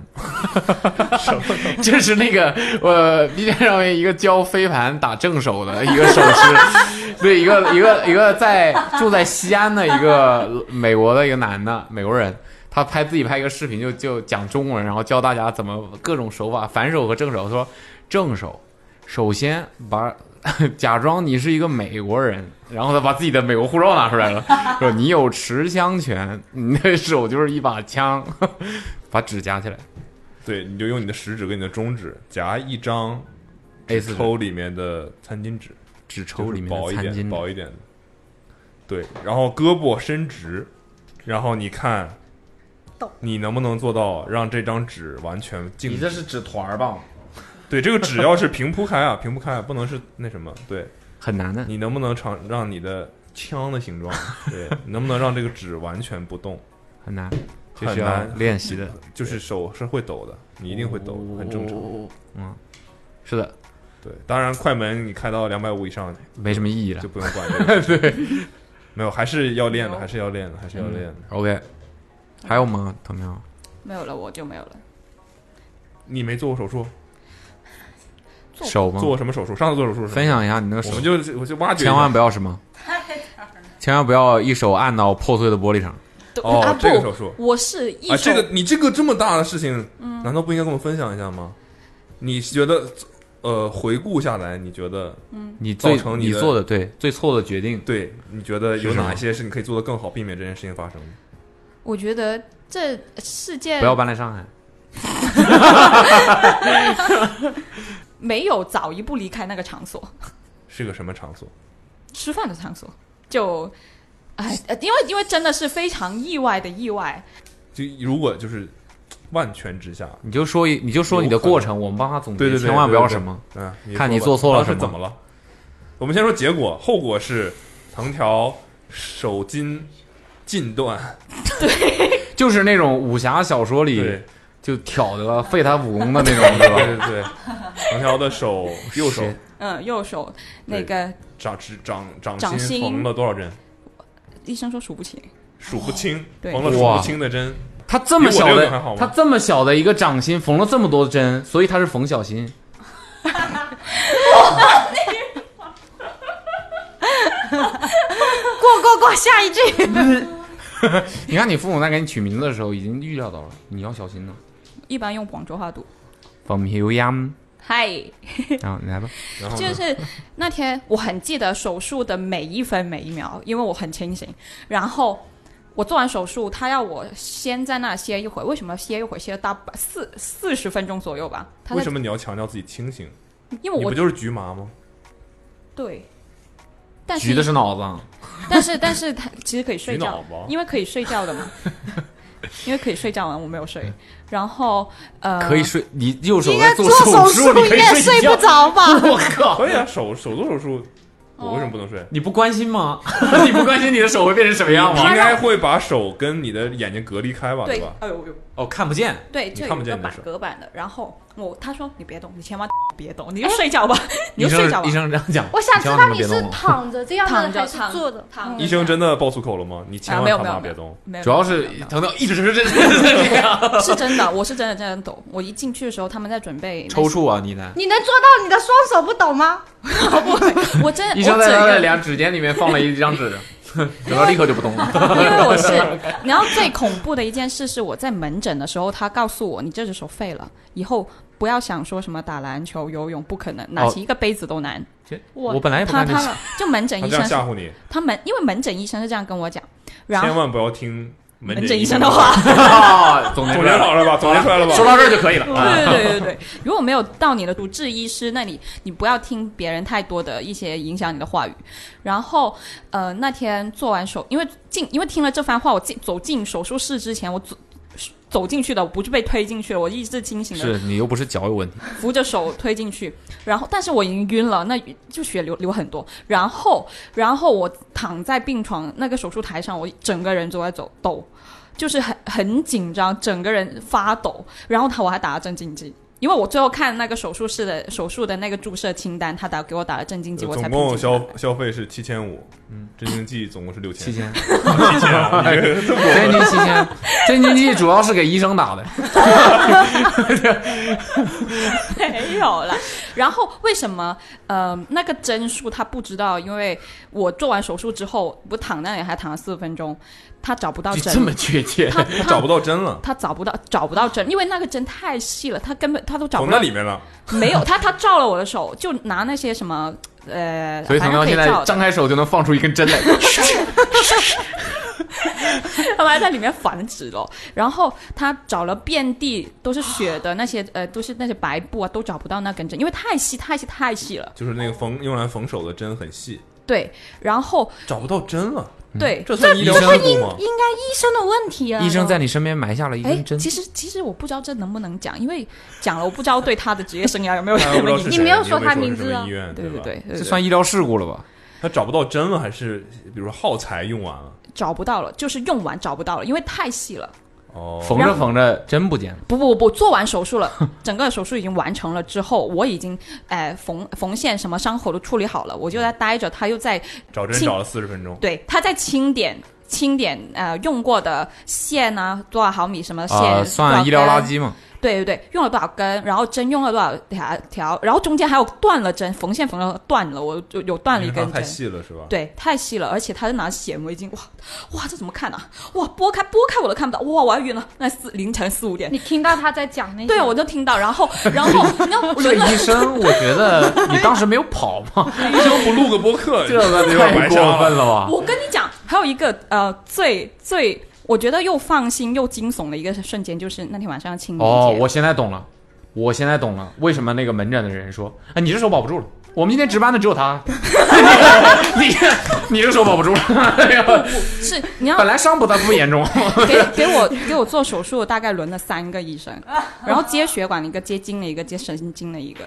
Speaker 7: 这是那个呃，B 站上面一个教飞盘打正手的一个手
Speaker 5: <laughs>
Speaker 7: 势， <laughs> 对，一个一个一个在住在西安的一个美国的一个男的美国人，他拍自己拍一个视频就就讲中文，然后教大家怎么各种手法，反手和正手。他说正手，首先把 <laughs> 假装你是一个美国人，然后他把自己的美国护照拿出来了，说你有持枪权，你的手就是一把枪， <laughs> 把纸夹起来。
Speaker 2: 对，你就用你的食指跟你的中指夹一张
Speaker 7: A4
Speaker 2: 纸抽里面的餐巾纸，
Speaker 7: 纸抽里面的
Speaker 2: 薄一
Speaker 7: 餐巾
Speaker 2: 点，
Speaker 7: 纸
Speaker 2: 薄一点的。对，然后胳膊伸直，然后你看，你能不能做到让这张纸完全静止？
Speaker 7: 你这是纸团儿吧？
Speaker 2: 对，这个纸要是平铺开啊，平铺开、啊、不能是那什么，对，
Speaker 7: 很难的。
Speaker 2: 你能不能尝让你的枪的形状，对，你能不能让这个纸完全不动？
Speaker 7: <laughs> 很难，这
Speaker 2: 很
Speaker 7: 需要
Speaker 2: 难
Speaker 7: 练习的，
Speaker 2: 就是手是会抖的，你一定会抖，很正常。
Speaker 7: 嗯，是的，
Speaker 2: 对，当然快门你开到两百五以上，
Speaker 7: 没什么意义了
Speaker 2: 就不用管这个。
Speaker 7: <laughs>
Speaker 2: 对，没有，还是要练的，还是要练的，还是
Speaker 7: 嗯
Speaker 2: 要练的。
Speaker 7: OK，还有吗？唐喵，
Speaker 5: 没有了，我就没有了。
Speaker 2: 你没做过手术？
Speaker 5: 做
Speaker 7: 手吗？
Speaker 2: 做过什么手术？上次做手术是吗
Speaker 7: 分享一下你那个手，
Speaker 2: 我们就我就挖掘一下，
Speaker 7: 千万不要什么，千万不要一手按到破碎的玻璃上。
Speaker 2: 哦，这个手术，
Speaker 5: 啊我是一
Speaker 2: 啊，
Speaker 5: 手
Speaker 2: 这个你这个这么大的事情，
Speaker 5: 嗯
Speaker 2: 难道不应该跟我们分享一下吗？你觉得，呃，回顾下来，你觉得，
Speaker 5: 嗯
Speaker 7: 你
Speaker 2: 造
Speaker 7: 最
Speaker 2: 成
Speaker 7: 你
Speaker 2: 的
Speaker 7: 做的对最错的决定，
Speaker 2: 对，你觉得有
Speaker 7: 是什么
Speaker 2: 哪一些是你可以做的更好，避免这件事情发生的？
Speaker 5: 我觉得这世界
Speaker 7: 不要搬来上海。
Speaker 5: <laughs> 没有早一步离开那个场所，
Speaker 2: <laughs> 是个什么场所？
Speaker 5: 吃饭的场所，就，哎，呃因为因为真的是非常意外的意外，
Speaker 2: 就如果就是万全之下，
Speaker 7: 你就说一，你就说你的过程，我们帮他总结，
Speaker 2: 对对对，
Speaker 7: 千万不要
Speaker 2: 对对
Speaker 7: 什么，
Speaker 2: 对嗯，
Speaker 7: 看
Speaker 2: 你
Speaker 7: 你
Speaker 2: 说吧
Speaker 7: 做错了
Speaker 2: 当时
Speaker 7: 什么，
Speaker 2: 怎么了？我们先说结果，后果是藤条手筋尽断，
Speaker 7: 就是那种武侠小说里就挑得废他武功的那种，
Speaker 2: <laughs> 对
Speaker 7: 吧？
Speaker 2: 对对，
Speaker 7: <laughs>
Speaker 2: 藤条的手右手
Speaker 7: 是
Speaker 5: 嗯，右手那
Speaker 2: 对
Speaker 5: 个
Speaker 2: 掌指掌掌
Speaker 5: 掌心
Speaker 2: 心缝了多少针？
Speaker 5: 医生说数不清， <laughs>
Speaker 2: 数不清，
Speaker 5: 哦对
Speaker 2: 缝了数不清的针。
Speaker 7: 他这么
Speaker 2: 比我
Speaker 7: 小
Speaker 2: 这个
Speaker 7: 的
Speaker 2: 还好，
Speaker 7: 他
Speaker 2: 吗？
Speaker 7: 这么小的一个掌心缝了这么多针，所以他是缝小心。
Speaker 11: 过过过，下一句。
Speaker 7: 你看你父母在给你取名字的时候已经预料到了，你要小心呢。
Speaker 5: 一般用广州话读，
Speaker 7: 缝小心，
Speaker 5: 嗨，
Speaker 7: 然后你来吧，然
Speaker 5: 就是那天我很记得手术的每一分每一秒，因为我很清醒。然后我做完手术，他要我先在那歇一会儿。为什么歇一会儿？歇了大半四四十分钟左右吧。他在
Speaker 2: 为什么？你要强调自己清醒？
Speaker 5: 因为
Speaker 2: 你
Speaker 5: 我
Speaker 2: 不就是局麻吗？
Speaker 5: 对，但是
Speaker 7: 局的是脑子，啊
Speaker 5: 但是但是他其实可以睡
Speaker 7: 举
Speaker 5: 觉
Speaker 7: 脑吧，
Speaker 5: 因为可以睡觉的
Speaker 7: <laughs>
Speaker 5: 嘛，因为可以睡觉嘛，我没有睡。然后呃，
Speaker 7: 可以睡，你右手
Speaker 5: 应
Speaker 7: 在
Speaker 5: 该
Speaker 7: 做
Speaker 5: 做手
Speaker 7: 术，
Speaker 5: 术
Speaker 7: 你可以
Speaker 5: 也
Speaker 7: 睡
Speaker 5: 睡
Speaker 7: 觉
Speaker 5: 不着
Speaker 7: <laughs>
Speaker 5: 吧
Speaker 7: 我靠，
Speaker 2: <laughs> 可以啊，手手做手术，我为什么不能
Speaker 5: 哦
Speaker 2: 睡？
Speaker 7: 你不关心吗？你不关心你的手会变成什么样
Speaker 2: 你
Speaker 7: 吗？
Speaker 2: 应该会把手跟你的眼睛隔离开吧，
Speaker 5: 对
Speaker 7: <laughs>
Speaker 2: 吧？
Speaker 5: 哎呦呦，
Speaker 7: 哦，看不见，
Speaker 5: 对，
Speaker 2: 你
Speaker 5: 就
Speaker 2: 看
Speaker 5: 有
Speaker 2: 不
Speaker 5: 一
Speaker 2: 见
Speaker 5: 个
Speaker 2: 你的
Speaker 5: 板
Speaker 2: 手。
Speaker 5: 隔板的。然后我他说你别动，你千万别动，你就睡觉吧，你就睡觉吧。
Speaker 2: <laughs>
Speaker 7: 医生这样讲，
Speaker 11: 我想知道你是
Speaker 7: 躺。
Speaker 11: 躺着这样
Speaker 5: 躺
Speaker 11: 的
Speaker 5: 着
Speaker 11: 还是
Speaker 5: 躺
Speaker 11: 坐着？
Speaker 5: 躺
Speaker 2: 医生真的爆粗口了吗？你千
Speaker 5: 啊没有
Speaker 2: 万他
Speaker 5: 没
Speaker 2: 妈
Speaker 5: 有没
Speaker 2: 别
Speaker 5: 有
Speaker 2: 动。
Speaker 5: 没有
Speaker 7: 主要是疼到一直是这这
Speaker 5: <laughs>
Speaker 7: 样，
Speaker 5: 是真的，我是真的真的抖。我一进去的时候，他们在准备
Speaker 7: 抽搐啊！你呢？
Speaker 11: 你能做到你的双手不抖吗？
Speaker 5: <laughs> 我真
Speaker 7: <laughs> 医生
Speaker 5: 我
Speaker 7: 在
Speaker 5: 整
Speaker 7: 他
Speaker 5: 个
Speaker 7: 的两指尖里面放了一张纸，然后立刻就不动了。
Speaker 2: <laughs>
Speaker 5: 因为我是，然后最恐怖的一件事是我在门诊的时候，他告诉我你这只手废了，以后不要想说什么打篮球、游泳，不可能，拿
Speaker 2: 哦
Speaker 5: 起一个杯子都难。
Speaker 7: 我本来也不
Speaker 5: 他
Speaker 7: 干这
Speaker 5: 他
Speaker 7: 事
Speaker 5: 们，就门诊
Speaker 2: 他
Speaker 5: 医
Speaker 2: 这样
Speaker 5: 生
Speaker 2: 吓唬你，
Speaker 5: 他门因为门诊医生是这样跟我讲，然
Speaker 2: 千
Speaker 5: 后
Speaker 2: 万不要听
Speaker 5: 门
Speaker 2: 诊
Speaker 5: 诊医
Speaker 2: 生
Speaker 5: 生的话
Speaker 7: <laughs> 哦
Speaker 2: 总
Speaker 7: 结
Speaker 2: 结好了吧？总结出来了吧？
Speaker 7: 说到这儿就可以了。啊
Speaker 5: 对对对对对，如果没有到你的主治医师那里，你不要听别人太多的一些影响你的话语。然后，呃，那天做完手，因为进，因为听了这番话，我进走进手术室之前，我走走进去的，我不是被推进去了，我意识清醒
Speaker 7: 是
Speaker 5: 的，
Speaker 7: 你又不是脚有问题，
Speaker 5: 扶着手推进去。然后，但是我已经晕了，那就血流流很多。然后，然后我躺在病床那个手术台上，我整个人都在走抖。就是很很紧张，整个人发抖。然后他我还打了镇静剂，因为我最后看那个手术室的手术的那个注射清单，他打给我打了镇静剂，我才
Speaker 2: 呃总
Speaker 5: 平静
Speaker 2: 共消消费是七千五，嗯，镇静剂总共是六千，七
Speaker 7: 千，
Speaker 2: 七千啊，你这
Speaker 7: 镇静剂七千，镇静剂主要是给医生打的。
Speaker 5: <laughs> 没有了。然后为什么呃那个针数他不知道？因为我做完手术之后，我躺那里还躺了四十分钟，他找不到针，
Speaker 7: 这么确切
Speaker 5: 他
Speaker 2: 他 <laughs> 找不到针了，
Speaker 5: 他找不到找不到针，因为那个针太细了，他根本他都找
Speaker 2: 捅
Speaker 5: 不到。
Speaker 2: 那里面了。
Speaker 5: 没有他，他照了我的手，就拿那些什么呃，
Speaker 7: 所以
Speaker 5: 反正
Speaker 7: 唐喵
Speaker 5: 可以
Speaker 7: 现在
Speaker 5: 照的，
Speaker 7: 张开手就能放出一根针来。
Speaker 5: <laughs> 他们还在里面繁殖了。然后他找了遍地都是血的那些呃，都是那些白布啊，都找不到那根针，因为太细太细太细了。
Speaker 2: 就是那个缝用来缝手的针很细，
Speaker 5: 对，然后
Speaker 2: 找不到针了。
Speaker 5: 对，
Speaker 2: 嗯这算医疗事故吗？
Speaker 11: 应该医生的问题啊。
Speaker 7: 医生在你身边埋下了一
Speaker 5: 哎
Speaker 7: 根，针，
Speaker 5: 其实其实我不知道这能不能讲，因为讲了我不知道对他的职业生涯
Speaker 2: <laughs>
Speaker 5: 有没有
Speaker 2: 大家
Speaker 5: 什
Speaker 2: 啊不知
Speaker 5: 么
Speaker 2: 道
Speaker 5: 影
Speaker 2: 是
Speaker 5: 响。
Speaker 2: 谁没有说是什么医院
Speaker 5: 啊对
Speaker 2: 吧？
Speaker 5: 对对，
Speaker 7: 这算医疗事故了吧？
Speaker 2: 他找不到针了，还是比如说耗材用完了？
Speaker 5: 找不到了，就是用完找不到了，因为太细了。
Speaker 2: 哦，
Speaker 7: 缝着缝着针不见了。
Speaker 5: 不不不，做完手术
Speaker 7: <laughs>
Speaker 5: 了，整个手术已经完成了之后，我已经呃缝缝线什么伤口都处理好了，我就在待着，他又在
Speaker 2: 找针
Speaker 5: 清
Speaker 2: 找了四十分钟，
Speaker 5: 对，他在清点清点呃用过的线啊，多少毫米什么线，
Speaker 7: 啊，
Speaker 5: 多少
Speaker 7: 算医疗垃
Speaker 5: 根
Speaker 7: 圾嘛。
Speaker 5: 对对对，用了多少根，然后针用了多少条条，然后中间还有断了针，缝线缝了断了，我就有断了一
Speaker 2: 因为
Speaker 5: 根
Speaker 2: 它
Speaker 5: 针。
Speaker 2: 太细了
Speaker 7: 啊
Speaker 2: 是吧？，
Speaker 5: 对，太细了，而且他是拿显微镜，哇哇，这怎么看啊？哇，拨开拨开我都看不到，哇，我要晕了。那四凌晨四五点
Speaker 11: 你，听到他在讲那些，
Speaker 5: 对啊，我就听到，然后然后
Speaker 7: <laughs>
Speaker 5: 你知道我
Speaker 7: 这
Speaker 5: 轮了
Speaker 7: 医生，我觉得你当时没有跑吗？
Speaker 2: 医生不录个播客，
Speaker 7: 这个
Speaker 2: 就
Speaker 7: 太
Speaker 2: 白瞎
Speaker 7: 过分了吧？
Speaker 5: 我跟你讲，还有一个呃，最最我觉得又放心又惊悚的一个瞬间，就是那天晚上
Speaker 11: 嗯
Speaker 5: 清明节。
Speaker 7: 哦，我现在懂了，我现在懂了，为什么那个门诊的人说，哎，你这手保不住了。我们今天值班的只有他， <laughs> 你你这手保不住了。哎呀
Speaker 5: 是你
Speaker 7: <laughs>
Speaker 5: 要
Speaker 7: 本来伤不大不严重，
Speaker 5: 给给我给我做手术，大概轮了三个医生，然后接血管的一个，接筋的一个，接神经的一个，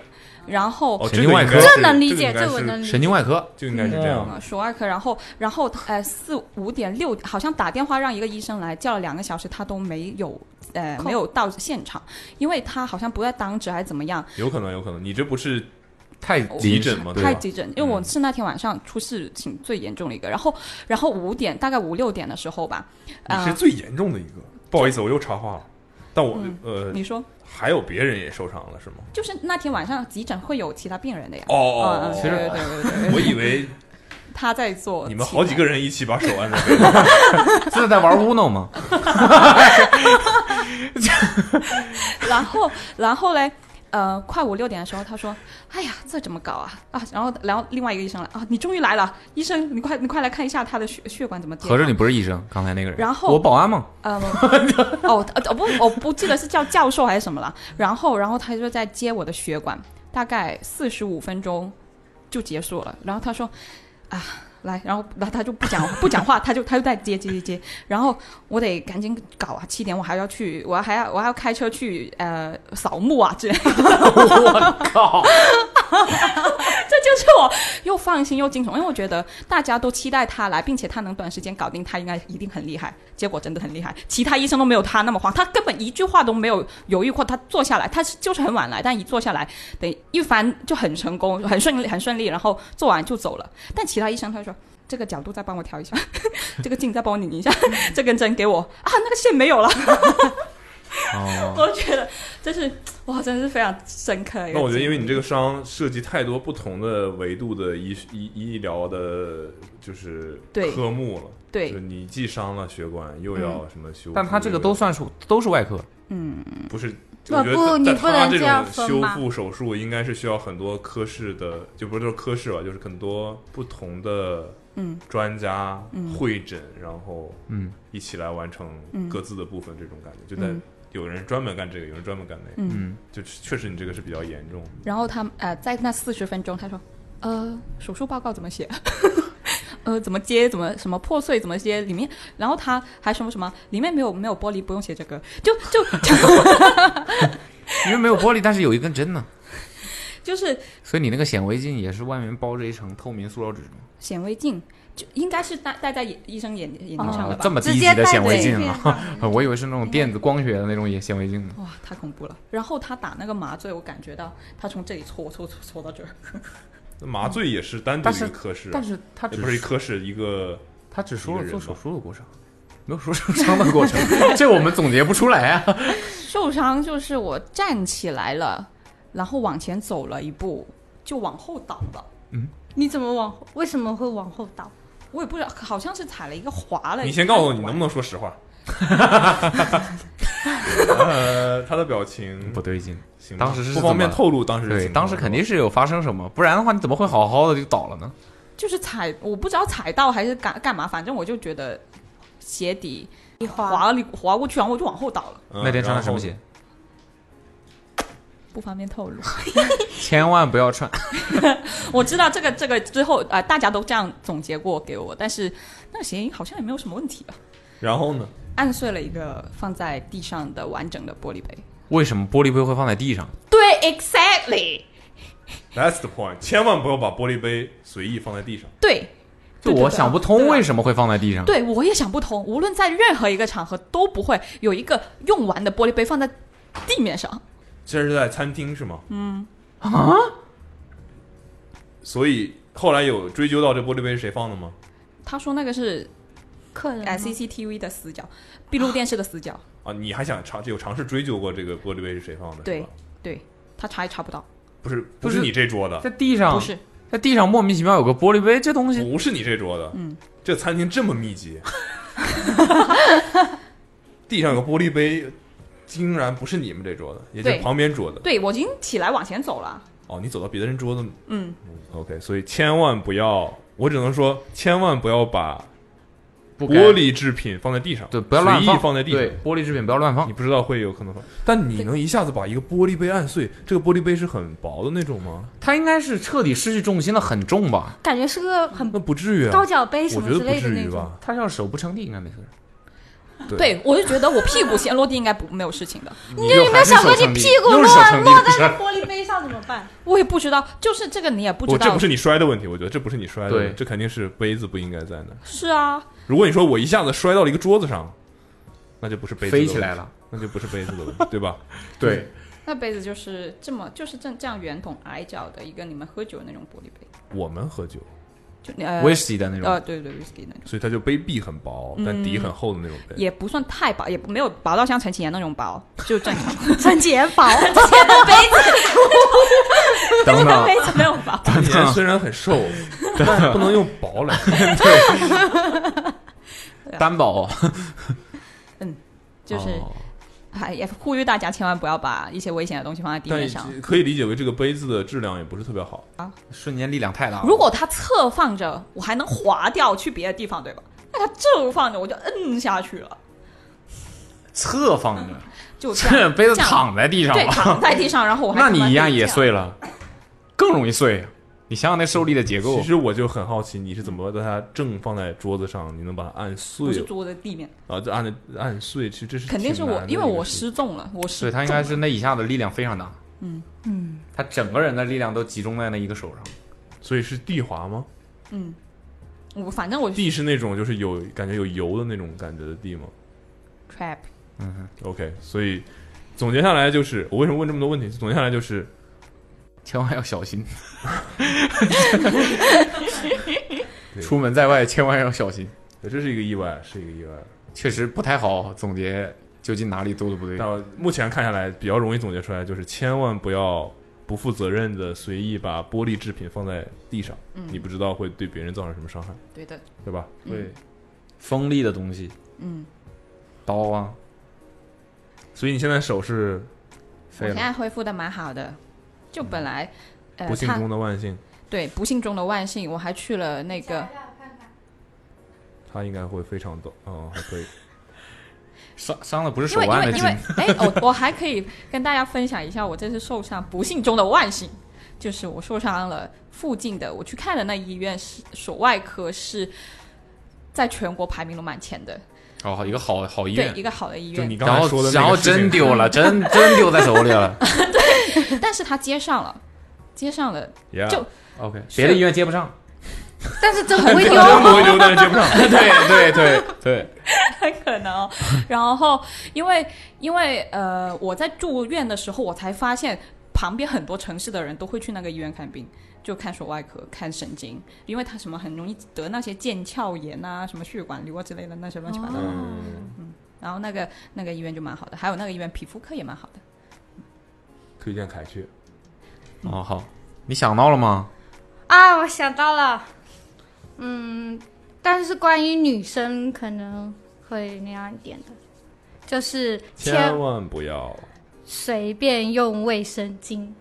Speaker 5: 然后、
Speaker 7: 哦神经外科这
Speaker 11: 能理解这我能理解
Speaker 7: 神经外科
Speaker 2: 就应该是这样
Speaker 5: 嗯，手外科，然后然后呃四五点六好像打电话让一个医生来，叫了两个小时，他都没有呃
Speaker 11: 空
Speaker 5: 没有到现场，因为他好像不在当值还是怎么样，
Speaker 2: 有可能，有可能，你这不是
Speaker 7: 太
Speaker 2: 急诊吗？对啊吧
Speaker 5: 太急诊，因为我是那天晚上出事情最严重的一个，然后然后五点大概五六点的时候吧，
Speaker 2: 你
Speaker 5: 啊、
Speaker 2: 是最严重的一个。不好意思，我又插话了。但我呃，
Speaker 5: 嗯你说
Speaker 2: 还有别人也受伤了是吗？
Speaker 5: 就是那天晚上急诊会有其他病人的呀，
Speaker 2: 哦哦
Speaker 5: 嗯嗯
Speaker 2: 哦，
Speaker 5: 对对对对对，
Speaker 2: 我以为
Speaker 5: 他在做
Speaker 2: 你们好几个人一起把手按在
Speaker 7: <laughs> 这是在玩 Uno 吗？
Speaker 5: <laughs> 然后，然后嘞，呃，快五六点的时候，他说：“哎呀，这怎么搞啊啊！”然后，然后另外一个医生来啊，你终于来了，医生，你快你快来看一下他的血血管怎么。
Speaker 7: 合着你不是医生，刚才那个人。
Speaker 5: 然后
Speaker 7: 我保安嘛，
Speaker 5: 呃，哦，呃不，我不记得是叫教授还是什么了。然后，然后他就在接我的血管，大概四十五分钟就结束了。然后他说：“啊，来，然后然后他就不讲不讲话，他就他就在接接接接。然后我得赶紧搞啊，七点我还要去，我还要我还要开车去呃扫墓啊之类的。
Speaker 7: 我靠！
Speaker 5: <laughs> 这就是我又放心又惊悚，因为我觉得大家都期待他来，并且他能短时间搞定，他应该一定很厉害。结果真的很厉害，其他医生都没有他那么慌，他根本一句话都没有犹豫过。他坐下来，他是就是很晚来，但一坐下来，等一翻就很成功，很顺利，很顺利，然后做完就走了。但其他医生他就说。这个角度再帮我调一下， <laughs> 这个镜再帮我拧一下，这根针给我啊，那个线没有了。 <laughs>
Speaker 7: 哦，
Speaker 5: 我觉得这是哇，真的是非常深刻哎的一个经历。
Speaker 2: 那我觉得，因为你这个伤涉及太多不同的维度的医医医疗的，就是
Speaker 5: 对
Speaker 2: 科目了。
Speaker 5: 对
Speaker 2: 就是你既伤了血管，又
Speaker 7: 嗯
Speaker 2: 要什么修复，
Speaker 7: 但他这个都
Speaker 2: 又
Speaker 7: 算是都是外科，
Speaker 5: 嗯，
Speaker 2: 要不是。
Speaker 11: 不
Speaker 2: 我觉得
Speaker 11: 你
Speaker 2: 在
Speaker 11: 不
Speaker 2: 他
Speaker 11: 能
Speaker 2: 这
Speaker 11: 这样
Speaker 2: 种
Speaker 11: 分
Speaker 2: 修
Speaker 11: 吧
Speaker 2: 复手术，应该是需要很多科室的，就不是说科室吧，就是很多不同的
Speaker 5: 嗯
Speaker 2: 专家
Speaker 5: 嗯
Speaker 2: 会诊，然后
Speaker 7: 嗯
Speaker 2: 一起来完成
Speaker 5: 嗯
Speaker 2: 各自的部分，这种感觉就在
Speaker 5: 嗯
Speaker 2: 有人专门干这个，有人专门干那个，
Speaker 5: 嗯，
Speaker 2: 就确实你这个是比较严重的。
Speaker 5: 然后他呃，在那四十分钟，他说，呃，手术报告怎么写？ <laughs> 呃，怎么接？怎么什么破碎？怎么接？里面，然后他还什么什么？里面没有没有玻璃，不用写这个。就就
Speaker 7: 因为没有玻璃，但是有一根针呢。
Speaker 5: 就是
Speaker 7: 所以你那个显微镜也是外面包着一层透明塑料纸吗？
Speaker 5: 显微镜，就应该是戴戴在眼医生眼眼睛上了吧？
Speaker 7: 啊这么低级的显微镜啊！ <laughs> 我以为是那种电子光学的那种也显微镜呢。
Speaker 5: 哇，太恐怖了！然后他打那个麻醉，我感觉到他从这里戳戳戳戳到这儿。
Speaker 2: 麻醉也是单独一个科室，啊
Speaker 7: 但是但是他只
Speaker 2: 也不是一科室，一个
Speaker 7: 他只说了做手术的过程，没有说受
Speaker 2: 伤
Speaker 7: 伤的 <laughs> 过程，这我们总结不出来啊。
Speaker 5: 受伤就是我站起来了，然后往前走了一步，就往后倒了。
Speaker 11: 你怎么往后？为什么会往后倒？
Speaker 5: 我也不知道，好像是踩了一个滑了。
Speaker 2: <laughs> 你先告诉我，你能不能说实
Speaker 7: <laughs>
Speaker 2: 话？呃，他的表情
Speaker 7: 嗯不对劲，
Speaker 2: 行吧，
Speaker 7: 当时是
Speaker 2: 不方便
Speaker 7: 怎么
Speaker 2: 透露当时的
Speaker 7: 对，
Speaker 2: 情况
Speaker 7: 当时肯定是有发生什么，不然的话你怎么会好好的就倒了呢？
Speaker 5: 就是踩，我不知道踩到还是干干嘛，反正我就觉得鞋底
Speaker 11: 滑
Speaker 5: 滑里滑过去，然后我就往后倒了，
Speaker 2: 嗯
Speaker 7: 那天穿的什么鞋？
Speaker 5: 不方便透 <laughs> 露。
Speaker 7: 千万不要穿。
Speaker 5: 我知道这个这个之后啊、呃大家都这样总结过给我，但是那个鞋好像也没有什么问题吧。
Speaker 2: <laughs> 然后呢？
Speaker 5: 按碎了一个放在地上的完整的玻璃杯。
Speaker 7: 为什么玻璃杯会放在地上？
Speaker 5: 对，exactly，
Speaker 2: That's the point，千万不要把玻璃杯随意放在地上。
Speaker 5: 对，
Speaker 7: 就我想不通为什么会放在地上。
Speaker 5: 对我也想不通，无论在任何一个场合都不会有一个用完的玻璃杯放在地面上。
Speaker 2: 这是在餐厅是吗？
Speaker 5: 嗯，
Speaker 7: 啊，
Speaker 2: 所以后来有追究到这玻璃杯是谁放的吗？
Speaker 5: 他说那个是
Speaker 11: 客人
Speaker 5: CCTV 的死角，闭路电视的死角。
Speaker 2: 啊，你还想尝有尝试追究过这个玻璃杯是谁放的？
Speaker 5: 对对，他查也查不到。
Speaker 2: 不是不是你这桌的，
Speaker 7: 在地上
Speaker 5: 不是
Speaker 7: 在地上莫名其妙有个玻璃杯，这东西
Speaker 2: 不是你这桌的。
Speaker 5: 嗯，
Speaker 2: 这餐厅这么密集，地上有个玻璃杯，竟然不是你们这桌的，也就是
Speaker 5: 对
Speaker 2: 旁边桌的。
Speaker 5: 对我已经起来往前走了。
Speaker 2: 哦，你走到别的人桌子
Speaker 5: 嗯，
Speaker 2: ，OK，所以千万不要，我只能说千万不要把
Speaker 7: 该
Speaker 2: 玻璃制品放在地上，对，
Speaker 7: 不要乱
Speaker 2: 随意
Speaker 7: 放
Speaker 2: 放在地上，
Speaker 7: 对玻璃制品不要乱放，
Speaker 2: 你不知道会有可能放。但你能一下子把一个玻璃杯按碎，这个玻璃杯是很薄的那种吗？
Speaker 7: 它应该是彻底失去重心了，很重吧？
Speaker 11: 感觉是个很
Speaker 2: 那不至于啊，
Speaker 11: 高脚杯什么之类的那种。
Speaker 2: 吧？
Speaker 7: 他要手不撑地应该没事。
Speaker 2: 对
Speaker 5: 对我就觉得我屁股先落地应该不没有事情的。
Speaker 7: 你就有没有想过你屁股落
Speaker 11: 落在那玻璃杯上怎么办？
Speaker 5: 我也不知道，就是这个你也不知
Speaker 2: 哦这
Speaker 5: 道
Speaker 2: 不。是你摔的问题，我觉得这不是你摔的，
Speaker 7: 对
Speaker 2: 问题，这肯定是杯子不应该在那儿。
Speaker 5: 是啊，
Speaker 2: 如果你说我一下子摔到了一个桌子上，那就不是杯子的
Speaker 7: 飞
Speaker 2: 问题
Speaker 7: 起来了，
Speaker 2: 那就不是杯子的问题，对 <laughs> 吧？
Speaker 7: 对，
Speaker 5: 那杯子就是这么，就是这这样圆筒矮脚的一个你们喝酒的那种玻璃杯，
Speaker 2: 我们喝酒，
Speaker 5: 就呃
Speaker 2: Whisky 的那种
Speaker 5: 呃，对对，whisky 那种，嗯
Speaker 2: 所以它就杯壁很薄，但底很厚的那种杯。
Speaker 5: 也不算太薄，也没有薄到像陈启言那种薄， <laughs> 就正常。
Speaker 11: 陈启
Speaker 2: <laughs>
Speaker 11: 言薄，
Speaker 5: 陈启 <laughs> 言的杯子，但是
Speaker 2: 等
Speaker 5: 他
Speaker 2: 等
Speaker 5: 杯子没有薄。
Speaker 2: 当年 <laughs> 虽然很
Speaker 7: <laughs>
Speaker 2: 瘦，但不能用薄来。
Speaker 5: <laughs>
Speaker 7: 单薄，
Speaker 5: 嗯， <laughs> 就是。
Speaker 2: 哦
Speaker 5: 还也呼吁大家千万不要把一些危险的东西放在地
Speaker 2: 但
Speaker 5: 面上。
Speaker 2: 可以理解为这个杯子的质量也不是特别好
Speaker 5: 啊，
Speaker 7: 瞬间力量
Speaker 2: 啊
Speaker 7: 太大了。
Speaker 5: 如果它侧放着，我还能滑掉去别的地方，对吧？那它正放着，我就摁下去了，
Speaker 7: 侧放着，
Speaker 5: 就这
Speaker 7: 这
Speaker 2: <laughs>
Speaker 5: 样。
Speaker 7: 杯子
Speaker 5: 这样
Speaker 7: 躺在地上
Speaker 5: 对，
Speaker 7: 了，
Speaker 5: 躺在地上，然后我还
Speaker 7: 那
Speaker 5: 他妈
Speaker 7: 你一样
Speaker 5: 就这
Speaker 7: 也碎了，更容易碎。你想想那受力的结构，
Speaker 2: 其实我就很好奇，你是怎么把它正放在桌子上，你能把它按
Speaker 5: 不
Speaker 2: 碎
Speaker 5: 是？桌的地面，
Speaker 2: 啊，就按按碎，其实这是
Speaker 5: 肯定是
Speaker 2: 挺难
Speaker 5: 我，
Speaker 2: 的
Speaker 5: 因为
Speaker 2: 一个
Speaker 5: 我
Speaker 2: 事
Speaker 5: 失重了，我
Speaker 7: 对
Speaker 5: 失重
Speaker 7: 他应该是那一下子力量非常大，
Speaker 5: 嗯嗯
Speaker 7: 他整个人的力量都集中在那一个手上，
Speaker 2: 所以是地滑吗？
Speaker 5: 嗯，我反正我
Speaker 2: 地是那种就是有感觉有油的那种感觉的地吗
Speaker 5: trap，
Speaker 7: 嗯
Speaker 2: ？OK，所以总结下来就是，我为什么问这么多问题？总结下来就是，
Speaker 7: 千万要小心，出门在外千万要小心。
Speaker 2: 这是一个意外，是一个意外，
Speaker 7: 确实不太好总结究竟哪里做的不对。
Speaker 2: 但目前看下来比较容易总结出来，就是千万不要不负责任的随意把玻璃制品放在地上，
Speaker 5: 嗯
Speaker 2: 你不知道会对别人造成什么伤害，
Speaker 5: 对的，
Speaker 2: 对吧？
Speaker 7: 对，锋利的东西，
Speaker 5: 嗯，
Speaker 7: 刀啊，
Speaker 2: 所以你现在手是
Speaker 5: 我
Speaker 2: 废
Speaker 5: 现
Speaker 2: 了，
Speaker 5: 在恢复的蛮好的，就本来呃，
Speaker 2: 不幸
Speaker 5: 他
Speaker 2: 中的万幸，
Speaker 5: 对不幸中的万幸，我还去了那个
Speaker 2: 他应该会非常的，嗯，还可以。
Speaker 7: <laughs> 伤伤的不是
Speaker 5: 因
Speaker 7: 手
Speaker 5: 为因
Speaker 7: 腕
Speaker 5: 为
Speaker 7: 的
Speaker 5: 因
Speaker 7: 筋
Speaker 5: 为， <laughs> 哎，我我还可以跟大家分享一下我这次受伤不幸中的万幸，就是我受伤了附近的，我去看的那医院是手外科是在全国排名都蛮前的， <laughs>
Speaker 7: 哦，一个好好医
Speaker 5: 对
Speaker 7: 院
Speaker 5: 一，个好的医
Speaker 2: 就
Speaker 5: 院
Speaker 2: 你。刚
Speaker 7: 然
Speaker 2: 才
Speaker 7: 后
Speaker 2: 说的那个
Speaker 7: <laughs> 然后
Speaker 2: 事情
Speaker 7: 真丢了，真真丢在手里了。
Speaker 5: 但是他接上了，接上了
Speaker 7: Yeah
Speaker 5: 就
Speaker 7: OK，别的医院接不上，
Speaker 5: 但是这
Speaker 7: <laughs> 不不会丢，但是接不上。 <laughs> 对对对对，
Speaker 5: <laughs>
Speaker 7: <laughs>
Speaker 5: 可能哦。然后因为因为呃，我在住院的时候，我才发现旁边很多城市的人都会去那个医院看病，就看手外科、看神经，因为他什么很容易得那些腱鞘炎啊、什么血管瘤啊之类的那些乱七八糟的。嗯，然后那个那个医院就蛮好的，还有那个医院皮肤科也蛮好的。
Speaker 2: 推荐凯去。
Speaker 7: 哦好，你想到了吗？
Speaker 11: 啊，我想到了，嗯，但是关于女生可能会那样一点的，就是
Speaker 2: 千万不要
Speaker 11: 随便用卫生巾。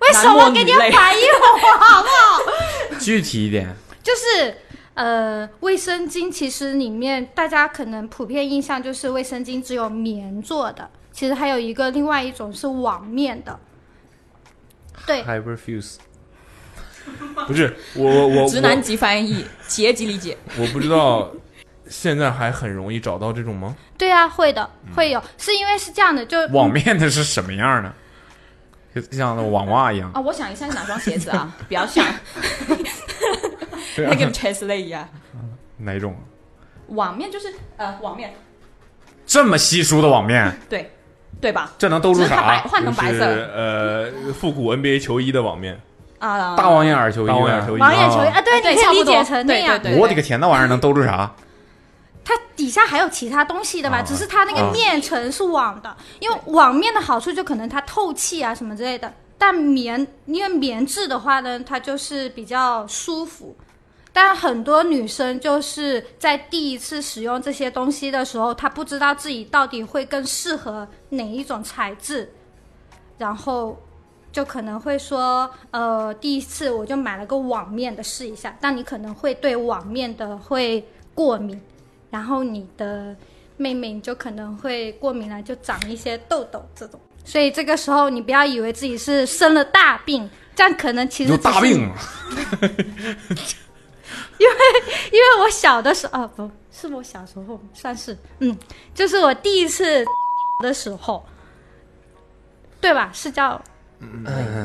Speaker 11: 为什么给你
Speaker 7: 男莫女泪
Speaker 11: 反应我好不好？
Speaker 7: 具体一点，
Speaker 11: 就是呃，卫生巾其实里面大家可能普遍印象就是卫生巾只有棉做的，其实还有一个另外一种是网面的。对
Speaker 7: Hyperfuse，不
Speaker 5: <laughs>
Speaker 2: 嗯
Speaker 7: 是我我
Speaker 2: 我
Speaker 5: 直男级翻译，杰级理解。
Speaker 2: 我不知道，现在还很容易找到这种吗？
Speaker 11: 对啊，会的，会有，是因为是这样的，就
Speaker 7: 嗯
Speaker 11: 嗯
Speaker 5: 嗯
Speaker 7: 网面的是什么样呢？就像那网
Speaker 9: <laughs>
Speaker 7: 袜一样
Speaker 5: 啊、，我想一下是哪双鞋子啊？比较像那
Speaker 7: <laughs>
Speaker 5: 个 Chesley 呀、
Speaker 7: 哪种？
Speaker 5: 网面就是呃网面，
Speaker 7: 这么稀疏的
Speaker 5: <laughs>
Speaker 7: 网面，
Speaker 5: 对对吧？
Speaker 2: 这能
Speaker 5: 兜住啥只是它白换成白色
Speaker 2: 就是呃，复古 NBA 球衣的网面，
Speaker 5: 啊，
Speaker 7: 网眼儿球衣
Speaker 2: 大网眼儿球衣，
Speaker 11: 网眼球衣
Speaker 2: 啊
Speaker 11: 啊，对，
Speaker 5: 哎对
Speaker 11: 你可以理
Speaker 5: 差
Speaker 11: 解
Speaker 5: 不多
Speaker 11: 成那样。
Speaker 7: 我 <laughs> 的个天，那玩意儿能兜住啥？
Speaker 11: 它底下还有其他东西的吧？只是它那个面层是网的，因为网面的好处就可能它透气啊什么之类的。但棉，因为棉质的话呢，它就是比较舒服。但很多女生就是在第一次使用这些东西的时候，她不知道自己到底会更适合哪一种材质，然后就可能会说，呃，第一次我就买了个网面的试一下，但你可能会对网面的会过敏，然后你的妹妹你就可能会过敏了，就长一些痘痘这种。所以这个时候你不要以为自己是生了大病，这样可能其实
Speaker 7: 有
Speaker 11: 只是
Speaker 7: 大病，啊
Speaker 11: <laughs> 因为我小的时候，啊，不是我小时候，哦算是，嗯，就是我第一次的时候，对吧？是叫，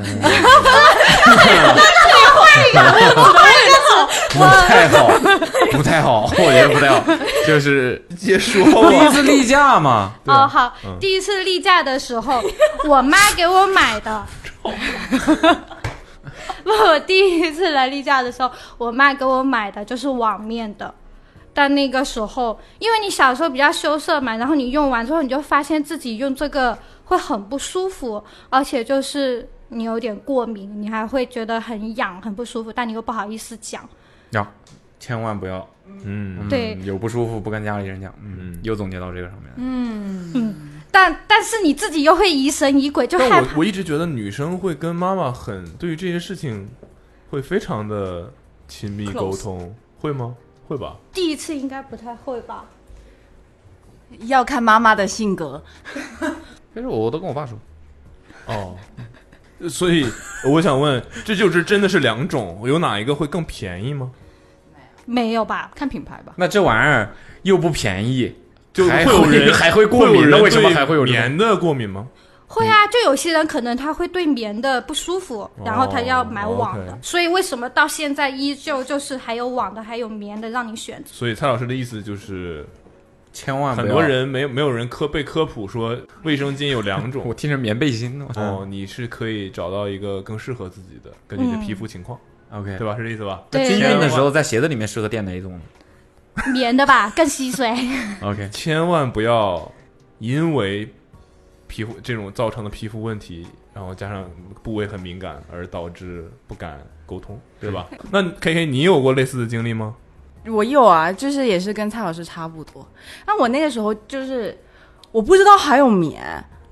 Speaker 2: <laughs>
Speaker 7: 太好，
Speaker 5: <laughs>
Speaker 7: 不太好，我觉得不太好，就是
Speaker 2: 结束
Speaker 7: 第一次例假嘛。
Speaker 2: 啊
Speaker 11: 哦，好，
Speaker 7: 嗯
Speaker 11: 第一次例假的时候， <laughs> 我妈给我买
Speaker 2: <laughs>
Speaker 11: 的。不，我第一次来例假的时候，我妈给我买的就是网面的。但那个时候，因为你小时候比较羞涩嘛，然后你用完之后，你就发现自己用这个会很不舒服，而且就是你有点过敏，你还会觉得很痒、很不舒服，但你又不好意思讲。
Speaker 7: 呀，千万不要，嗯
Speaker 11: 对
Speaker 7: 有不舒服不跟家里人讲，嗯，又总结到这个上面。
Speaker 11: 嗯但但是你自己又会疑神疑鬼，就害
Speaker 2: 但
Speaker 11: 怕
Speaker 2: 我。我一直觉得女生会跟妈妈很对于这些事情会非常的亲密
Speaker 11: Close
Speaker 2: 沟通，会吗？会吧？
Speaker 11: 第一次应该不太会吧？
Speaker 9: <laughs> 要看妈妈的性格。
Speaker 7: 其实我都跟我爸说，
Speaker 2: 哦，所以我想问，这就是真的是两种，有哪一个会更便宜吗？
Speaker 11: 没有吧？
Speaker 5: 看品牌吧。
Speaker 7: 那这玩意儿又不便宜，
Speaker 2: 就
Speaker 7: 还
Speaker 2: 会有人
Speaker 7: 还会过
Speaker 2: 有
Speaker 7: 敏，
Speaker 2: 人
Speaker 7: 那为什么
Speaker 2: 对
Speaker 7: 还会有这种
Speaker 2: 棉的过敏吗？
Speaker 11: 会啊，
Speaker 2: 嗯
Speaker 11: 就有些人可能他会对棉的不舒服，然后他要买网的，
Speaker 2: 哦 OK
Speaker 11: 所以为什么到现在依旧就是还有网的，还有棉的让你选择？
Speaker 2: 所以蔡老师的意思就是，
Speaker 7: 千万不
Speaker 2: 很
Speaker 7: 要
Speaker 2: 多人没有没有人科被科普说卫生巾有两种。
Speaker 7: <laughs> 我听着棉背心呢。
Speaker 2: 哦，你是可以找到一个更适合自己的，根据你的皮肤情况。
Speaker 7: 嗯 OK，
Speaker 2: 对吧？是这意思吧？
Speaker 11: 对
Speaker 7: 那军
Speaker 11: 对
Speaker 7: 训的
Speaker 11: 对
Speaker 7: 时候在鞋子里面适合垫哪一种呢
Speaker 11: 棉的
Speaker 2: <laughs>
Speaker 11: 吧，更吸水。
Speaker 7: ？OK，
Speaker 2: 千万不要因为皮肤这种造成的皮肤问题，然后加上部位很敏感而导致不敢沟通，对吧？那 K K，你有过类似的经历吗？
Speaker 9: 我有啊，就是也是跟蔡老师差不多。那我那个时候就是我不知道还有棉，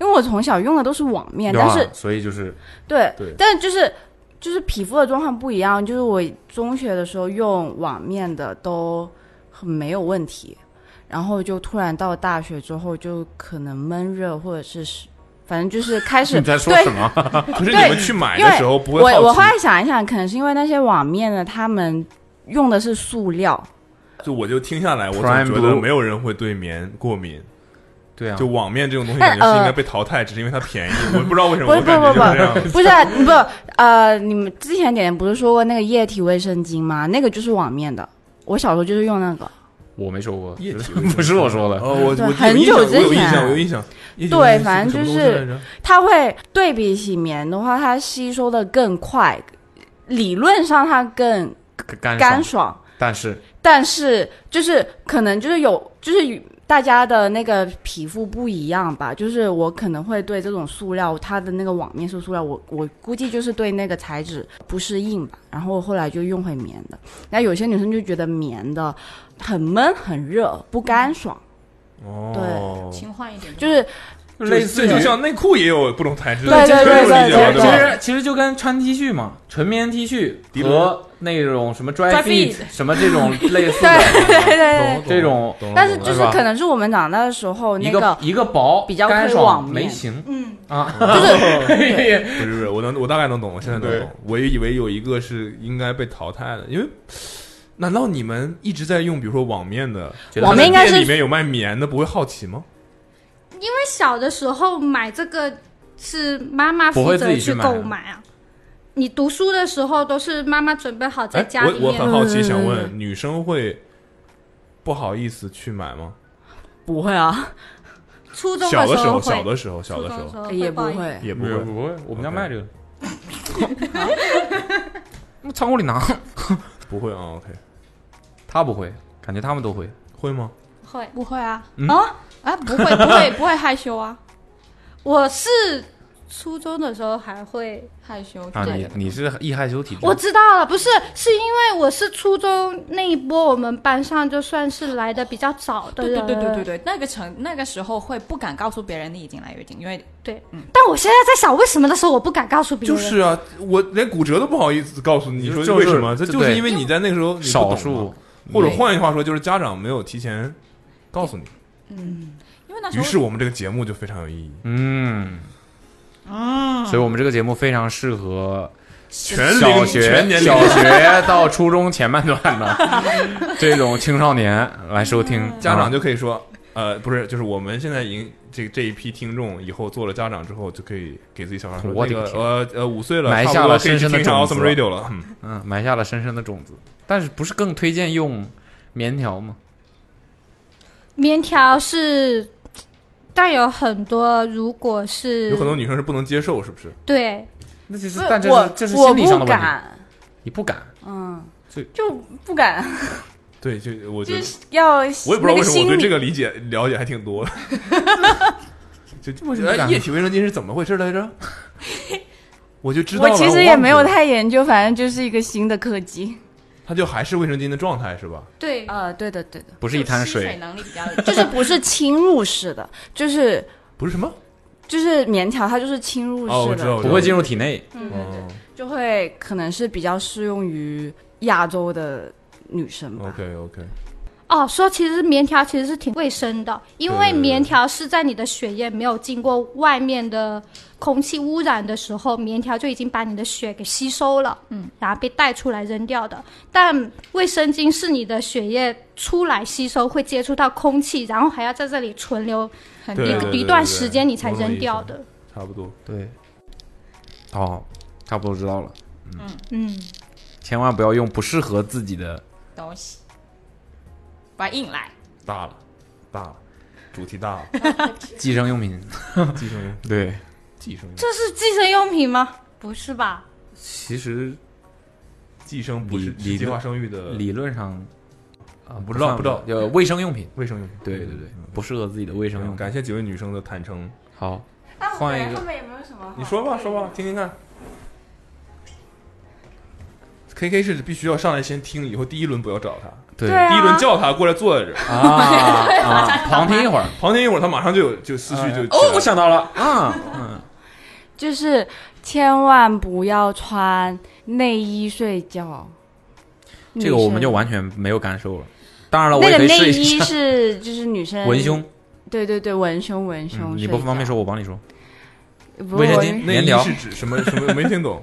Speaker 9: 因为我从小用的都是网面，
Speaker 7: 有
Speaker 9: 但
Speaker 7: 啊
Speaker 9: 是
Speaker 7: 所以就是
Speaker 9: 对，
Speaker 7: 对
Speaker 9: 但是就是就是皮肤的状况不一样，就是我中学的时候用网面的都很没有问题，然后就突然到大学之后就可能闷热或者是是反正就是开始
Speaker 2: <laughs> 你在说
Speaker 9: 对
Speaker 2: 什么
Speaker 9: <laughs>
Speaker 2: 可是你
Speaker 9: 对
Speaker 2: 们去买的时候不会
Speaker 9: 因为
Speaker 2: 好奇
Speaker 9: 我我后来想一想，可能是因为那些网面的他们用的是塑料，
Speaker 2: 就我就听下来，我总
Speaker 7: Prime
Speaker 2: 觉得
Speaker 7: Blue
Speaker 2: 没有人会对棉过敏。
Speaker 7: 对啊，
Speaker 2: 就网面这种东西
Speaker 9: 但
Speaker 2: 感觉是应该
Speaker 9: 呃
Speaker 2: 被淘汰，只是因为它便宜。我不知道为什么，
Speaker 9: 不
Speaker 2: 我
Speaker 9: 是不
Speaker 2: 感觉就是这样
Speaker 9: 不 <laughs> 不不是啊不呃，你们之前点点不是说过那个液体卫生巾吗？那个就是网面的，我小时候就是用那个。
Speaker 7: 我没说过， <laughs> 不是我说的。
Speaker 2: 哦，我
Speaker 9: 对我很久之前
Speaker 2: 有印象，我有印象。液体卫
Speaker 9: 对，
Speaker 2: 生
Speaker 9: 反
Speaker 2: 什
Speaker 9: 正
Speaker 2: 么
Speaker 9: 就
Speaker 2: 东西来
Speaker 9: 是
Speaker 2: 着
Speaker 9: 它会对比洗棉的话，它吸收的更快，理论上它更
Speaker 7: 干
Speaker 9: 干爽，
Speaker 7: 但是
Speaker 9: 但是就是可能就是有就是与大家的那个皮肤不一样吧，就是我可能会对这种塑料，它的那个网面是塑料，我我估计就是对那个材质不适应吧。然后后来就用回棉的，那有些女生就觉得棉的很闷、很热、不干爽，
Speaker 2: 哦，
Speaker 5: 勤换一点就
Speaker 9: 就是
Speaker 7: 类似于
Speaker 2: 这就像内裤也有不同材质的，
Speaker 9: 对对
Speaker 2: 这个
Speaker 9: 对
Speaker 2: 我理解
Speaker 9: 对
Speaker 2: 了
Speaker 9: 对
Speaker 7: 其
Speaker 2: 吧？
Speaker 7: 实其实就跟穿 T 恤嘛，纯棉 T 恤和那种什么
Speaker 9: Dry
Speaker 7: dry
Speaker 9: fit
Speaker 7: fit 什么
Speaker 9: <laughs>
Speaker 7: 这种类似的，
Speaker 9: 对对对对。
Speaker 7: 这种，
Speaker 9: 但是就是
Speaker 7: 吧
Speaker 9: 可能是我们长大的时候
Speaker 7: 一
Speaker 9: 那
Speaker 7: 个一个薄
Speaker 9: 比较
Speaker 7: 干
Speaker 9: 推
Speaker 7: 爽
Speaker 9: 网
Speaker 7: 没
Speaker 9: 面，<laughs>
Speaker 2: <laughs>
Speaker 7: 型，
Speaker 11: 嗯
Speaker 7: 啊，
Speaker 2: 不是不是，我能我大概能懂，我现在能
Speaker 7: 对
Speaker 2: 懂。我也以为有一个是应该被淘汰的，因为难道你们一直在用，比如说网面的，
Speaker 9: 觉得网面应该是
Speaker 2: 店里面有卖棉的，不会好奇吗？
Speaker 11: 因为小的时候买这个是妈妈
Speaker 2: 不
Speaker 11: 负
Speaker 2: 会自
Speaker 11: 责
Speaker 2: 己去
Speaker 11: 去
Speaker 2: 买啊
Speaker 11: 购买啊。你读书的时候都是妈妈准备好在家里面。
Speaker 2: 哎我我很好
Speaker 9: 嗯
Speaker 5: 嗯
Speaker 2: 奇，想问女生会不好意思去买吗？
Speaker 9: 不会啊，
Speaker 11: 初中
Speaker 2: 小
Speaker 11: 的
Speaker 2: 的时候，
Speaker 11: 候会，
Speaker 2: 小的时候，小的
Speaker 11: 初中的时候
Speaker 9: 也不
Speaker 11: 会报
Speaker 9: 会，
Speaker 2: 也不
Speaker 7: 没有
Speaker 2: 会，
Speaker 7: 不会，我们家卖这个，
Speaker 9: 我
Speaker 7: <laughs> 仓库里 <laughs> 拿，
Speaker 2: 不会啊。OK，
Speaker 7: 他不会，感觉他们都会，
Speaker 2: 会吗？
Speaker 11: 会
Speaker 5: 不会啊？
Speaker 7: 嗯
Speaker 11: 啊
Speaker 5: 啊，不会不
Speaker 11: <laughs>
Speaker 5: 会不会害羞啊，
Speaker 11: 我是初中的时候还会
Speaker 5: 害羞
Speaker 7: 啊，
Speaker 11: 对
Speaker 7: 你你是易害羞体质，
Speaker 11: 我知道了，不是，是因为我是初中那一波，我们班上就算是来的比较早的
Speaker 5: 对对
Speaker 11: 人。
Speaker 5: 对对对对，那个成那个时候会不敢告诉别人你已经来月经，因为
Speaker 11: 对，但我现在在想，为什么那时候我不敢告诉别
Speaker 2: 就
Speaker 11: 人？
Speaker 2: 是啊，我连骨折都不好意思告诉你，你说
Speaker 7: 就是
Speaker 2: 为什么？这就是
Speaker 7: 对
Speaker 2: 因为你在那个时候你不懂
Speaker 7: 少
Speaker 2: 嘛
Speaker 7: 数，
Speaker 2: 或者
Speaker 7: 对
Speaker 2: 换句话说，就是家长没有提前告诉你。
Speaker 5: 嗯，因为那时
Speaker 2: 于
Speaker 5: 候
Speaker 2: 是我们这个节目就非常有意义。
Speaker 7: 嗯，
Speaker 9: 嗯
Speaker 5: 啊，
Speaker 7: 所以我们这个节目非常适合
Speaker 2: 全龄
Speaker 7: 小学、
Speaker 2: 全年龄
Speaker 7: 小学到初中前半段
Speaker 2: <laughs>
Speaker 7: 的这种青少年来收听，
Speaker 9: 嗯
Speaker 2: 家长
Speaker 7: 啊
Speaker 2: 就可以说，呃，不是，就是我们现在已经这这一批听众，以后做了家长之后，就可以给自己小孩说，
Speaker 7: 我
Speaker 2: 这
Speaker 7: 的
Speaker 2: 个
Speaker 7: 天
Speaker 2: 呃呃五岁了，
Speaker 7: 埋
Speaker 2: 差
Speaker 7: 下
Speaker 2: 不多
Speaker 7: 了
Speaker 2: 可以
Speaker 7: 深
Speaker 2: 去
Speaker 7: 深的
Speaker 2: 听上
Speaker 7: 种子
Speaker 2: Awesome Radio 了。嗯，
Speaker 7: 嗯，埋下了深深的种子。但是不是更推荐用棉条吗？
Speaker 11: 棉条是，但有很多，如果是
Speaker 2: 有很多女生是不能接受，是不是？
Speaker 11: 对，
Speaker 7: 那
Speaker 9: 其
Speaker 7: 实但这是
Speaker 9: 我
Speaker 7: 这是
Speaker 9: 我
Speaker 7: 心理上的
Speaker 9: 不
Speaker 7: 问题
Speaker 9: 敢，
Speaker 7: 你不敢，
Speaker 9: 嗯
Speaker 7: 最，
Speaker 9: 就不敢，
Speaker 2: 对，就我觉
Speaker 9: 就
Speaker 2: 得，
Speaker 9: 是要
Speaker 2: 我也不知道为什么我
Speaker 9: 那
Speaker 2: 对
Speaker 9: 个
Speaker 2: 这
Speaker 9: 心理
Speaker 2: 个理解了解还
Speaker 9: <laughs>
Speaker 2: 挺多的。就
Speaker 7: 为什么不
Speaker 2: 哎
Speaker 7: 敢
Speaker 2: 液体卫生巾是怎么回事来着？ <laughs> 我就 <laughs> 知道
Speaker 9: 我
Speaker 2: 了，
Speaker 9: 其
Speaker 2: 我
Speaker 9: 实
Speaker 2: 忘
Speaker 9: 也
Speaker 2: 记
Speaker 9: 没有
Speaker 2: 了，
Speaker 9: 太研究，反正就是一个新的科技。
Speaker 2: 它就还是卫生巾的状态是吧？
Speaker 11: 对，
Speaker 9: 呃，对的，对的，
Speaker 7: 不是一滩水，
Speaker 5: 能力比
Speaker 9: <laughs>
Speaker 5: 较
Speaker 9: 就是不是侵入式的，就是
Speaker 2: 不是什么
Speaker 9: 就是棉条，它就是侵入
Speaker 2: 哦，我
Speaker 9: 式
Speaker 2: 知
Speaker 9: 的，
Speaker 2: 道，我知道
Speaker 7: 不会进入体内。
Speaker 9: 嗯
Speaker 2: 哦
Speaker 9: 就会可能是比较适用于亚洲的女生吧。
Speaker 2: ，OK OK，
Speaker 11: 哦，说其实棉条其实是挺卫生的，因
Speaker 2: 对对
Speaker 11: 为
Speaker 2: 对
Speaker 11: 棉条是在你的血液没有经过外面的空气污染的时候，棉条就已经把你的血给吸收了，嗯，然后被带出来扔掉的。但卫生巾是你的血液出来吸收，会接触到空气，然后还要在这里存留
Speaker 5: 很
Speaker 2: 对对对
Speaker 11: 一
Speaker 2: 对
Speaker 11: 一段
Speaker 2: 对
Speaker 11: 时间，你才
Speaker 2: 我懂
Speaker 11: 扔
Speaker 2: 意
Speaker 11: 掉
Speaker 2: 思
Speaker 11: 的。
Speaker 2: 差不多。
Speaker 7: 对，哦，差不多知道了，
Speaker 11: 嗯，
Speaker 7: 千万不要用不适合自己的。
Speaker 5: 东西，把它硬来。
Speaker 2: 大了，大了，主题大了，
Speaker 7: 寄生用
Speaker 2: <laughs>
Speaker 7: 品，
Speaker 2: 寄生用，
Speaker 7: 对，
Speaker 2: 寄生用，
Speaker 11: <laughs> 这是寄生用品吗？不是吧？
Speaker 7: 其实
Speaker 2: 寄生不
Speaker 7: 理
Speaker 2: 是
Speaker 7: 理
Speaker 2: 计
Speaker 7: 论
Speaker 2: 划生育的
Speaker 7: 理论上啊，
Speaker 2: 不知道不知道
Speaker 7: 呃，卫生用品，
Speaker 2: 卫生用品。
Speaker 7: 对对对，不适合自己的卫生用
Speaker 2: 嗯
Speaker 7: 品。
Speaker 2: 感谢几位女生的坦诚，
Speaker 7: 好，
Speaker 9: 但啊我
Speaker 7: 换
Speaker 9: 感
Speaker 7: 一
Speaker 9: 觉
Speaker 7: 个
Speaker 9: 后面也没有什么好。
Speaker 2: 你说吧说吧，听听看。K K 是必须要上来先听，以后第一轮不要找他，
Speaker 7: 对
Speaker 9: 对啊
Speaker 2: 第一轮叫他过来坐在这儿
Speaker 9: <laughs>
Speaker 7: 啊啊，旁听一会儿。
Speaker 2: 旁听一会儿，他马上就有就思绪就
Speaker 7: 哦，我想到了啊，嗯，
Speaker 9: 就是千万不要穿内衣睡觉。
Speaker 7: 这个我们就
Speaker 9: 女
Speaker 7: 完全没有感受了。当然了，
Speaker 9: 生
Speaker 7: 我也
Speaker 9: 那
Speaker 7: 可
Speaker 9: 个
Speaker 7: 以
Speaker 9: 内
Speaker 7: 试一
Speaker 9: 衣
Speaker 7: 下。
Speaker 9: 是就是女生
Speaker 7: 文胸，
Speaker 9: 对对对，文胸文胸、
Speaker 7: 嗯你不方便说，我帮你说。
Speaker 9: 睡觉，不
Speaker 7: 卫
Speaker 9: 是
Speaker 7: 生
Speaker 9: 我
Speaker 7: 巾
Speaker 2: 内
Speaker 7: 棉
Speaker 2: 衣
Speaker 7: 条
Speaker 2: 是指什么什么？没听懂。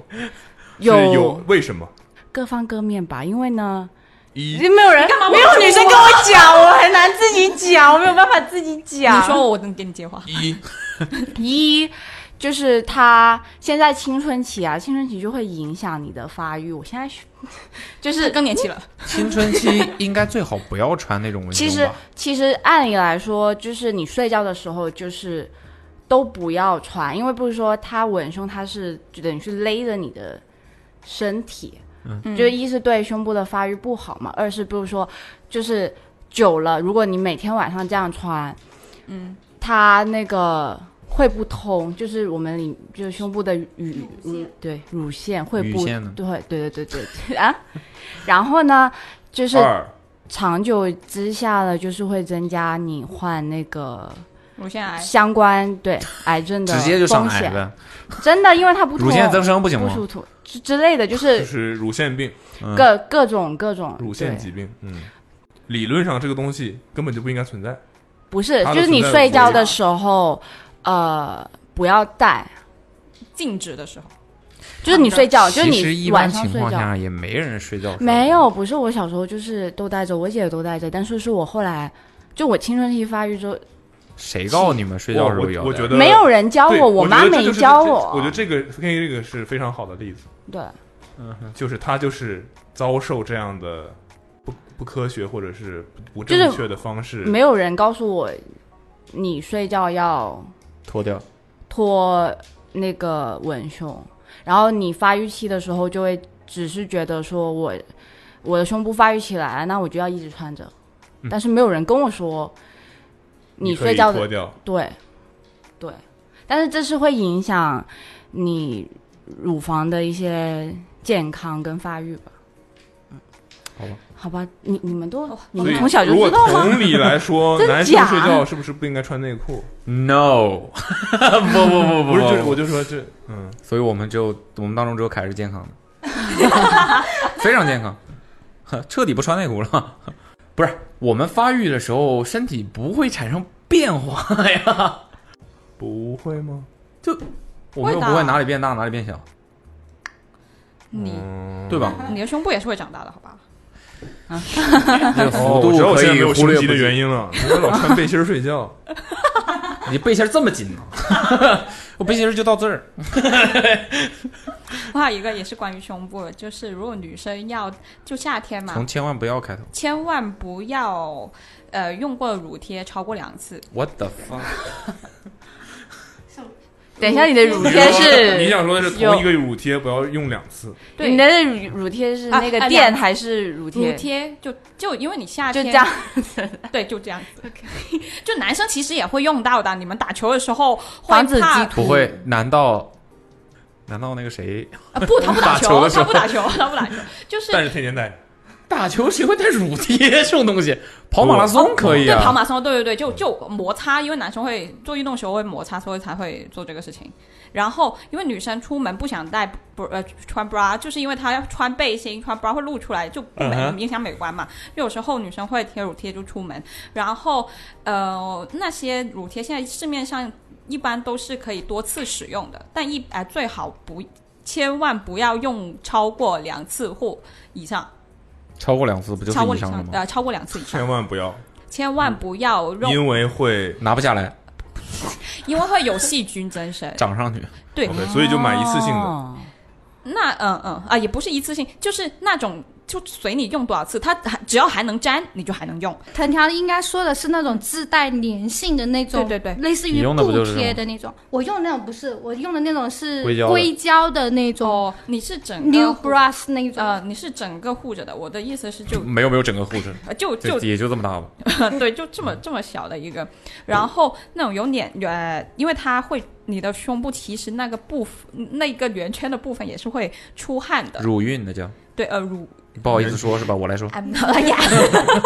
Speaker 9: 有
Speaker 2: 是有为什么？
Speaker 9: 各方各面吧，因为呢，
Speaker 2: 一
Speaker 9: 没有人
Speaker 5: 干嘛，不
Speaker 9: 没有
Speaker 5: 说
Speaker 9: 女生
Speaker 5: 我
Speaker 9: 跟我讲，我很难自己讲，我没有办法自己讲。
Speaker 5: 你说我，我能给你接话。
Speaker 7: 一，
Speaker 9: <laughs> 一就是他现在青春期啊，青春期就会影响你的发育。我现在是 <laughs> 就是
Speaker 5: 更年期了，
Speaker 7: 青春期应该最好不要穿那种文
Speaker 9: <laughs>
Speaker 7: 胸
Speaker 9: 其实
Speaker 7: 吧？
Speaker 9: 其实按理来说，就是你睡觉的时候就是都不要穿，因为不是说它文胸，它是就等于是勒着你的身体，
Speaker 5: 嗯
Speaker 9: 就是一是对胸部的发育不好嘛，二是不是说就是久了，如果你每天晚上这样穿，
Speaker 5: 嗯，
Speaker 9: 它那个。会不通，就是我们里就是胸部的乳，嗯对，乳腺会不
Speaker 7: 乳腺呢
Speaker 9: 对，对对对对对啊， <laughs> 然后呢，就是
Speaker 7: 二
Speaker 9: 长久之下呢，就是会增加你患那个
Speaker 5: 乳腺癌
Speaker 9: 相关
Speaker 7: <laughs>
Speaker 9: 对癌症的
Speaker 7: 直接就上
Speaker 9: 风
Speaker 7: 癌
Speaker 9: 险。
Speaker 7: 了，
Speaker 9: 真的，因为它不
Speaker 7: 乳腺增生不行吗
Speaker 9: 不突突之之类的，就是
Speaker 2: 就是乳腺病，
Speaker 7: 嗯
Speaker 9: 各、各种各种
Speaker 2: 嗯乳腺
Speaker 9: 啊对
Speaker 2: 疾病，嗯，理论上这个东西根本就不应该存在。
Speaker 9: 不是，
Speaker 2: 它的
Speaker 9: 就是你
Speaker 2: 存在
Speaker 9: 睡
Speaker 2: 的
Speaker 9: 觉
Speaker 2: 风
Speaker 9: 的
Speaker 2: 险
Speaker 9: 时候，呃，不要戴，
Speaker 5: 静止的时候，
Speaker 9: 就是你睡觉，就是
Speaker 7: 其实
Speaker 9: 你
Speaker 7: 一般
Speaker 9: 晚上
Speaker 7: 情
Speaker 9: 睡
Speaker 7: 况
Speaker 9: 觉。
Speaker 7: 下也没人睡觉。
Speaker 9: 没有，不是我小时候就是都戴着，我姐也都戴着，但是是我后来就我青春期发育之后，
Speaker 7: 谁告诉你们睡觉时候要戴？
Speaker 2: 我觉得
Speaker 9: 没有人教
Speaker 2: 对
Speaker 9: 我
Speaker 2: 我，
Speaker 9: 我
Speaker 2: 觉
Speaker 9: 妈
Speaker 2: 得这
Speaker 9: 没
Speaker 2: 就是
Speaker 9: 教
Speaker 2: 这
Speaker 9: 我
Speaker 2: 我觉得这个跟这个是非常好的例子，嗯
Speaker 9: 对，
Speaker 2: 就是他就是遭受这样的不不科学或者是不不
Speaker 9: 就
Speaker 2: 正
Speaker 9: 是
Speaker 2: 确的方式，
Speaker 9: 没有人告诉我你睡觉要
Speaker 7: 脱掉。
Speaker 9: 脱那个文胸，然后你发育期的时候就会只是觉得说我我的胸部发育起来了，那我就要一直穿着，
Speaker 2: 嗯
Speaker 9: 但是没有人跟我说
Speaker 2: 你可以
Speaker 9: 睡觉
Speaker 2: 脱
Speaker 9: 的
Speaker 2: 掉
Speaker 9: 对对，但是这是会影响你乳房的一些健康跟发育吧。嗯
Speaker 7: 好吧，
Speaker 9: 好吧，你你们都你
Speaker 2: 所
Speaker 9: 们
Speaker 2: 以
Speaker 9: 从小就
Speaker 2: 如果
Speaker 9: 知道吗？
Speaker 2: 同理来说，
Speaker 9: <laughs> 真
Speaker 2: 男生
Speaker 9: 假
Speaker 2: 睡觉是不是不应该穿内裤？
Speaker 7: No，不不不不，
Speaker 2: 不是就是我就说这，嗯，
Speaker 7: 所以我们就我们当中只有凯是健康 <laughs> 的，非常健康，呵彻底不穿内裤了。 <laughs> 不是，我们发育的时候身体不会产生变化呀，
Speaker 2: 不会吗？
Speaker 7: 我们
Speaker 5: 会
Speaker 7: 又
Speaker 5: 的
Speaker 7: 不会哪里变大哪里变小，
Speaker 5: 你
Speaker 2: 嗯
Speaker 7: 对吧？
Speaker 5: 你的胸部也是会长大的，好吧？
Speaker 7: 这个
Speaker 2: 哦
Speaker 7: 幅
Speaker 2: 我知道
Speaker 7: 度
Speaker 2: 我
Speaker 7: 可
Speaker 2: 现在没
Speaker 7: 以
Speaker 2: 有
Speaker 7: 忽
Speaker 2: 胸
Speaker 7: 略
Speaker 2: 肌
Speaker 7: 不
Speaker 2: 的
Speaker 7: 计
Speaker 2: 原因了，我老穿背心儿睡觉。
Speaker 7: <laughs> 你背心儿这么紧呢？ <laughs> 我背心儿就到这儿。
Speaker 5: 我还有一个也是关于胸部的，就是如果女生要就夏天嘛，
Speaker 7: 从千万不要开头。
Speaker 5: 千万不要呃用过乳贴超过两次。
Speaker 7: What the fuck？
Speaker 9: 等一下，你的乳
Speaker 2: 你
Speaker 9: 贴
Speaker 2: 说
Speaker 9: 是
Speaker 2: 你想说的是
Speaker 9: 有
Speaker 2: 同一个乳贴不要用两次，
Speaker 5: 对
Speaker 9: 你的乳乳贴是
Speaker 5: 啊
Speaker 9: 那个
Speaker 5: 啊
Speaker 9: 垫
Speaker 5: 两
Speaker 9: 还是乳贴？
Speaker 5: 乳贴就就因为你夏
Speaker 9: 就
Speaker 5: 天
Speaker 9: 这样，
Speaker 5: 对，就这样子。就男生其实也会用到的，你们打球的时候会
Speaker 9: 防止
Speaker 5: 怕
Speaker 9: 激
Speaker 7: 不会？难道难道那个谁
Speaker 5: 啊不，他不
Speaker 7: 打
Speaker 5: 打
Speaker 7: 球的时
Speaker 5: 他
Speaker 7: 候
Speaker 5: 不打球，他不打球，就是
Speaker 2: <laughs> 但是天天戴。
Speaker 7: 打球谁会带乳贴这种东西？ <laughs> 跑马拉松可以
Speaker 5: 对，跑
Speaker 7: 啊。
Speaker 5: 马拉松，对对对，就就摩擦，因为男生会做运动的时候会摩擦，所以才会做这个事情。然后，因为女生出门不想带不呃穿 bra，就是因为她要穿背心，穿 bra 会露出来，就不美、
Speaker 12: 嗯哼
Speaker 5: 影响美观嘛。有时候女生会贴乳贴就出门，然后呃那些乳贴现在市面上一般都是可以多次使用的，但一哎、最好不千万不要用超过两次或以上，
Speaker 7: 超过两次不就是
Speaker 5: 超过
Speaker 7: 以
Speaker 5: 以
Speaker 7: 上了
Speaker 5: 上
Speaker 7: 吗？
Speaker 5: 呃超过两次以上，
Speaker 2: 千万不要，
Speaker 5: 千万不要用
Speaker 2: 因为会
Speaker 7: 拿不下来，。
Speaker 5: 因为会有细菌增生
Speaker 7: 长上去。
Speaker 5: 对哦
Speaker 2: OK，所以就买一次性的。
Speaker 5: 那嗯嗯啊，也不是一次性，就是那种就随你用多少次，它还只要还能粘，你就还能用。
Speaker 11: 藤条应该说的是那种自带粘性的那种，
Speaker 5: 对对对
Speaker 11: 类似
Speaker 7: 你
Speaker 11: 于
Speaker 7: 用的不就
Speaker 11: 布
Speaker 7: 是这
Speaker 11: 贴
Speaker 7: 种
Speaker 11: 的那种。我用的那种不是，我用的那种是
Speaker 7: 硅胶的
Speaker 11: 硅胶的那种。
Speaker 5: 哦，你是整个
Speaker 11: New
Speaker 5: 护
Speaker 11: Brass 那种。嗯
Speaker 5: 呃，你是整个护着的。我的意思是就
Speaker 7: 没有没有整个护士
Speaker 5: 呃，就
Speaker 7: 这
Speaker 5: 就
Speaker 7: 也就这么大吧。
Speaker 5: <laughs> 对，就这么这么小的一个，然后那种有点呃，因为它会你的胸部其实那个部分那个圆圈的部分也是会出汗的。
Speaker 7: 乳晕那叫，
Speaker 5: 对呃乳
Speaker 7: 不好意思说是吧？我来说，
Speaker 5: I'm not y <laughs>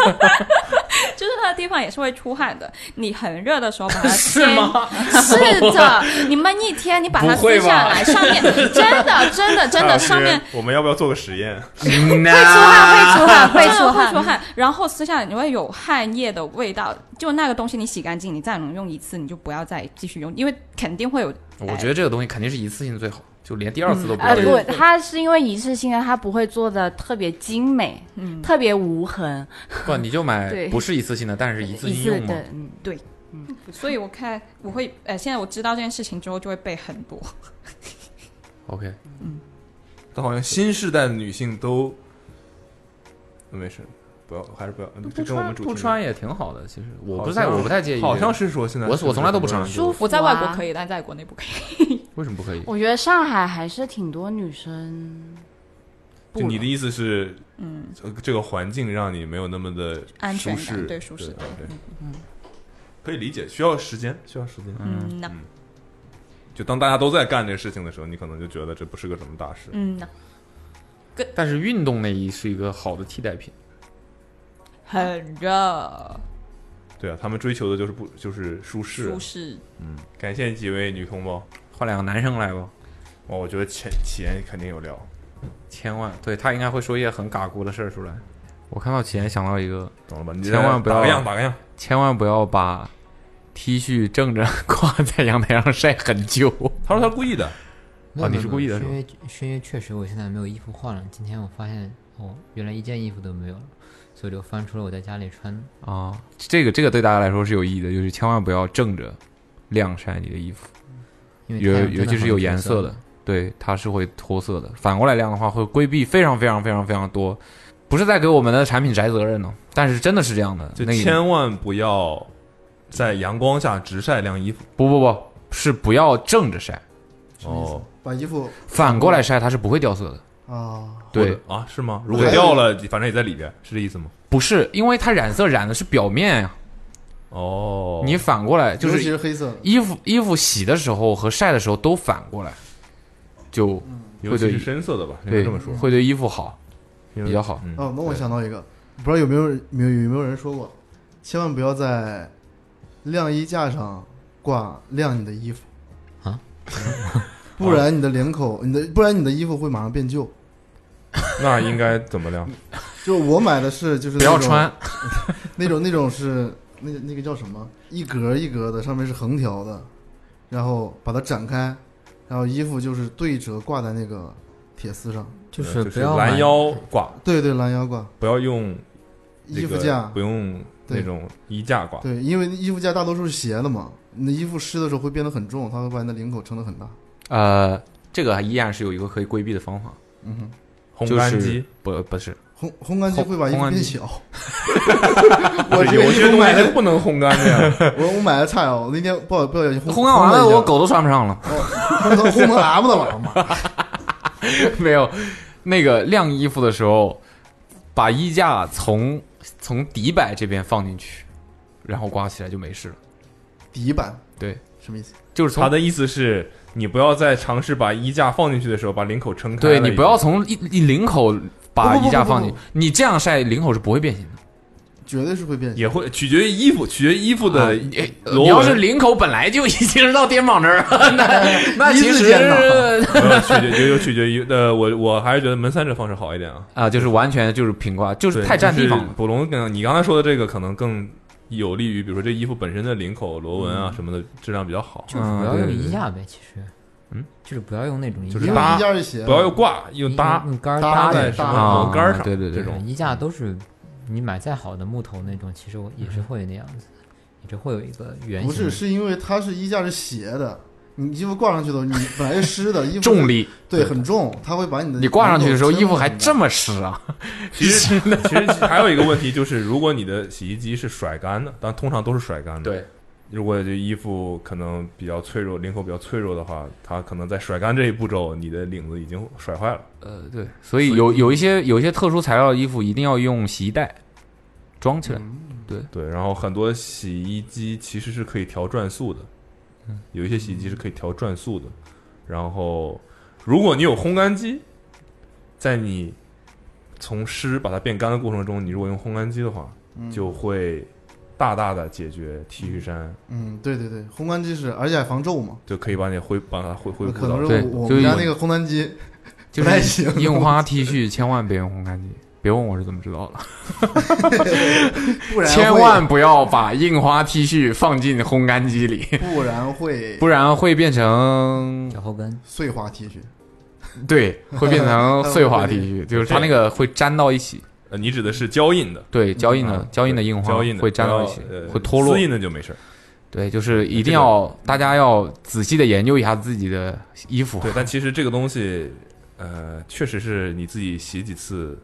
Speaker 5: 就是它的地方也是会出汗的。你很热的时候把它
Speaker 7: 是
Speaker 5: 掀
Speaker 7: 吗
Speaker 5: 是的，你闷一天，你把它
Speaker 2: 不会
Speaker 5: 撕下
Speaker 2: 吧
Speaker 5: 来，上面真的真的真
Speaker 2: 大
Speaker 5: 的
Speaker 2: 师
Speaker 5: 上面。
Speaker 2: 我们要不要做个实验？
Speaker 7: 嗯
Speaker 11: 汗会出汗会
Speaker 5: 真的
Speaker 11: 出
Speaker 5: 会
Speaker 11: 汗
Speaker 5: 出汗，然后撕下来你会有汗液的味道，就那个东西你洗干净，你再能用一次，你就不要再继续用，因为肯定会有。
Speaker 7: 我觉得这个东西肯定是一次性最好，就就连第二次都
Speaker 5: 嗯
Speaker 7: 不要
Speaker 9: 呃，
Speaker 7: 用。
Speaker 5: 哎
Speaker 9: 对，它是因为一次性的，它不会做的特别精美，
Speaker 5: 嗯，
Speaker 9: 特别无痕，
Speaker 7: 不，你就买
Speaker 9: 对
Speaker 7: 不是一次性的，但是一次
Speaker 9: 一
Speaker 7: 性
Speaker 9: 次
Speaker 7: 用嘛
Speaker 9: 的，。嗯，
Speaker 5: 对，哎所以我看我会呃，现在我知道这件事情之后就会背很多。
Speaker 7: OK，
Speaker 5: 嗯，
Speaker 2: 但好像新时代的女性都，呃没事，不要，还是不要，这跟我们主题
Speaker 7: 不穿也挺好的，其实我
Speaker 2: 好
Speaker 7: 不在，
Speaker 2: 像
Speaker 7: 我不太介意。
Speaker 2: 好像是说现在
Speaker 7: 我
Speaker 2: 是不
Speaker 7: 我
Speaker 2: 是
Speaker 7: 从来都
Speaker 2: 很
Speaker 7: 不
Speaker 2: 多
Speaker 7: 穿
Speaker 2: 人，
Speaker 9: 舒服
Speaker 5: 我在外国
Speaker 9: 啊
Speaker 5: 可以，但在国内不可以。
Speaker 7: 为什么不可以？
Speaker 9: 我觉得上海还是挺多女生不
Speaker 2: 就你的意思是，
Speaker 5: 嗯，
Speaker 2: 这个环境让你没有那么的
Speaker 5: 安全感
Speaker 2: 舒适
Speaker 5: 对舒适
Speaker 2: 对
Speaker 5: 对
Speaker 2: 对，
Speaker 9: 嗯，
Speaker 2: 可以理解，需要时间，需要时间，
Speaker 5: 嗯呐，
Speaker 2: 就当大家都在干这个事情的时候，你可能就觉得这不是个什么大事，
Speaker 5: 嗯呐，
Speaker 7: 但是运动内衣是一个好的替代品。
Speaker 5: 很热，
Speaker 2: 对啊，他们追求的就是不就是舒适，
Speaker 5: 舒适，
Speaker 2: 嗯，感谢几位女同胞，
Speaker 7: 换两个男生来吧。
Speaker 2: 哇，我觉得钱钱肯定有料，
Speaker 7: 千万，对他应该会说一些很嘎咕的事儿出来。我看到钱想到一个，
Speaker 2: 懂了吧？你
Speaker 7: 千万不要
Speaker 2: 打个样，打个样，
Speaker 7: 千万不要把 T 恤正着 <laughs> 挂在阳台上晒很久。
Speaker 2: 他说他故意的，
Speaker 6: 没
Speaker 7: 啊
Speaker 6: 有
Speaker 7: 你是故意的
Speaker 6: 没
Speaker 7: 是
Speaker 6: 有没有
Speaker 7: 吧
Speaker 6: 是因为是因为确实我现在没有衣服换了。今天我发现哦，原来一件衣服都没有了，所以就翻出了我在家里穿的。
Speaker 7: 啊，这个这个对大家来说是有意义的，就是千万不要正着晾晒你的衣服，
Speaker 6: 因为
Speaker 7: 尤
Speaker 6: 太阳真的
Speaker 7: 尤其是
Speaker 6: 很
Speaker 7: 有
Speaker 6: 脱
Speaker 7: 颜
Speaker 6: 色
Speaker 7: 色的，对，它是会脱色的。反过来晾的话，会规避非常非常非常非常多，不是在给我们的产品宅责任呢，但是真的是这样的。
Speaker 2: 就
Speaker 7: 那个
Speaker 2: 千万不要在阳光下直晒晾衣服，
Speaker 7: 不不不是不要正着晒，
Speaker 2: 哦，
Speaker 8: 把衣服
Speaker 7: 反过来晒它是不会掉色的。
Speaker 8: 啊，
Speaker 7: 对
Speaker 2: 或者啊，是吗？如果
Speaker 7: 对
Speaker 2: 掉了，反正也在里边，是这意思吗？
Speaker 7: 不是，因为它染色染的是表面呀、
Speaker 2: 哦，
Speaker 7: 你反过哎来就
Speaker 8: 尤其是
Speaker 7: 是
Speaker 8: 黑色的，
Speaker 7: 衣服衣服洗的时候和晒的时候都反过来，就
Speaker 2: 嗯尤
Speaker 7: 会
Speaker 2: 其
Speaker 7: 对
Speaker 2: 是深色的吧，应该
Speaker 7: 对
Speaker 2: 这么说，
Speaker 7: 会对衣服好，
Speaker 2: 因为
Speaker 7: 比较好。
Speaker 2: 嗯
Speaker 8: 哦，那我想到一个，不知道有没有人有有没有人说过，千万不要在晾衣架上挂晾你的衣服
Speaker 6: 啊，
Speaker 8: <laughs> 不然你的领口，你的不然你的衣服会马上变旧。
Speaker 2: 那应该怎么晾？
Speaker 8: 就我买的是就是
Speaker 7: 不要
Speaker 8: 那种
Speaker 7: 穿
Speaker 8: <laughs> 那种那种是那那个叫什么，一格一格的，上面是横条的，然后把它展开，然后衣服就是对折挂在那个铁丝上，
Speaker 6: 就
Speaker 2: 呃就是
Speaker 6: 不
Speaker 2: 是
Speaker 6: 要
Speaker 2: 拦
Speaker 6: 买
Speaker 2: 腰挂，
Speaker 8: 对对，拦腰挂。
Speaker 2: 不要用这
Speaker 8: 衣服
Speaker 2: 个
Speaker 8: 架
Speaker 2: 不用那
Speaker 8: 对
Speaker 2: 种衣架挂。
Speaker 8: 对，因为衣服架大多数是斜的嘛，你的衣服湿的时候会变得很重，它会把你的领口撑得很大。
Speaker 7: 呃，这个还依然是有一个可以规避的方法，
Speaker 8: 嗯哼，
Speaker 2: 烘干
Speaker 7: 就是
Speaker 2: 机
Speaker 7: 不不是
Speaker 8: 烘烘干机会把衣
Speaker 7: 烘
Speaker 8: 服
Speaker 7: 干机
Speaker 8: 变小。
Speaker 2: 不
Speaker 8: 我
Speaker 2: 是
Speaker 8: 这个
Speaker 2: 有
Speaker 8: 衣
Speaker 2: 些
Speaker 8: 服
Speaker 2: 东
Speaker 8: 买
Speaker 2: 西是
Speaker 8: 的，
Speaker 2: 不能烘干的呀。
Speaker 8: <laughs> 我我买的菜哦，我那天不好不小心烘
Speaker 7: 烘干啊完
Speaker 8: 了一
Speaker 7: 了，
Speaker 8: 下
Speaker 7: 我狗都穿不上了。
Speaker 8: <laughs> 烘成烘成 M 的了嘛。
Speaker 7: <laughs> 没有，那个晾衣服的时候，把衣架从从底摆这边放进去，然后挂起来就没事了。
Speaker 8: 底板
Speaker 7: 对，
Speaker 8: 什么意思？
Speaker 7: 就是从
Speaker 2: 他的意思是你不要再尝试把衣架放进去的时候把领口撑开了
Speaker 7: 对
Speaker 2: 已经。
Speaker 7: 你不要从一一领口把
Speaker 8: 不不不
Speaker 7: 衣架
Speaker 8: 不不
Speaker 7: 放进去，你这样晒领口是不会变形的。
Speaker 8: 绝对是会变小。
Speaker 2: 也会取决于衣服，取决于衣服
Speaker 7: 啊
Speaker 2: 的呃
Speaker 7: 你哎
Speaker 2: 螺
Speaker 7: 你要是
Speaker 2: 纹，
Speaker 7: 领口本来就已经是到肩膀
Speaker 8: <laughs>
Speaker 7: 这儿了，那那
Speaker 8: 一字
Speaker 7: 其实
Speaker 8: 肩膀
Speaker 7: <laughs>
Speaker 2: 没有取决就就取决于 <laughs> 呃，我我还是觉得门三这方式好一点啊，
Speaker 7: 啊，就是完全就是平挂，就是
Speaker 2: 对
Speaker 7: 太占地方。
Speaker 2: 就是
Speaker 7: 了。
Speaker 2: 捕龙跟你刚才说的这个可能更有利于，比如说这衣服本身的领口螺纹啊什么的质量比较好，
Speaker 6: 就是不要
Speaker 7: 嗯嗯对
Speaker 6: 用
Speaker 7: 对
Speaker 6: 衣
Speaker 7: 对
Speaker 6: 架呗，其实，
Speaker 2: 嗯，
Speaker 6: 就是不要用那种衣
Speaker 2: 就是
Speaker 8: 因为
Speaker 2: 搭
Speaker 8: 衣架是斜的，
Speaker 2: 不要用挂，用搭
Speaker 6: 用杆儿
Speaker 8: 搭
Speaker 6: 搭
Speaker 8: 在
Speaker 6: 着
Speaker 2: 什么
Speaker 8: 搭
Speaker 7: 啊
Speaker 2: 栏杆儿上，
Speaker 7: 对对对
Speaker 2: 这种
Speaker 6: 衣架都是你买再好的木头那种，其实我也
Speaker 7: 嗯
Speaker 6: 是会那样子，也是会有一个圆形
Speaker 8: 不
Speaker 6: 的。
Speaker 8: 是，是因为它是衣架是斜的，你衣服挂上去的时候，你本来是湿
Speaker 7: <laughs>
Speaker 8: 的，衣服
Speaker 7: 重力，
Speaker 8: 对很重，它会把你的
Speaker 7: 你挂上去的时候，
Speaker 8: 领口
Speaker 7: 衣服还
Speaker 8: 撑得
Speaker 7: 这么湿啊！
Speaker 2: <laughs> 其
Speaker 7: <laughs>
Speaker 2: 实其实还有一个问题就是，如果你的洗衣机是甩干的，但通常都是甩干的。，
Speaker 7: 对，
Speaker 2: 如果这衣服可能比较脆弱，领口比较脆弱的话，它可能在甩干这一步骤，你的领子已经甩坏了。
Speaker 7: 呃，对，所以有有一些有一些特殊材料的衣服一定要用洗衣袋装起来。
Speaker 8: 嗯
Speaker 2: 对，然后很多洗衣机其实是可以调转速的，
Speaker 8: 嗯
Speaker 2: 有一些洗衣机是可以调转速的。然后，如果你有烘干机，在你从湿把它变干的过程中，你如果用烘干机的话，
Speaker 8: 嗯
Speaker 2: 就会大大的解决 T 恤衫。
Speaker 8: 嗯，对对对，烘干机是，而且还防皱嘛。
Speaker 2: 就可以把你恢把它恢恢
Speaker 8: 嗯那
Speaker 2: 复
Speaker 8: 可
Speaker 2: 到
Speaker 8: 能
Speaker 7: 对
Speaker 8: 是我我
Speaker 7: 就
Speaker 8: 们家
Speaker 7: 是
Speaker 8: 那个烘干机，
Speaker 7: <laughs> 就
Speaker 8: 不太哎行
Speaker 7: 是印
Speaker 8: <laughs>
Speaker 7: 花 T 恤千万别用烘干机，别问我是怎么知道的，
Speaker 8: 不然
Speaker 7: 千
Speaker 8: 会
Speaker 7: 万不要把印花 T 恤放进烘干机里，
Speaker 8: 不然会
Speaker 7: 不然会变成
Speaker 6: 脚后跟，
Speaker 8: 碎花 T 恤。
Speaker 7: 对，会
Speaker 8: <laughs>
Speaker 7: 变成碎花 T 恤，就是它那个会粘到一起。
Speaker 2: 呃，你指的是胶印的，
Speaker 7: 对，胶印的
Speaker 2: 嗯
Speaker 7: 胶印的印花
Speaker 2: 胶印的
Speaker 7: 会粘到一起
Speaker 2: 不要呃，
Speaker 7: 会脱落。
Speaker 2: 丝印的就没事儿。哎
Speaker 7: 对，就是一定要大家要仔细的研究一下自己的衣服。
Speaker 2: 对，但其实这个东西，呃，确实是你自己洗几次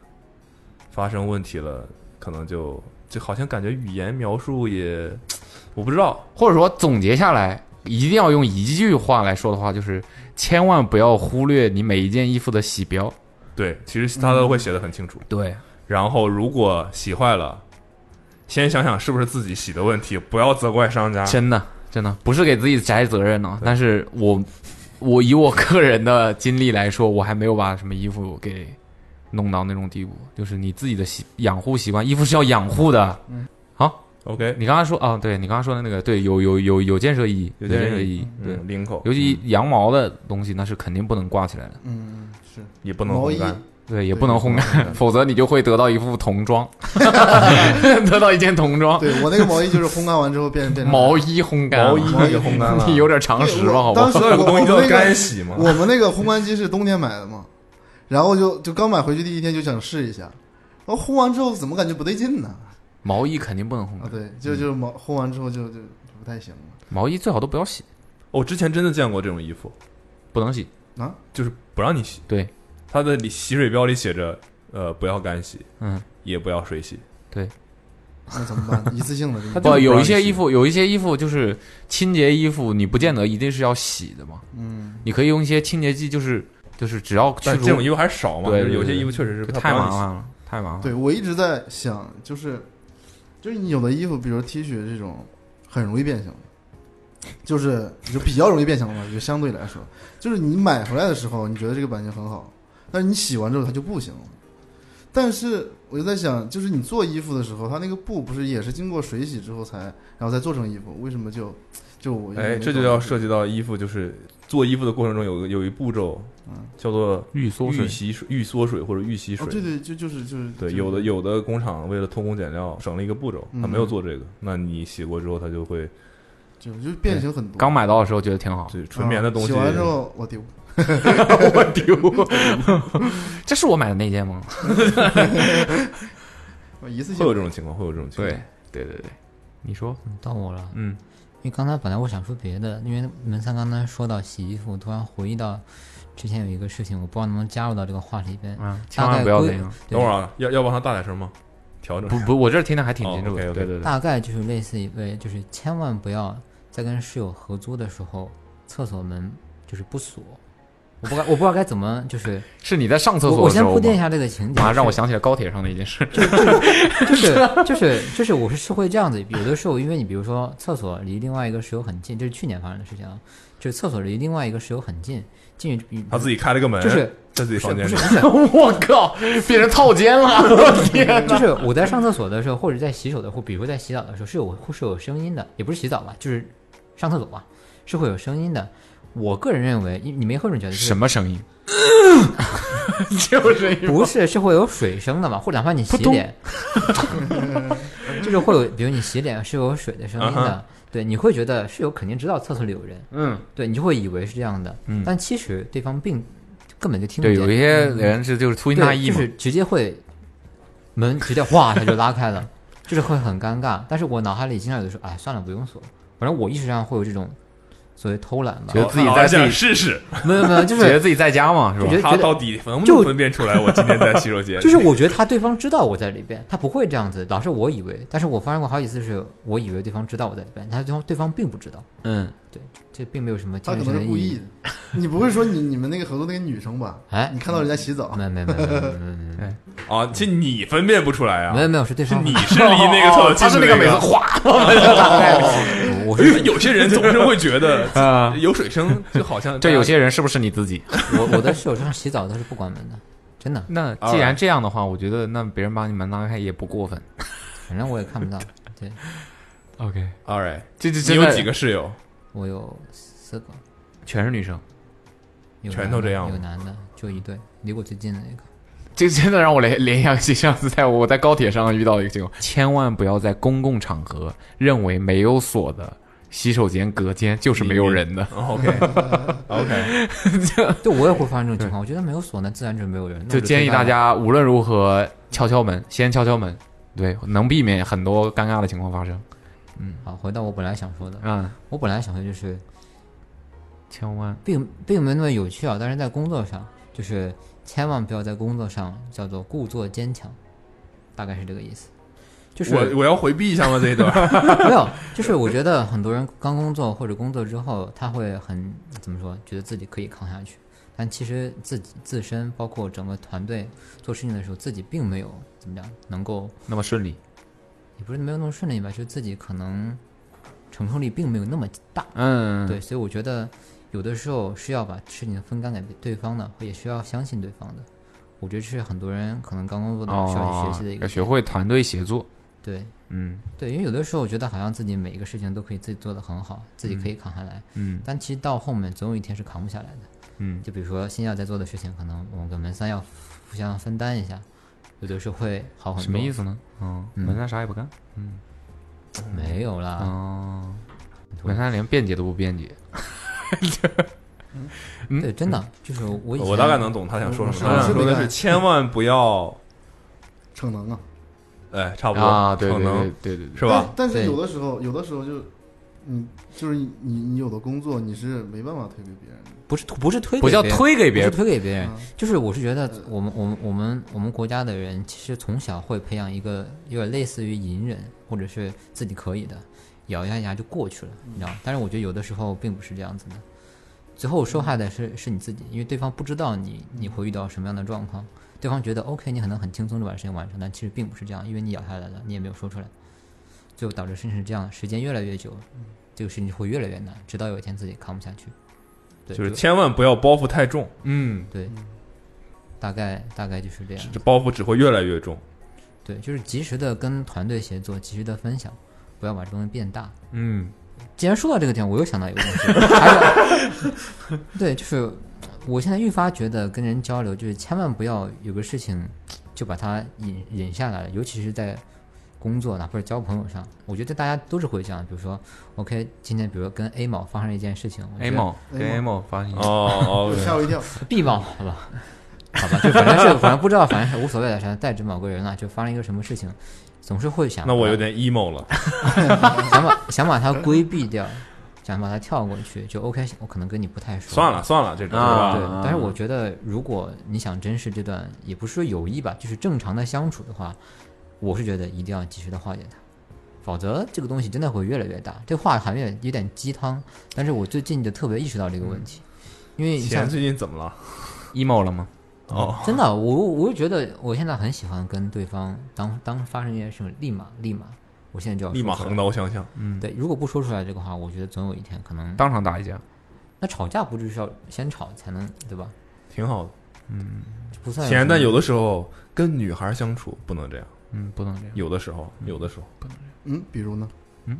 Speaker 2: 发生问题了，可能就就好像感觉语言描述也，我不知道，
Speaker 7: 或者说总结下来，一定要用一句话来说的话，就是千万不要忽略你每一件衣服的洗标。
Speaker 2: 对，其实他都会写的很清楚。
Speaker 7: 嗯对，
Speaker 2: 然后如果洗坏了，先想想是不是自己洗的问题，不要责怪商家。
Speaker 7: 真的，真的不是给自己摘责任呢、但是我，我以我个人的经历来说，我还没有把什么衣服给弄到那种地步。就是你自己的习养护习惯，衣服是要养护的。
Speaker 2: 嗯，
Speaker 7: 好
Speaker 2: ，OK。
Speaker 7: 你刚刚说啊、对你刚刚说的那个，对，有有有有建设意义，
Speaker 2: 有
Speaker 7: 有
Speaker 2: 建设
Speaker 7: 建设
Speaker 2: 意
Speaker 7: 意
Speaker 2: 义
Speaker 7: 义。
Speaker 2: 嗯
Speaker 7: 对，
Speaker 2: 领口
Speaker 7: 尤其羊毛的东西，那是肯定不能挂起来的。
Speaker 8: 嗯，是
Speaker 2: 也不能烘干
Speaker 7: 对，也不能烘
Speaker 2: 对
Speaker 7: 干， <laughs> 否则你就会得到一副童装， <laughs> 得到一件童装。
Speaker 8: 对我那个毛衣就是 <laughs> 烘干完之后变变成
Speaker 7: 毛衣烘干，啊
Speaker 8: 毛衣毛衣也烘干了
Speaker 7: <laughs> 你有点常识吧？好不好？
Speaker 8: 当
Speaker 7: <laughs>
Speaker 8: 时我我们那个我们那个烘干机是冬天买的嘛，然后就就刚买回去第一天就想试一下，然后烘完之后怎么感觉不对劲呢？
Speaker 7: 毛衣肯定不能嗯
Speaker 8: 啊，
Speaker 7: 烘干，
Speaker 8: 对，就就毛烘完之后就就就不太行了。
Speaker 7: 毛衣最好都不要洗。
Speaker 2: 我哦之前真的见过这种衣服，
Speaker 7: 不能洗
Speaker 8: 啊，
Speaker 2: 就是不让你洗。
Speaker 7: 对，
Speaker 2: 它的里洗水标里写着，呃，不要干洗，
Speaker 7: 嗯，
Speaker 2: 也不要水洗。
Speaker 7: 对，
Speaker 8: 那怎么办？一次性
Speaker 7: <laughs>
Speaker 8: 的这个，
Speaker 7: 不，有一些衣服，有一些衣服就是清洁衣服，你不见得一定是要洗的嘛。
Speaker 8: 嗯，
Speaker 7: 你可以用一些清洁剂，就是就是只要去
Speaker 2: 但
Speaker 7: 除
Speaker 2: 这种衣服还是少嘛
Speaker 7: 对，
Speaker 2: 就是
Speaker 7: 对
Speaker 2: 有些
Speaker 7: 对
Speaker 2: 衣服确实是
Speaker 7: 就
Speaker 2: 它不
Speaker 7: 太
Speaker 2: 让
Speaker 7: 麻
Speaker 2: 你洗
Speaker 7: 烦了，太麻烦了。
Speaker 8: 对我一直在想，就是就是你有的衣服，比如 T 恤这种，很容易变形，就是就比较容易变形了嘛，就相对来说，就是你买回来的时候，你觉得这个版型很好，但是你洗完之后它就不行了。但是我就在想，就是你做衣服的时候，它那个布不是也是经过水洗之后才，然后再做成衣服，为什么就就我直
Speaker 2: 哎，
Speaker 8: 没
Speaker 2: 这就
Speaker 8: 搞
Speaker 2: 要
Speaker 8: 明白
Speaker 2: 涉及到衣服，就是做衣服的过程中有个有一步骤，叫做
Speaker 7: 预缩水
Speaker 2: 预洗水、预缩水或者预洗水。
Speaker 8: 嗯哦对对就就是就是
Speaker 2: 对，
Speaker 8: 就是
Speaker 2: 有的有的工厂为了偷工减料，省了一个步骤，他
Speaker 8: 嗯
Speaker 2: 没有做这个。那你洗过之后，它就会
Speaker 8: 就就变形很多。
Speaker 7: 刚买到的时候觉得挺好，，
Speaker 2: 对纯棉的东西
Speaker 8: 啊洗完之后我
Speaker 2: <laughs>
Speaker 8: 丢
Speaker 7: <laughs> <laughs> 我丢， <laughs> 这是我买的那件吗？ <laughs>
Speaker 8: 我一次性
Speaker 2: 会有这种情况，会有这种情况。
Speaker 7: 对对对对，你说
Speaker 6: 到我了，
Speaker 7: 嗯，
Speaker 6: 因为刚才本来我想说别的，因为门三刚才说到洗衣服，我突然回忆到之前有一个事情，我不知道能不能加入到这个话题里边。
Speaker 7: 嗯千
Speaker 6: 大
Speaker 7: 万
Speaker 6: 概
Speaker 7: 不要
Speaker 6: 归
Speaker 7: 那样
Speaker 6: 对
Speaker 2: 等会儿啊，要要帮他大点声吗？调整
Speaker 7: 不不，我这儿听的还挺清楚的。
Speaker 2: OK，OK
Speaker 7: 对对对，
Speaker 6: 大概就是类似一位，就是千万不要在跟室友合租的时候，厕所门就是不锁。我不该，我不知道该怎么，就是
Speaker 7: <laughs> 是你在上厕所
Speaker 6: 我我
Speaker 7: 的时
Speaker 6: 先
Speaker 7: 候吗，
Speaker 6: 铺垫一下这个情节，
Speaker 7: 啊，让我
Speaker 6: 是
Speaker 7: 想起了高铁上的一
Speaker 2: <laughs>
Speaker 7: 件事。
Speaker 6: <laughs>
Speaker 7: <laughs>
Speaker 6: 就是就是就是我是是会这样子，有的时候因为你比如说厕所离另外一个室友很近，这是去年发生的事情啊，就是厕所离另外一个室友很近，进去
Speaker 2: 他自己开了个门
Speaker 6: 就是
Speaker 2: 在自己房间里
Speaker 6: 不是不是 <laughs>
Speaker 7: 我靠，哦 <laughs> 变成套间了！
Speaker 8: <laughs>
Speaker 7: 我天哪，
Speaker 6: 就是我在上厕所的时候，或者在洗手的，或比如说在洗澡的时候，是有会是有声音的，也不是洗澡吧，就是上厕所吧，是会有声音的。我个人认为，你你没会觉得
Speaker 7: 什么声音？ <laughs> 就是
Speaker 6: <laughs> 不是是会有水声的嘛？或者哪怕你洗脸， <laughs> 就是会有，比如你洗脸是有水的声音的，
Speaker 7: 啊哈
Speaker 6: 对，你会觉得室友肯定知道厕所里有人，
Speaker 7: 嗯，
Speaker 6: 对你就会以为是这样的，
Speaker 7: 嗯
Speaker 6: 但其实对方并根本就听不
Speaker 7: 对，
Speaker 6: 见。
Speaker 7: 有一些人是就是粗心大意
Speaker 6: 对
Speaker 7: 嘛
Speaker 6: 就，是直接会门直接哗一下就拉开了， <laughs> 就是会很尴尬。但是我脑海里经常有的时候，哎，算了，不用锁。反正我意识上会有这种所谓偷懒吧，
Speaker 7: 觉得自己在自己试
Speaker 2: 试，
Speaker 6: 没有没有，就是
Speaker 7: 觉得自己在家嘛，是
Speaker 6: 就觉得
Speaker 7: 吧？
Speaker 6: 觉得就就是我觉得他对方知道我在里边，他不会这样子，老是我以为。但是我发生过好几次是，我以为对方知道我在里边，但是对方对方并不知道。
Speaker 7: 嗯，
Speaker 6: 对，这并没有什么
Speaker 8: 他
Speaker 6: 精
Speaker 8: 可
Speaker 6: 神上的
Speaker 8: 能是故
Speaker 6: 意
Speaker 8: 意
Speaker 6: 义
Speaker 8: 的。。你不会说你你们那个合作那个女生吧？
Speaker 6: 哎
Speaker 8: 你看到人家洗澡？
Speaker 6: 没没没没没没没没。
Speaker 2: 啊，是你分辨不出来啊？
Speaker 6: 没有没有，是对方
Speaker 2: 你是离那个厕所近的那个，
Speaker 6: 我
Speaker 2: 因
Speaker 6: 是
Speaker 2: 为有些人总是会觉得啊，有水声就好像
Speaker 7: 这有些人是不是你自己？
Speaker 6: 我我的室友上洗澡都是不关门的，真的。
Speaker 7: 那
Speaker 2: 啊
Speaker 7: 既然这样的话，我觉得那别人把你门拉开也不过分。
Speaker 6: 反正我也看不
Speaker 7: <laughs>
Speaker 6: 到。对
Speaker 7: OK，
Speaker 2: All right，
Speaker 7: 这这
Speaker 2: 你有
Speaker 7: 真的
Speaker 2: 几个室友？
Speaker 6: 我有四个，
Speaker 7: 全是女生，
Speaker 6: 有
Speaker 2: 全
Speaker 6: 男
Speaker 2: 都
Speaker 6: 的
Speaker 2: 这样
Speaker 6: 有
Speaker 2: 吗
Speaker 6: 男的就一对，离我最近的一个。
Speaker 7: 这真的让我联联想起上次在我在 <laughs> 高铁上遇到一个情况，千万不要在公共场合认为没有锁的洗手间隔间就是没有人的。 <laughs>
Speaker 2: OK，OK，
Speaker 6: 对我也会发生这种情况。我觉得没有锁，那自然就没有人。那
Speaker 7: 就
Speaker 6: 我
Speaker 7: 建议
Speaker 6: 推开
Speaker 7: 大
Speaker 6: 了
Speaker 7: 家无论如何敲敲门，先敲敲门，对，能避免很多尴尬的情况发生。嗯，
Speaker 6: 好，回到我本来想说的，
Speaker 7: 嗯，
Speaker 6: 我本来想说就是，
Speaker 7: 千万
Speaker 6: 并并没那么有趣啊，但是在工作上，就是千万不要在工作上叫做故作坚强，大概是这个意思。就是
Speaker 2: 我我要回避一下吗？这一段
Speaker 6: <laughs> 没有，就是我觉得很多人刚工作或者工作之后，他会很怎么说，觉得自己可以扛下去，但其实自己自身包括整个团队做事情的时候，自己并没有怎么讲能够
Speaker 7: 那么顺利，
Speaker 6: 也不是没有那么顺利吧，就是自己可能承受力并没有那么大。
Speaker 7: 嗯
Speaker 6: 对，所以我觉得有的时候是要把事情分担给对方的，也需要相信对方的。我觉得这是很多人可能刚工作的时候需要去学习的一
Speaker 7: 哦要
Speaker 6: 个。
Speaker 7: 学会团队协作。
Speaker 6: 对，
Speaker 7: 嗯，
Speaker 6: 对，因为有的时候我觉得好像自己每一个事情都可以自己做得很好，自己可以扛下来。
Speaker 7: 嗯
Speaker 6: 但其实到后面总有一天是扛不下来的。
Speaker 7: 嗯
Speaker 6: 就比如说新耀在做的事情，可能我们跟门三要互相分担一下，有的时候会好很多。
Speaker 7: 什么意思呢？嗯，
Speaker 6: 嗯
Speaker 7: 文山啥也不干。嗯，
Speaker 6: 没有啦。
Speaker 7: 哦，文山连辩解都不辩解。嗯
Speaker 6: 对，真的就是我以前。
Speaker 2: 我大概能懂他想说什么。
Speaker 6: 嗯
Speaker 2: 他想说的是千万不要，
Speaker 8: 逞能啊。
Speaker 2: 哎，差不多
Speaker 7: 啊对
Speaker 2: 可能
Speaker 7: 对对对对
Speaker 2: 是吧？
Speaker 8: <laughs> 但是有的时候，有的时候就，你就是你你你有的工作你是没办法推给别人的。
Speaker 6: 不是不是推给
Speaker 7: 不叫
Speaker 6: 别人
Speaker 7: 推给别人
Speaker 6: 不
Speaker 7: 嗯
Speaker 6: 是推给别人，就是我是觉得我们我们我们我们国家的人其实从小会培养一个有点类似于隐忍，或者是自己可以的，咬一下牙就过去了，你知道吗？但是我觉得有的时候并不是这样子的，最后受害的是是你自己，因为对方不知道你你会遇到什么样的状况，对方觉得 OK，你可能很轻松就把事情完成，但其实并不是这样，因为你咬下来了，你也没有说出来，最后导致事情是这样，时间越来越久，这个事情会越来越难，直到有一天自己扛不下去。对，
Speaker 2: 就是千万不要包袱太重。
Speaker 7: 嗯，
Speaker 6: 对，大概大概就是这样。
Speaker 2: 这包袱只会越来越重。
Speaker 6: 对，就是及时的跟团队协作，及时的分享，不要把这东西变大。
Speaker 7: 嗯，
Speaker 6: 既然说到这个点，我又想到一个东西还有，对，就是我现在愈发觉得跟人交流，就是千万不要有个事情就把它引引下来了，尤其是在工作哪怕是交朋友上，我觉得大家都是会这样。比如说，OK，今天比如说跟 A 某发生了一件事情我觉
Speaker 7: A
Speaker 6: 得
Speaker 7: 某跟 A 某发生一件
Speaker 2: 哦
Speaker 7: <laughs>
Speaker 8: 吓我一跳。
Speaker 6: B 某好吧，好吧，就反正是反正不知道，反正是无所谓的，反正代指某个人了，就发生一个什么事情，总是会想
Speaker 2: 那我有点 emo 了。
Speaker 6: <laughs> 想把想把它规避掉，想把它跳过去，就 OK。我可能跟你不太熟，
Speaker 2: 算了算了这种啊
Speaker 6: 对
Speaker 2: 啊。
Speaker 6: 但是我觉得，如果你想珍视这段，也不是说友谊吧，就是正常的相处的话，我是觉得一定要及时的化解它，否则这个东西真的会越来越大。这话好像有点有点鸡汤，但是我最近就特别意识到这个问题，因为你像
Speaker 2: 钱最近怎么了
Speaker 7: ？emo 了吗？
Speaker 2: 哦，
Speaker 6: 真的，我我就觉得我现在很喜欢跟对方当当发生一件事情，立马立马，我现在就要
Speaker 2: 立马
Speaker 6: 说出来
Speaker 2: 横刀相向。
Speaker 7: 嗯，
Speaker 6: 对，如果不说出来这个话，我觉得总有一天可能
Speaker 7: 当场打一架。
Speaker 6: 那吵架不就是要先吵才能对吧？
Speaker 2: 挺好的。
Speaker 7: 嗯，
Speaker 6: 不算
Speaker 2: 钱，但有的
Speaker 6: 候
Speaker 2: 时候跟女孩相处不能这样。
Speaker 7: 嗯，不能这样。
Speaker 2: 有的时候，有的时候
Speaker 8: 嗯，比如呢？哎
Speaker 7: 嗯，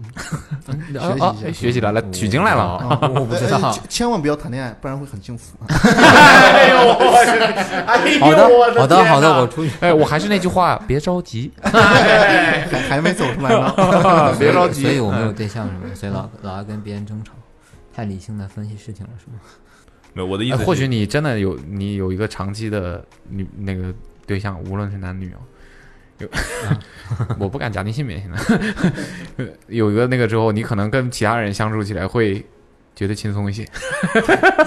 Speaker 8: <laughs> 学习一下，
Speaker 7: 啊学习来了取经来了
Speaker 8: 啊
Speaker 7: <laughs> 我不知
Speaker 8: 哎
Speaker 7: 道
Speaker 8: 哎千千万不要谈恋爱，不然会很幸福。啊
Speaker 7: 哎
Speaker 8: 呦我去哎呦好的我的好的天哪哎好的我出去
Speaker 7: 哎，我还是那句话，别着急，
Speaker 8: 还还没走出来呢
Speaker 7: <laughs> 别着急。
Speaker 6: 所以我没有对象什么的，所以老老要跟别人争吵，太理性的分析事情了是吗？
Speaker 2: 没有我的意思
Speaker 7: 哎
Speaker 2: 是
Speaker 7: 或许你真的有你有一个长期的女那个对象，无论是男女啊，有我不敢假定性别现在有一个那个之后，你可能跟其他人相处起来会觉得轻松一些。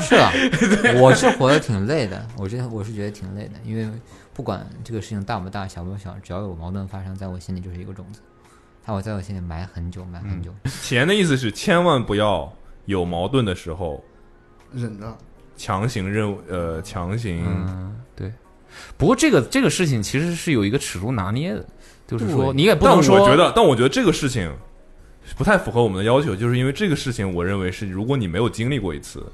Speaker 6: 是啊，我是活得挺累的，我是我是觉得挺累的，因为不管这个事情大不大、小不小，只要有矛盾发生，在我心里就是一个种子，它会在我心里埋很久、埋很久。
Speaker 2: 钱的意思是千万不要有矛盾的时候
Speaker 8: 忍
Speaker 7: <laughs>
Speaker 8: 着，
Speaker 2: 强行任务呃强行
Speaker 7: 嗯，对。不过这个这个事情其实是有一个尺度拿捏的，就是说
Speaker 2: 对
Speaker 7: 你也不能
Speaker 2: 但
Speaker 7: 说，
Speaker 2: 我觉得，但我觉得这个事情不太符合我们的要求，就是因为这个事情，我认为是如果你没有经历过一次，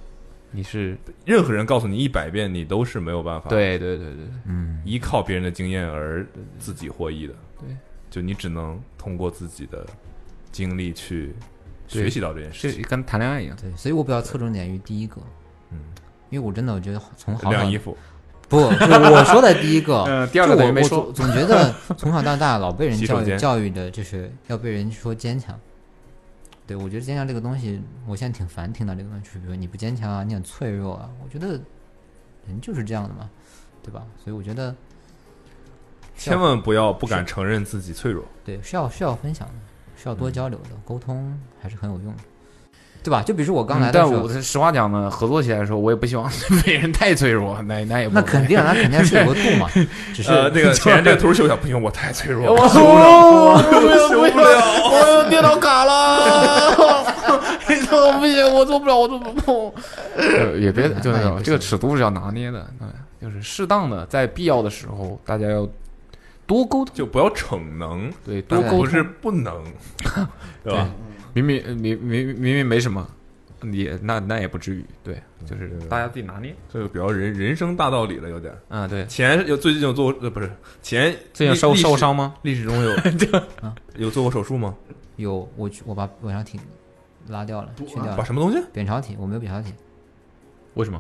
Speaker 7: 你是
Speaker 2: 任何人告诉你一百遍，你都是没有办法。
Speaker 7: 对对对对，
Speaker 6: 嗯，
Speaker 2: 依靠别人的经验而自己获益的。
Speaker 7: 对，
Speaker 2: 就你只能通过自己的经历去
Speaker 7: 对
Speaker 2: 学习到这件事情。
Speaker 7: 跟谈恋爱一样。，
Speaker 6: 对，所以我比较侧重点于第一个，
Speaker 2: 嗯，
Speaker 6: 因为我真的我觉得从好
Speaker 2: 晾衣服。
Speaker 6: 不，就是我说的第一个
Speaker 2: <laughs>
Speaker 7: 嗯第二个
Speaker 6: 就
Speaker 7: 等于
Speaker 6: 我
Speaker 7: 没
Speaker 6: 我
Speaker 7: 说
Speaker 6: 总总觉得从小到大老被人
Speaker 7: 洗手
Speaker 6: 教育
Speaker 7: 间
Speaker 6: 教育的，就是要被人说坚强。对，我觉得坚强这个东西，我现在挺烦听到这个东西，就是比如你不坚强啊，你很脆弱啊，我觉得人就是这样的嘛，对吧？所以我觉得
Speaker 2: 千万不要不敢承认自己脆弱。
Speaker 6: 对，需要需要分享的，需要多交流的，沟通还是很有用的，对吧？就比如说我
Speaker 2: 嗯
Speaker 6: 刚来的
Speaker 7: 但
Speaker 6: 时候，
Speaker 7: 我实话讲呢，合作起来的时候，我也不希望被人太脆弱，那那也不
Speaker 6: 那肯定那肯定是有个度
Speaker 2: <laughs>
Speaker 6: 嘛只是呃那 <laughs> 个前这个图
Speaker 2: 是修下，不行，我太脆弱了，
Speaker 7: 我
Speaker 2: 受不了，
Speaker 7: 我
Speaker 2: 受不
Speaker 7: 了，我电脑卡了，不行，哎 <laughs> 我做不了，我做不了。呃也
Speaker 6: <laughs>
Speaker 7: 别就那种，这个尺度是要拿捏的，嗯，就是适当的，在必要的时候，大家要多沟通，
Speaker 2: 就不要逞能，
Speaker 7: 对，多
Speaker 2: 但
Speaker 7: 沟通
Speaker 2: 不是
Speaker 6: <laughs>
Speaker 2: 不能，对吧？
Speaker 7: 明明明明明明没什么，也那那也不至于，对，就是大家自己拿捏，
Speaker 2: 这个比较人人生大道理了，有点。
Speaker 6: 啊
Speaker 7: 嗯，对。
Speaker 2: 前有最近有做过呃不是前
Speaker 7: 最近
Speaker 2: 历
Speaker 7: 受
Speaker 2: 历史
Speaker 7: 受伤吗
Speaker 2: 历史
Speaker 7: <laughs>
Speaker 2: 中有
Speaker 6: 啊
Speaker 2: 啊有做过手术吗？
Speaker 6: 有，我去我把扁桃体拉掉了，去掉了。
Speaker 2: 把什么东西？
Speaker 6: 扁桃体，我没有扁桃体。
Speaker 7: 为什么？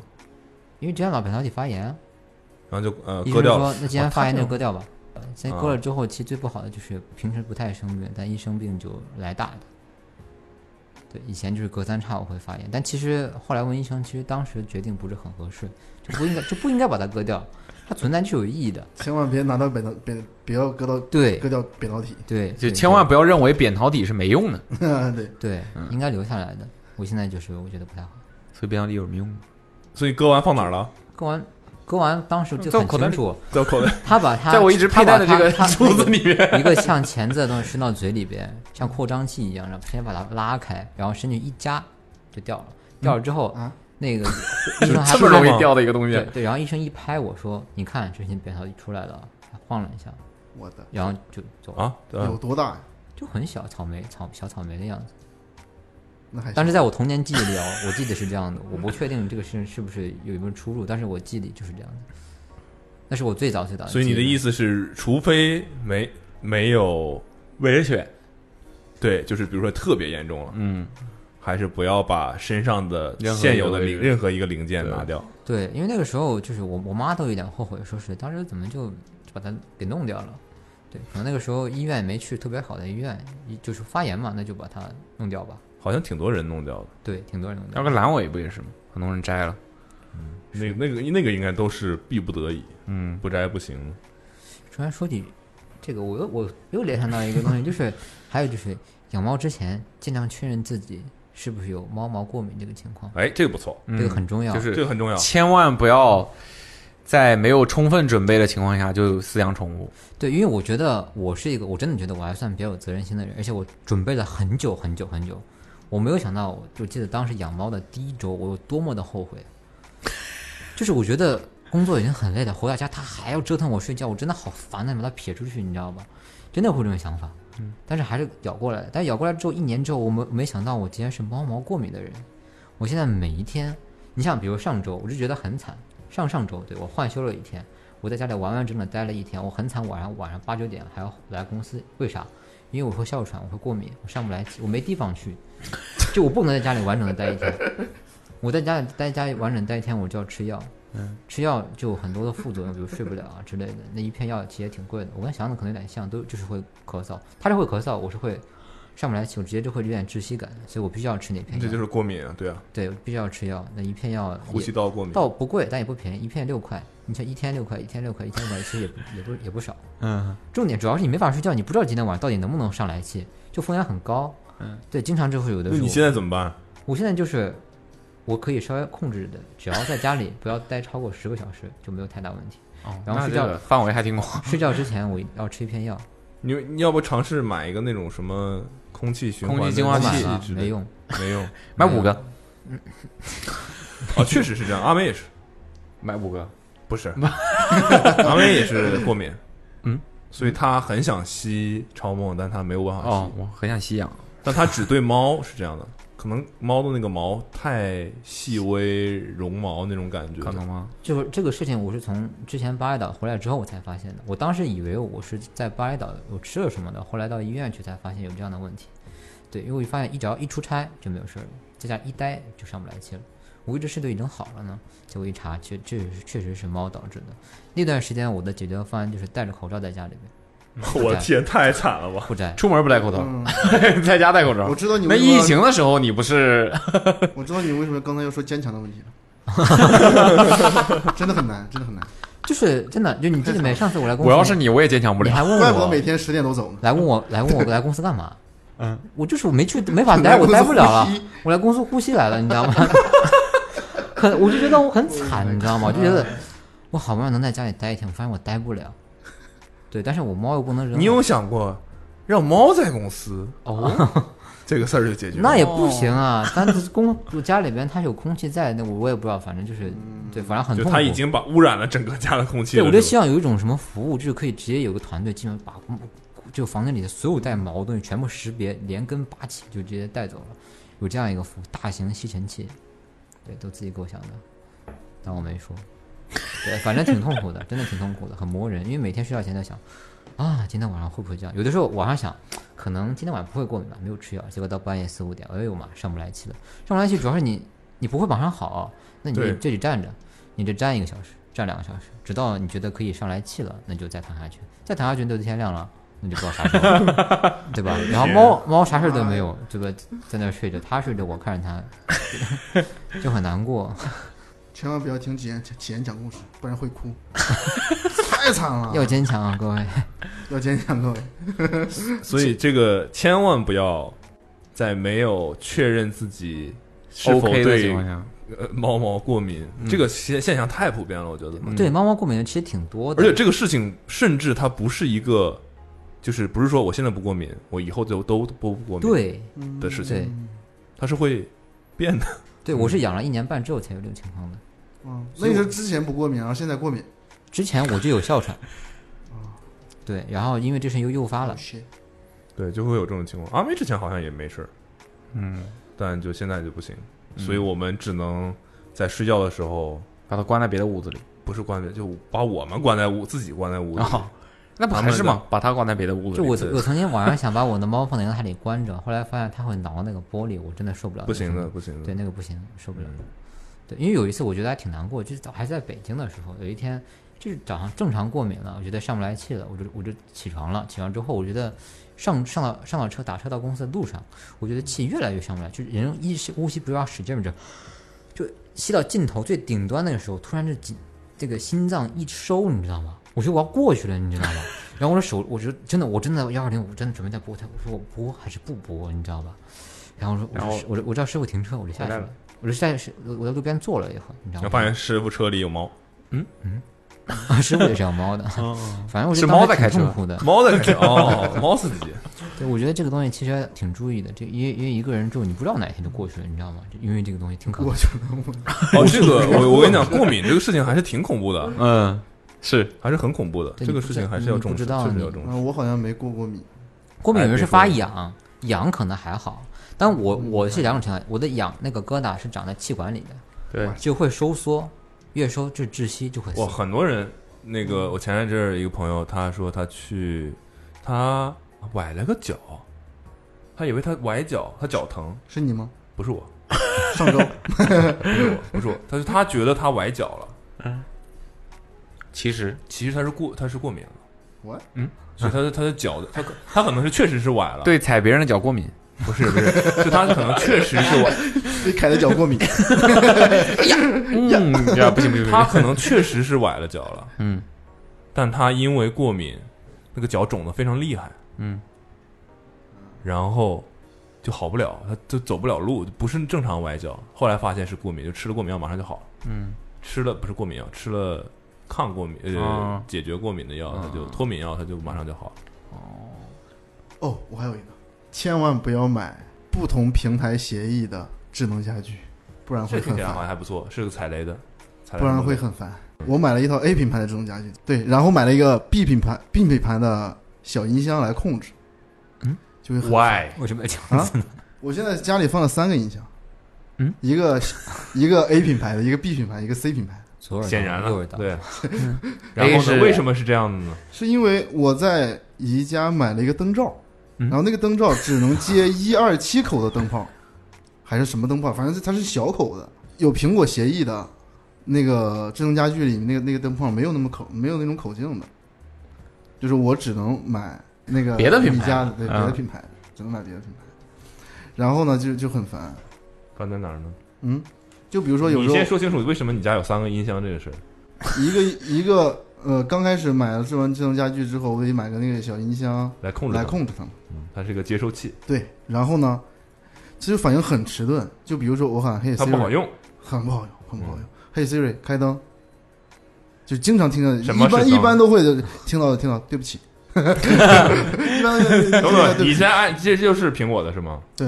Speaker 6: 因为之前老扁桃体发炎啊。
Speaker 2: 然后就呃
Speaker 6: 医
Speaker 2: 割
Speaker 6: 生
Speaker 2: 掉
Speaker 6: 说
Speaker 2: 了，
Speaker 6: 那既然发炎就割掉吧。呃先割了
Speaker 2: 啊
Speaker 6: 之后，其实最不好的就是平时不太生病，但一生病就来大的。对，以前就是隔三差五会发炎，但其实后来问医生，其实当时决定不是很合适，就不应该就不应该把它割掉，它存在是有意义的。
Speaker 8: 千万别拿到扁桃扁，不要割到
Speaker 6: 对
Speaker 8: 割掉扁桃体。
Speaker 6: 对，
Speaker 7: 就千万不要认为扁桃体是没用的，
Speaker 8: <laughs> 对
Speaker 6: 对，
Speaker 2: 嗯
Speaker 6: 应该留下来的。我现在就是我觉得不太好。
Speaker 7: 所以扁桃体有什么用？
Speaker 2: 所以割完放哪儿了？
Speaker 6: 割完割完，当时就
Speaker 7: 在我
Speaker 6: 很
Speaker 7: 口袋
Speaker 6: 清
Speaker 7: 里
Speaker 6: 楚，
Speaker 2: 在我口袋
Speaker 6: <laughs> 他把他
Speaker 7: 在我一直
Speaker 6: 他
Speaker 7: 佩戴
Speaker 6: 把
Speaker 7: 的这
Speaker 6: 他
Speaker 7: 个
Speaker 6: 他
Speaker 7: 珠子里面
Speaker 6: 一个像钳子的东西伸到嘴里边，像扩张器一样，然后先把它拉开，然后伸进去一夹就掉了。掉了之后，
Speaker 8: 嗯啊
Speaker 6: 那个
Speaker 7: <laughs>
Speaker 6: 医生还
Speaker 7: 这么容易
Speaker 6: 说
Speaker 7: 掉的一个东西
Speaker 6: 对对，然后医生一拍我说：“你看，这些扁桃体出来了。”还晃了一下，
Speaker 8: 我的
Speaker 6: 然后就走了
Speaker 2: 啊对啊有
Speaker 8: 多大呀？
Speaker 6: 就很小，草莓草小草莓的样子。
Speaker 8: 那还行
Speaker 6: 但是在我童年记忆里哦，我记得是这样的，我不确定这个事是不是有没有出入，但是我记得就是这样的。那是我最早最早。
Speaker 2: 所以你的意
Speaker 6: 思？
Speaker 2: 思是，除非没没有
Speaker 7: 伪血，
Speaker 2: 对，就是比如说特别严重了，
Speaker 7: 嗯，
Speaker 2: 还是不要把身上的
Speaker 6: 任何一个
Speaker 2: 现有的
Speaker 6: 位
Speaker 2: 零
Speaker 6: 置
Speaker 2: 任何一个零件拿掉。
Speaker 6: 对，因为那个时候就是我我妈都有点后悔，说是当时怎么就就把它给弄掉了。对，可能那个时候医院也没去特别好的医院，一就是发炎嘛，那就把它弄掉吧。
Speaker 2: 好像挺多人弄掉的，
Speaker 6: 对，挺多人弄掉
Speaker 7: 要个阑尾不也是吗？很多人摘了，
Speaker 2: 嗯那那个那个应该都是逼不得已，
Speaker 7: 嗯，
Speaker 2: 不摘不行。
Speaker 6: 突然说起这个，我又我又联想到一个东西，就是还有就是养猫之前尽量确认自己是不是有猫毛过敏这个情况。
Speaker 2: 哎，这个不错，
Speaker 6: 这个很重要，
Speaker 7: 就是
Speaker 2: 这个很重要
Speaker 7: 千万不要在没有充分准备的情况下就饲养宠
Speaker 2: <laughs>
Speaker 7: 物。
Speaker 6: 对，因为我觉得我是一个，我真的觉得我还算比较有责任心的人，而且我准备了很久很久很久，我没有想到，我就记得当时养猫的第一周，我有多么的后悔，就是我觉得工作已经很累了，回到家它还要折腾我睡觉，我真的好烦的，把它撇出去，你知道吧？真的会有这种想法，
Speaker 7: 嗯，
Speaker 6: 但是还是咬过来了。但咬过来之后，一年之后，我没没想到我竟然是猫毛过敏的人。我现在每一天，你像比如上周，我就觉得很惨。上上周，对我换休了一天，我在家里完完整整待了一天，我很惨。晚上晚上八九点还要来公司，为啥？因为我会哮喘，我会过敏，我上不来气，我没地方去，就我不能在家里完整的待一天。我在家里待家里完整待一天，我就要吃药。
Speaker 7: 嗯，
Speaker 6: 吃药就有很多的副作用，比如睡不了啊之类的。那一片药其实也挺贵的，我跟祥子可能有点像，都就是会咳嗽，他是会咳嗽，我是会上不来气，我直接就会有点窒息感，所以我必须要吃那片药。
Speaker 2: 这就是过敏啊，对啊，
Speaker 6: 对，必须要吃药。那一片药
Speaker 2: 呼吸道过敏
Speaker 6: 倒不贵，但也不便宜，一片六块。你像一天六块，一天六块，一天六块，其实也不也不也不少。
Speaker 7: 嗯，
Speaker 6: 重点主要是你没法睡觉，你不知道今天晚上到底能不能上来气，就风险很高。
Speaker 7: 嗯，
Speaker 6: 对，经常就会有的
Speaker 2: 那
Speaker 6: 时候。
Speaker 2: 你现在怎么办？
Speaker 6: 我现在就是，我可以稍微控制的，只要在家里不要待超过十个小时，就没有太大问题。
Speaker 7: 哦
Speaker 6: 然后
Speaker 7: 那
Speaker 6: 睡
Speaker 7: 这
Speaker 6: 觉
Speaker 7: 个范围还挺广。
Speaker 6: 睡觉之前我要吃一片药，
Speaker 2: 你你要不尝试买一个那种什么空气循环的
Speaker 7: 空气净化器
Speaker 2: 机之类的
Speaker 6: 没用，
Speaker 2: 没
Speaker 6: <laughs>
Speaker 2: 用，
Speaker 7: 买五
Speaker 2: <laughs>
Speaker 7: 个，嗯
Speaker 2: 哦，确实是这样。阿妹也是，
Speaker 7: 买五个，
Speaker 2: 不是，阿妹也是过敏，
Speaker 7: 嗯，
Speaker 2: 所以她很想吸超梦，但她没有办法吸。
Speaker 7: 哦，我 <laughs> 很想吸氧，
Speaker 2: 但它只对猫是这样的，可能猫的那个毛太细微绒毛那种感觉，可
Speaker 7: 能吗？
Speaker 6: 就是这个事情，我是从之前巴厘岛回来之后我才发现的。我当时以为我是在巴厘岛有吃了什么的，后来到医院去才发现有这样的问题。对，因为我发现一只要一出差就没有事儿了，在家一待就上不来气了。我一直试都已经好了呢，结果一查，确确实确实是猫导致的。那段时间我的解决方案就是戴着口罩在家里面，
Speaker 2: 我天，太惨了吧！
Speaker 6: 不摘，
Speaker 7: 出门不戴口罩，
Speaker 2: 嗯
Speaker 7: 在家戴口罩。
Speaker 8: 我知道你
Speaker 7: 那
Speaker 8: 为什么
Speaker 7: 疫情的时候你不是
Speaker 8: <laughs> 我知道你为什么刚才要说坚强的
Speaker 7: <laughs>
Speaker 8: 问题了，真的很难，真的很难。
Speaker 6: 就是真的，就你记得
Speaker 7: <laughs>
Speaker 6: 没？上次我来公司，
Speaker 7: 我要是你我也坚强不了
Speaker 6: 你还问我，
Speaker 8: 怪不得每天十点都走呢。
Speaker 6: 来问我，来问我来公司干嘛？
Speaker 7: 嗯，
Speaker 6: 我就是我没去，没法
Speaker 2: <laughs>
Speaker 8: 来
Speaker 6: 待，我
Speaker 8: 公司
Speaker 6: 待不了了
Speaker 8: 呼吸，
Speaker 6: 我来公司呼吸来了，你知道吗？ <laughs> 很，我就觉得我很惨，你知
Speaker 2: 嗯
Speaker 6: 道吗？我就觉得我好不容易能在家里待一天，我发现我待不了。对，但是我猫又不能扔，
Speaker 2: 你有想过让猫在公司
Speaker 6: 哦，
Speaker 2: <laughs> 这个事儿就解决了？
Speaker 6: 那也不行
Speaker 2: <laughs>
Speaker 6: 啊。但是公我家里边它有空气在，那我我也不知道，反正就是对，反正很
Speaker 2: 就
Speaker 6: 痛苦。
Speaker 2: 他已经把污染了整个家的空气
Speaker 6: 对，
Speaker 2: 了。
Speaker 6: 我就是
Speaker 2: 吧
Speaker 6: 希望有一种什么服务，就是可以直接有个团队，基本把就房间里的所有带毛的东西全部识别，连根拔起就直接带走了。有这样一个服务，大型吸尘器，对，都自己构想的，当我没说。对，反正挺痛苦的，真的挺痛苦的，很磨人。因为每天睡觉前在想，啊，今天晚上会不会这样？有的时候晚上想，可能今天晚上不会过敏吧，没有吃药。结果到半夜四五点，哎呦妈，上不来气了。上不来气主要是你，你不会马上好，那你就
Speaker 2: 对
Speaker 6: 这里站着，你这站一个小时，站两个小时，直到你觉得可以上来气了，那就再躺下去，再躺下去都天亮了。你就不知道啥时候了， <laughs> 对吧？然后猫猫啥事都没有，对吧？在那儿睡着，它睡着，我看着它， <laughs> 就很难
Speaker 8: <laughs>
Speaker 6: 过。
Speaker 8: 千万不要听几言几言讲故事，不然会哭， <laughs> 太惨了。
Speaker 6: 要坚强啊，各位！
Speaker 8: 嗯要坚强，各位。
Speaker 2: 所以这个千万不要在没有确认自己是否
Speaker 7: OK 的
Speaker 2: 对
Speaker 7: 情况下
Speaker 2: 呃猫毛过敏，
Speaker 7: 嗯
Speaker 2: 这个现现象太普遍了，我觉得。嗯
Speaker 6: 对，猫猫过敏的其实挺多的，
Speaker 2: 而且这个事情甚至它不是一个，就是不是说我现在不过敏，我以后就都不过敏
Speaker 6: 对
Speaker 2: 的事
Speaker 6: 对
Speaker 2: 情，它是会变的。
Speaker 6: 对我是养了一年半之后才有这个情况的。
Speaker 8: 嗯，那你是之前不过敏，然后现在过敏，
Speaker 6: <laughs> 之前我就有哮喘，
Speaker 7: 哦
Speaker 6: 对，然后因为这事又诱发
Speaker 7: Oh,
Speaker 6: 了，
Speaker 2: 对，就会有这种情况。阿妹之前好像也没事儿，
Speaker 7: 嗯，
Speaker 2: 但就现在就不行，
Speaker 7: 嗯
Speaker 2: 所以我们只能在睡觉的时候
Speaker 7: 把它关在别的屋子里？
Speaker 2: 不是关在，就把我们关在屋，自己关在屋里。
Speaker 7: 哦那不
Speaker 2: 咱
Speaker 7: 还
Speaker 2: 们
Speaker 7: 是
Speaker 2: 的
Speaker 7: 吗？把它关在别的屋子
Speaker 6: 就
Speaker 7: 里。
Speaker 6: 我我曾经晚上想把我的猫放在阳台里关着，后来发现它会挠那个玻璃，我真的受不了。
Speaker 2: 不行的
Speaker 6: 那个
Speaker 2: 不行的嗯
Speaker 6: 对，那个不行，受不了。对，因为有一次我觉得还挺难过，就是早还是在北京的时候，有一天就是早上正常过敏了，我觉得上不来气了，我就我就起床了。起床之后，我觉得上上到上到车打车到公司的路上，我觉得气越来越上不来，就是人一吸呼吸不要使劲儿着，就吸到尽头最顶端那个时候，突然这紧这个心脏一收，你知道吗？我觉得我要过去了，你知道吗？ <laughs> 然后我的手，我觉得真的，我真的幺二零，我真的准备再拨它，我说我拨还是不拨，你知道吧？然后我说，我
Speaker 7: 然后
Speaker 6: 说我说我叫师傅停车，我就下去
Speaker 7: 回来
Speaker 6: 了
Speaker 7: 了，
Speaker 6: 我就下去，我我在路边坐了一会儿，你知道
Speaker 2: 然后
Speaker 6: 吗？
Speaker 2: 发现师傅车里有猫，哦
Speaker 6: 啊， <laughs> 师傅也是养猫的， <laughs> 反正我觉
Speaker 7: 是
Speaker 6: 得当时
Speaker 7: 猫在开
Speaker 6: 挺痛
Speaker 7: 车
Speaker 6: 苦的。
Speaker 2: 猫
Speaker 6: <laughs>
Speaker 2: 在开哦，猫司机。
Speaker 6: 对，我觉得这个东西其实还挺注意的，这因为因为一个人住，你不知道哪一天就过去了，你知道吗？就因为这个东西挺 <laughs> 可怕
Speaker 8: 过
Speaker 6: 的。
Speaker 8: 去了。
Speaker 2: <laughs> 哦，这个我我跟你讲，过敏这个事情还是挺恐怖的，
Speaker 7: 嗯，是
Speaker 2: 还是很恐怖的。
Speaker 6: <laughs> 对
Speaker 2: <laughs> 这个事情还是要重视，
Speaker 6: 你不知道
Speaker 2: 确实
Speaker 6: 你
Speaker 2: 要重
Speaker 8: 啊，
Speaker 2: 视。
Speaker 8: 我好像没过过敏。
Speaker 6: 过敏有人是
Speaker 2: 哎别说了
Speaker 6: 发痒，痒可能还好，但我我是两种情况，我的痒那个疙瘩是长在气管里的，
Speaker 7: 对，
Speaker 6: 就会收缩，越收就窒息就会死
Speaker 2: 哇，。很多人那
Speaker 8: 嗯
Speaker 2: 个，我前一阵儿一个朋友，他说他去，他崴了个脚，他以为他崴脚，他脚疼，
Speaker 8: 是你吗？
Speaker 2: 不是我，
Speaker 8: 上周
Speaker 2: <laughs> 不是我，不是我，他说他觉得他崴脚了，
Speaker 7: 嗯其实
Speaker 2: 其实他是过他是过敏了，嗯
Speaker 8: 我
Speaker 2: 所以他的他的脚的他可他可能是确实是崴 <laughs> 了，，
Speaker 7: <laughs> 对踩别人的脚过敏，
Speaker 2: 不是不是，就他可能确实是
Speaker 8: <laughs>
Speaker 2: 崴，
Speaker 8: 对凯的脚
Speaker 6: <laughs>
Speaker 8: 过敏， <laughs>
Speaker 2: <laughs>
Speaker 7: 嗯，呀，不行不行，不行
Speaker 2: 他可能确实是崴了脚了，
Speaker 7: 嗯，
Speaker 2: 但他因为过敏，那个脚肿得非常厉害，
Speaker 7: 嗯，
Speaker 2: 然后就好不了，他就走不了路，不是正常崴脚。后来发现是过敏，就吃了过敏药，马上就好了。
Speaker 7: 嗯，
Speaker 2: 吃了不是过敏药，吃了抗过敏呃、
Speaker 8: 啊
Speaker 7: 哦
Speaker 2: 解决过敏的药，他就脱敏药，他就马上就好了。
Speaker 8: 哦，我还有一个，千万不要买不同平台协议的智能家居，不然
Speaker 2: 这
Speaker 8: 会
Speaker 2: 听
Speaker 8: 很
Speaker 2: 起来好
Speaker 8: 烦，
Speaker 2: 像还不错，是个踩雷的，踩雷
Speaker 8: 不然
Speaker 2: 的
Speaker 8: 会很烦。我买了一套 A 品牌的智能家居，对，然后买了一个 B 品牌 B 品牌的小音箱来控制，
Speaker 6: 嗯，
Speaker 8: 就会很烦。
Speaker 7: why
Speaker 6: 为什么要这样
Speaker 8: 啊
Speaker 6: 子？
Speaker 8: <laughs> 我现在家里放了三个音箱，
Speaker 7: 嗯，
Speaker 8: 一个一个 A 品牌的，一个 B 品牌，一个 C 品牌。
Speaker 6: 左耳道
Speaker 2: 显然
Speaker 6: 右耳
Speaker 2: 了，
Speaker 6: 道，
Speaker 2: 对。嗯然后
Speaker 7: A
Speaker 2: 呢？
Speaker 7: 是
Speaker 2: 为什么是这样的呢？
Speaker 8: 是因为我在宜家买了一个灯罩，
Speaker 7: 嗯
Speaker 8: 然后那个灯罩只能接一二七口的灯泡，还是什么灯泡，反正它是小口的，有苹果协议的。那个智能家居里面那个那个灯泡没有那么口，没有那种口径的，就是我只能买那个
Speaker 3: 别的品牌
Speaker 8: 米家的，对别的
Speaker 3: 嗯
Speaker 8: 品牌的，只能买别的品牌的。然后呢，就就很烦。
Speaker 2: 烦在哪儿呢？
Speaker 8: 嗯，就比如说有时
Speaker 2: 你
Speaker 8: 候
Speaker 2: 先说清楚为什么你家有三个音箱这个事儿。
Speaker 8: <laughs> 一个一个呃，刚开始买了智能智能家居之后，我得买个那个小音箱
Speaker 2: 来控制它
Speaker 8: 来控制它们。
Speaker 2: 嗯，它是一个接收器，
Speaker 8: 对，然后呢，其实反应很迟钝。就比如说我喊嘿，
Speaker 2: 它不好用，
Speaker 8: 很不好用，很不
Speaker 2: 嗯
Speaker 8: 好用。嘿 Siri，开灯，就经常听到，
Speaker 2: 什么
Speaker 8: 一般
Speaker 2: 是
Speaker 8: 一
Speaker 2: 灯
Speaker 8: 般都会听到听到，对不起。 <laughs> <laughs> 一般都会
Speaker 2: <laughs> 等
Speaker 8: 听到
Speaker 2: 等，
Speaker 8: <laughs> 对
Speaker 2: 你
Speaker 8: 不起
Speaker 2: 在按这就是苹果的是吗？
Speaker 8: 对，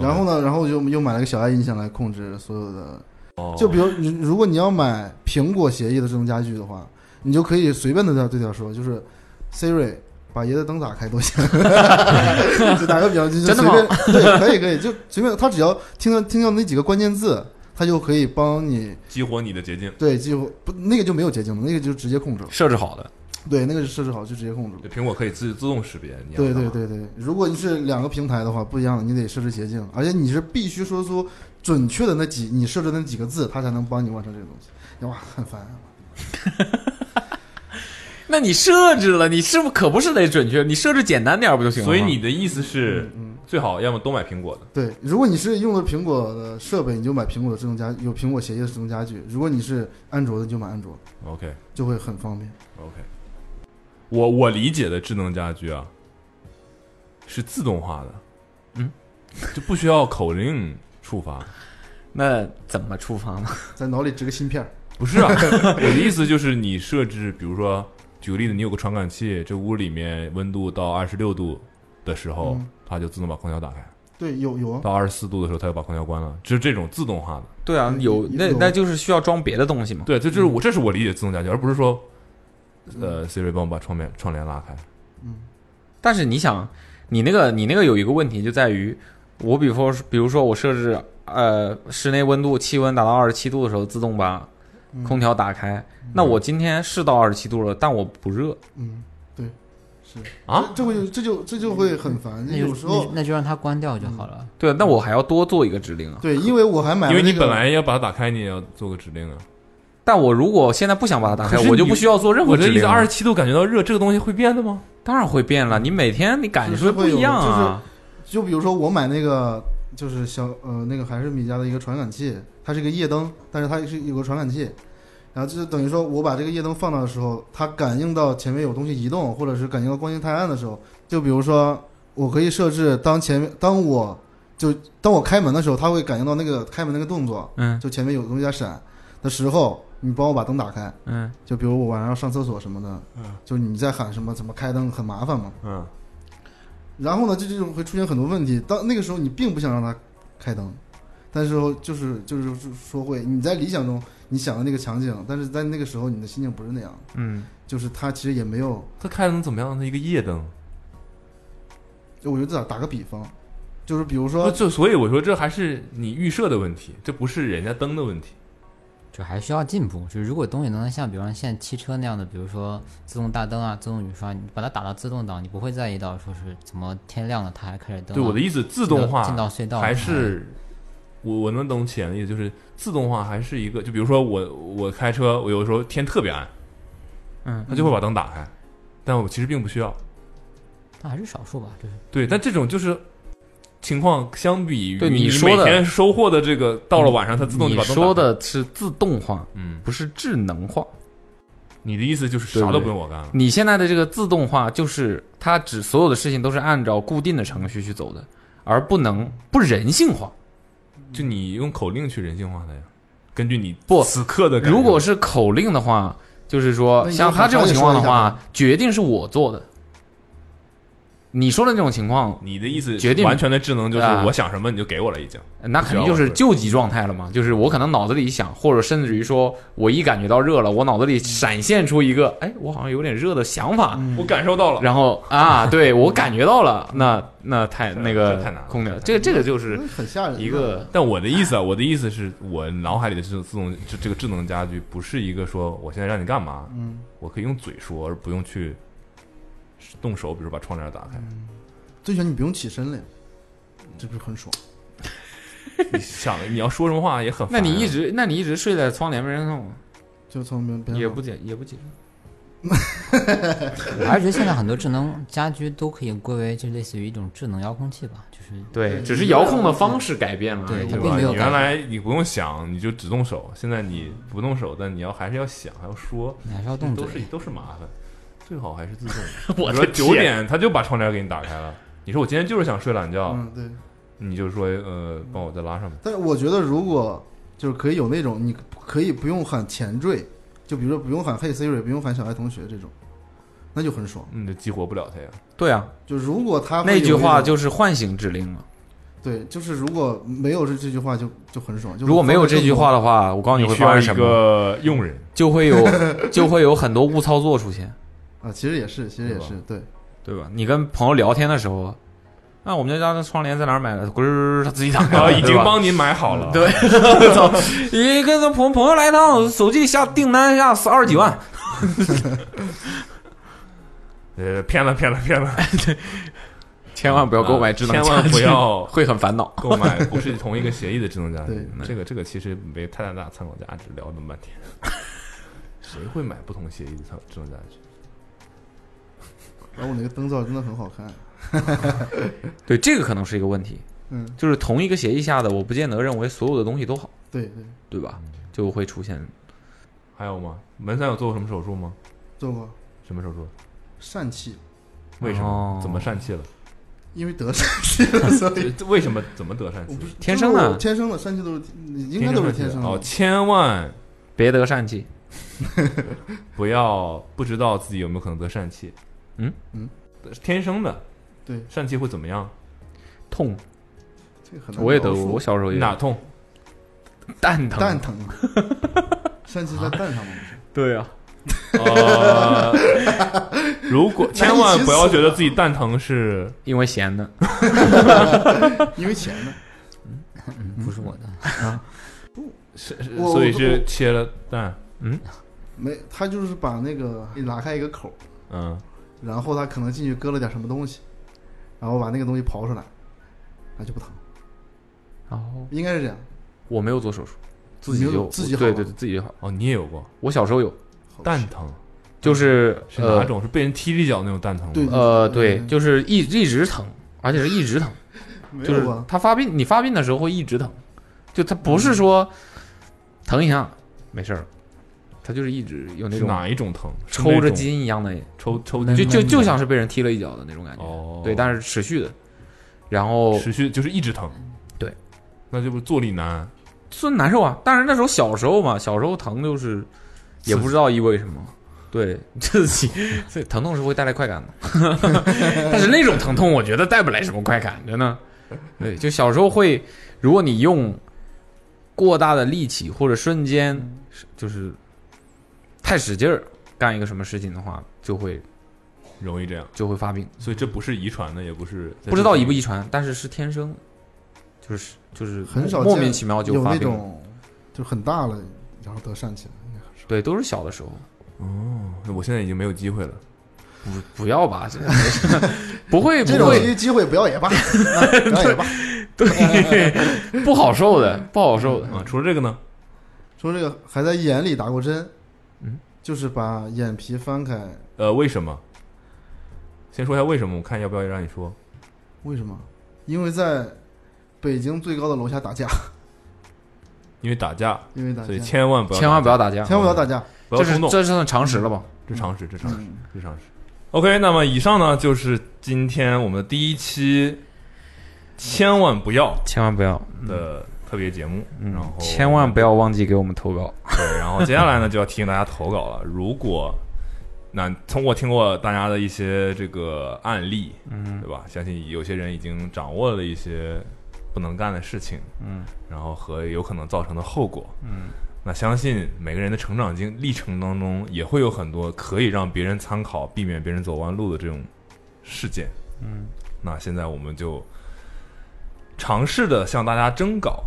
Speaker 8: 然后呢，然后我就又买了个小爱音箱来控制所有的。
Speaker 2: 哦
Speaker 8: 就比如你，如果你要买苹果协议的智能家居的话，你就可以随便的对它说，就是 Siri 把爷的灯打开都行。就打个比方，就就
Speaker 3: 真的
Speaker 8: 随
Speaker 3: 吗
Speaker 8: 便对，可以可以，就随便，他只要听到听到那几个关键字，他就可以帮你
Speaker 2: 激活你的捷径。
Speaker 8: 对，就不那个就没有捷径了，那个就直接控制了。
Speaker 7: 设置好的，
Speaker 8: 对，那个是设置好就直接控制了。
Speaker 2: 苹果可以自自动识别你要
Speaker 8: 对
Speaker 2: 干
Speaker 8: 对
Speaker 2: 嘛
Speaker 8: 对对，如果你是两个平台的话，不一样的，你得设置捷径，而且你是必须说出准确的那几你设置的那几个字，它才能帮你完成这个东
Speaker 2: <laughs>
Speaker 8: 西。哇，很烦、啊
Speaker 3: 那你设置了，你是不可不是得准确？你设置简单点儿不就行了吗？
Speaker 2: 所以你的意思是，最好要么都买苹果的。
Speaker 8: 对，如果你是用的苹果的设备，你就买苹果的智能家，有苹果协议的智能家居；如果你是安卓的，你就买安卓，
Speaker 2: OK
Speaker 8: 就会很方便。
Speaker 2: OK，我我理解的智能家居啊，是自动化的，
Speaker 3: 嗯，
Speaker 2: 就不需要口令触发。
Speaker 3: <laughs> 那怎么触发呢？
Speaker 8: 在脑里植个芯片儿。
Speaker 2: 不是啊， <laughs> 我的意思就是你设置，比如说举个例子，你有个传感器，这屋里面温度到二十六度的时候，
Speaker 8: 嗯
Speaker 2: 它就自动把空调打开；
Speaker 8: 对，有有啊，
Speaker 2: 到二十四度的时候，它就把空调关了。就是这种自动化的。
Speaker 7: 对
Speaker 8: 嗯
Speaker 7: 啊，有那
Speaker 2: 有
Speaker 7: 那就是需要装别的东西嘛。
Speaker 2: 对，这就是我这是我理解自动家居，而不是说，呃，Siri 帮我把窗帘窗帘拉开。
Speaker 6: <laughs>
Speaker 7: 但是你想，你那个你那个有一个问题就在于，我比方说比如说我设置呃室内温度气温达到二十七度的时候，自动把
Speaker 8: 嗯
Speaker 7: 空调打开。那我今天是到二十七度了，但我不热。
Speaker 8: <laughs> 嗯，对，是
Speaker 7: 啊，
Speaker 8: 这会这就这就会很烦。
Speaker 6: 那
Speaker 8: 有
Speaker 6: 就
Speaker 8: 时候嗯
Speaker 6: 那那就让它关掉就好了。
Speaker 7: 嗯对，那我还要多做一个指令啊。
Speaker 8: 对，因为我还买了
Speaker 2: 因为你
Speaker 8: 那个
Speaker 2: 本来要把它打开，你也要做个指令啊。
Speaker 7: 但我如果现在不想把它打开，
Speaker 2: 可是你
Speaker 7: 哎我就不需要做任何
Speaker 2: 我这
Speaker 7: 指
Speaker 2: 意
Speaker 7: 令
Speaker 2: 思，
Speaker 7: 啊。
Speaker 2: 二十七度感觉到热，这个东西会变的吗？
Speaker 7: 当然会变了，你每哎天你感
Speaker 8: 就是会
Speaker 7: 受不
Speaker 8: 有
Speaker 7: 一样啊。
Speaker 8: 就是就比如说我买那个就是小呃那个还是米家的一个传感器，它是一个夜灯，但是它是有个传感器，然后就是等于说我把这个夜灯放到的时候，它感应到前面有东西移动，或者是感应到光线太暗的时候，就比如说我可以设置当前面当我就当我开门的时候，它会感应到那个开门那个动作，
Speaker 7: 嗯
Speaker 8: 就前面有东西在闪的时候，你帮我把灯打开，
Speaker 7: 嗯，
Speaker 8: 就比如我晚上要上厕所什么的，
Speaker 2: 嗯，
Speaker 8: 就你在喊什么怎么开灯很麻烦嘛，
Speaker 2: 嗯，
Speaker 8: 然后呢，就这种会出现很多问题。当那个时候你并不想让它开灯，但是就是就是说会你在理想中你想的那个场景，但是在那个时候你的心情不是那样，
Speaker 7: 嗯，
Speaker 8: 就是它其实也没有。
Speaker 2: 它开灯怎么样？它一个夜灯。
Speaker 8: 我就打打个比方，就是比如说
Speaker 2: 不这所以我说这还是你预设的问题，这不是人家灯的问题。
Speaker 6: 就还需要进步。就是如果东西能像，比方现在汽车那样的，比如说自动大灯啊、自动雨刷，你把它打到自动档，你不会在意到说是怎么天亮了它还开着灯啊、
Speaker 2: 对我的意思，自动化
Speaker 6: 进到进到隧道
Speaker 2: 还是我我能懂浅的意思，就是自动化还是一个，就比如说我我开车，我有时候天特别暗，
Speaker 7: 嗯，
Speaker 2: 它就会把灯打开，但我其实并不需要。
Speaker 6: 那还是少数吧，就是
Speaker 2: 对，但这种就是情况，相比于
Speaker 7: 对
Speaker 2: 你
Speaker 7: 说的
Speaker 2: 每天收获的这个，到了晚上它自动就
Speaker 7: 你
Speaker 2: 把灯打开。
Speaker 7: 说的是自动化，
Speaker 2: 嗯，
Speaker 7: 不是智能化。
Speaker 2: 你的意思就是
Speaker 7: 对
Speaker 2: 啥
Speaker 7: 对
Speaker 2: 都不用我干了？
Speaker 7: 你现在的这个自动化，就是它只所有的事情都是按照固定的程序去走的，而不能不人性化。
Speaker 2: 就你用口令去人性化它呀，根据你
Speaker 7: 不
Speaker 2: 此刻的感觉
Speaker 7: 如果是口令的话，就是
Speaker 2: 那
Speaker 7: 说
Speaker 2: 你就
Speaker 7: 像他这种情况的
Speaker 2: 好好地
Speaker 7: 话，决定是我做的。你说的这种情况，
Speaker 2: 你的意思
Speaker 7: 决定
Speaker 2: 完全的智能就是
Speaker 7: 啊
Speaker 2: 我想什么你就给我了，已经。
Speaker 7: 那肯定就是救急状态了嘛，就是我可能脑子里想，或者甚至于说我一感觉到热了，我脑子里闪现出一个，哎，我好像有点热的想法，
Speaker 8: 嗯
Speaker 2: 我感受到了，
Speaker 7: 然后啊，对我感觉到了，
Speaker 2: <laughs>
Speaker 7: 那那太那个
Speaker 2: 啊这太难了
Speaker 7: 空调，这个这个就是
Speaker 8: 很吓人的
Speaker 7: 一个，
Speaker 2: 但我的意思啊，我的意思是我脑海里的这种自动这这个智能家居，不是一个说我现在让你干嘛，
Speaker 8: 嗯，
Speaker 2: 我可以用嘴说，而不用去动手，比如把窗帘打开。
Speaker 8: 最起码你不用起身了呀，这不是很爽？
Speaker 2: 你想你要说什么话也很
Speaker 7: 那
Speaker 2: 烦啊、
Speaker 7: 你一直那你一直睡在窗帘没人弄，
Speaker 8: 就从别别
Speaker 7: 也不解也不解释，
Speaker 8: <laughs>
Speaker 6: 我还是觉得现在很多智能家居都可以归为就类似于一种智能遥控器吧，就是
Speaker 7: 对，只是遥控的方式改变了而
Speaker 6: 对，
Speaker 7: 已，。
Speaker 6: 它
Speaker 2: 对
Speaker 6: 并
Speaker 2: 吧？
Speaker 6: 没有
Speaker 2: 你
Speaker 6: 改
Speaker 2: 原来你不用想，你就只动手，现在你不动手，但你要还是要想，还要说，
Speaker 6: 你还是要动
Speaker 2: 都
Speaker 6: 嘴
Speaker 2: 是都是麻烦。最好还是自动
Speaker 7: <laughs> 我
Speaker 2: 你说
Speaker 7: 的
Speaker 2: 九
Speaker 7: 天
Speaker 2: 点他就把窗帘给你打开了，你说我今天就是想睡懒觉，
Speaker 8: 嗯，对。
Speaker 2: 你就说呃帮我再拉上吧。
Speaker 8: 但是我觉得，如果就是可以有那种，你可以不用喊前缀，就比如说不用喊 Hey Siri，不用喊小爱同学这种，那就很爽。
Speaker 2: 你就激活不了他呀。
Speaker 7: 对啊，
Speaker 8: 就如果他会有
Speaker 7: 那句话
Speaker 8: 一种
Speaker 7: 就是唤醒指令嘛。
Speaker 8: 对，就是如果没有这这句话就就很爽。就
Speaker 7: 如果没有这句话的话，我告诉你会发生什么？
Speaker 2: 你需要一个佣人，
Speaker 7: <laughs> 就
Speaker 8: <laughs>
Speaker 7: 会有就会有很多误操作
Speaker 2: <laughs>
Speaker 7: 出现，
Speaker 8: 啊，其实也是，其实也是对。
Speaker 7: 对吧？你跟朋友聊天的时候，啊，我们家的窗帘在哪儿买的？ <laughs> 咕噜，他自己打开了，
Speaker 2: 啊已经
Speaker 7: 对吧
Speaker 2: 帮您买好了
Speaker 7: 对， <laughs> 操！一个朋朋友来一趟，手机下订单下二十几
Speaker 8: <laughs>
Speaker 7: 万，
Speaker 2: 呃，骗了骗了骗了，
Speaker 7: <laughs> 千万不要购买智能家
Speaker 2: 啊
Speaker 7: 居，
Speaker 2: 千万不要
Speaker 7: 会很烦恼。
Speaker 2: 购买不是同一个协议的智能家居
Speaker 8: 对，
Speaker 2: 这个这个其实没太大参考价值，聊了那么半天，谁会买不同协议的智能家居？
Speaker 8: 然后我那个灯罩真的很好看，
Speaker 7: 对，这个可能是一个问题。
Speaker 8: 嗯，
Speaker 7: 就是同一个协议下的，我不见得认为所有的东西都好，
Speaker 8: 对对，
Speaker 7: 对吧？就会出现
Speaker 2: 还有吗？门三有做过什么手术吗？
Speaker 8: 做过
Speaker 2: 什么手术？
Speaker 8: 疝气，
Speaker 2: 为什么？
Speaker 7: 哦
Speaker 2: 怎么疝气了？
Speaker 8: 因为得疝气了，所
Speaker 2: <laughs>
Speaker 8: 以
Speaker 2: 这为什么？怎么得疝气
Speaker 8: 我不是？
Speaker 7: 天生的
Speaker 8: 天生的疝气都是应该都是天生
Speaker 2: 疝气哦，
Speaker 8: 的。
Speaker 2: 千万
Speaker 7: 别得
Speaker 8: <laughs>
Speaker 7: 疝气。
Speaker 2: 不要不知道自己有没有可能得疝气。
Speaker 7: 嗯
Speaker 8: 嗯，
Speaker 2: 天生的
Speaker 8: 对，
Speaker 2: 疝气会怎么样？
Speaker 7: 痛，
Speaker 8: 这个很难
Speaker 7: 我也得
Speaker 8: 描
Speaker 7: 过，
Speaker 8: 述
Speaker 7: 我小时候也
Speaker 2: 哪痛？
Speaker 7: 蛋疼。
Speaker 8: 蛋疼，疝气在蛋上吗？
Speaker 7: 对啊，
Speaker 2: 呃， <laughs> 如果
Speaker 8: <laughs> 难以
Speaker 2: 千万
Speaker 8: 启齿
Speaker 2: 不要觉得自己蛋疼是
Speaker 7: 因为咸
Speaker 2: <laughs>
Speaker 7: 的。
Speaker 8: <laughs> 因为钱呢？
Speaker 6: <laughs> 不是我的，
Speaker 2: 嗯
Speaker 8: <laughs>
Speaker 2: 是，是
Speaker 8: 我
Speaker 2: 所以
Speaker 8: 我
Speaker 2: 是切了蛋，
Speaker 8: 没，他就是把那个拉开一个口，
Speaker 2: 嗯，
Speaker 8: 然后他可能进去搁了点什么东西，然后把那个东西刨出来，那就不疼，
Speaker 7: 哎然后
Speaker 8: 应该是这样。
Speaker 7: 我没有做手术，自己
Speaker 8: 你没有
Speaker 7: 就
Speaker 8: 自己好
Speaker 7: 对
Speaker 8: 吗
Speaker 7: 对对，自己就好。
Speaker 2: 哦，你也有过
Speaker 7: 我小时候有，
Speaker 2: 蛋疼，
Speaker 7: 就是
Speaker 2: 是哪
Speaker 7: 呃
Speaker 2: 种？是被人踢了一脚那种蛋疼吗？
Speaker 8: 对
Speaker 7: 呃，对，
Speaker 8: 嗯
Speaker 7: 就是一一直疼，而且是一直疼，
Speaker 8: 没
Speaker 7: 就是
Speaker 8: 有啊，
Speaker 7: 它发病，你发病的时候会一直疼，就它不是说疼一下没事儿了，它就是一直有那
Speaker 2: 是
Speaker 7: 种
Speaker 2: 哪一种疼？是
Speaker 7: 抽
Speaker 2: 那
Speaker 7: 着
Speaker 2: 种
Speaker 7: 筋一样的，嗯
Speaker 2: 抽抽
Speaker 7: 就
Speaker 2: 筋
Speaker 7: 就就像是被人踢了一脚的那种感觉，
Speaker 2: 哦，
Speaker 7: 对，但是持续的，然后
Speaker 2: 持续就是一直疼，
Speaker 7: 对，
Speaker 2: 那就不是坐立难，
Speaker 7: 就难受啊。但是那时候小时候嘛，小时候疼就是也不知道意味什么。对， <laughs> 自己这疼痛是会带来快感的，
Speaker 2: <laughs>
Speaker 7: 但是那种疼痛我觉得带不来什么快感，真的。对，就小时候会，如果你用过大的力气或者瞬间
Speaker 2: 嗯
Speaker 7: 就是太使劲儿干一个什么事情的话，就会
Speaker 2: 容易这样，
Speaker 7: 就会发病。
Speaker 2: 所以这不是遗传的，也不是
Speaker 7: 不知道遗不
Speaker 2: 遗，
Speaker 7: 遗传，但是是天生的，就是就是
Speaker 8: 很少
Speaker 7: 莫
Speaker 8: 见
Speaker 7: 名其妙就
Speaker 8: 有
Speaker 7: 发
Speaker 8: 那
Speaker 7: 病了。
Speaker 8: 种就很大了，然后得疝气了。应该
Speaker 7: 对，都是小的时候。
Speaker 2: 哦那我现在已经没有机会了，
Speaker 7: 不不要吧，这不会
Speaker 8: 这
Speaker 7: 不
Speaker 8: 种
Speaker 7: 会，
Speaker 8: 机机会不要也
Speaker 7: <laughs>
Speaker 8: 罢，啊不要也罢。
Speaker 7: 对， <laughs> 不好受的，不好受的。
Speaker 2: 啊，除了这个呢，
Speaker 8: 说这个还在眼里打过针，
Speaker 7: 嗯，
Speaker 8: 就是把眼皮翻开，
Speaker 2: <laughs> 呃，为什么？先说一下为什么，我看要不要让你说。
Speaker 8: 为什么？因为在北京最高的楼下打架，
Speaker 2: 因为打架，
Speaker 8: 因为打
Speaker 2: 所
Speaker 8: 架，
Speaker 2: 以
Speaker 8: 千
Speaker 2: 千万不要，
Speaker 7: 千万不
Speaker 2: 要，
Speaker 7: 要打架，
Speaker 8: 万不要打架。
Speaker 2: 不要
Speaker 7: 这是
Speaker 2: 冲动，
Speaker 7: 这是算常识了吧？
Speaker 2: 这常识，这常识。
Speaker 8: 嗯，
Speaker 2: 日常是。OK，那么以上呢就是今天我们的第一期“千万不要
Speaker 7: 千万不要，”
Speaker 2: 哦的特别节目，
Speaker 7: 嗯
Speaker 2: 然后，
Speaker 7: 千万不要忘记给我们投稿。
Speaker 2: 对，然后接下来呢就要提醒大家投稿 <laughs> 了。如果那通过听过大家的一些这个案例，嗯，对吧？相信有些人已经掌握了一些不能干的事情，
Speaker 7: 嗯，
Speaker 2: 然后和有可能造成的后果，嗯。那相信每个人的成长经历程当中，也会有很多可以让别人参考、避免别人走弯路的这种事件。
Speaker 7: 嗯，
Speaker 2: 那现在我们就尝试的向大家征稿。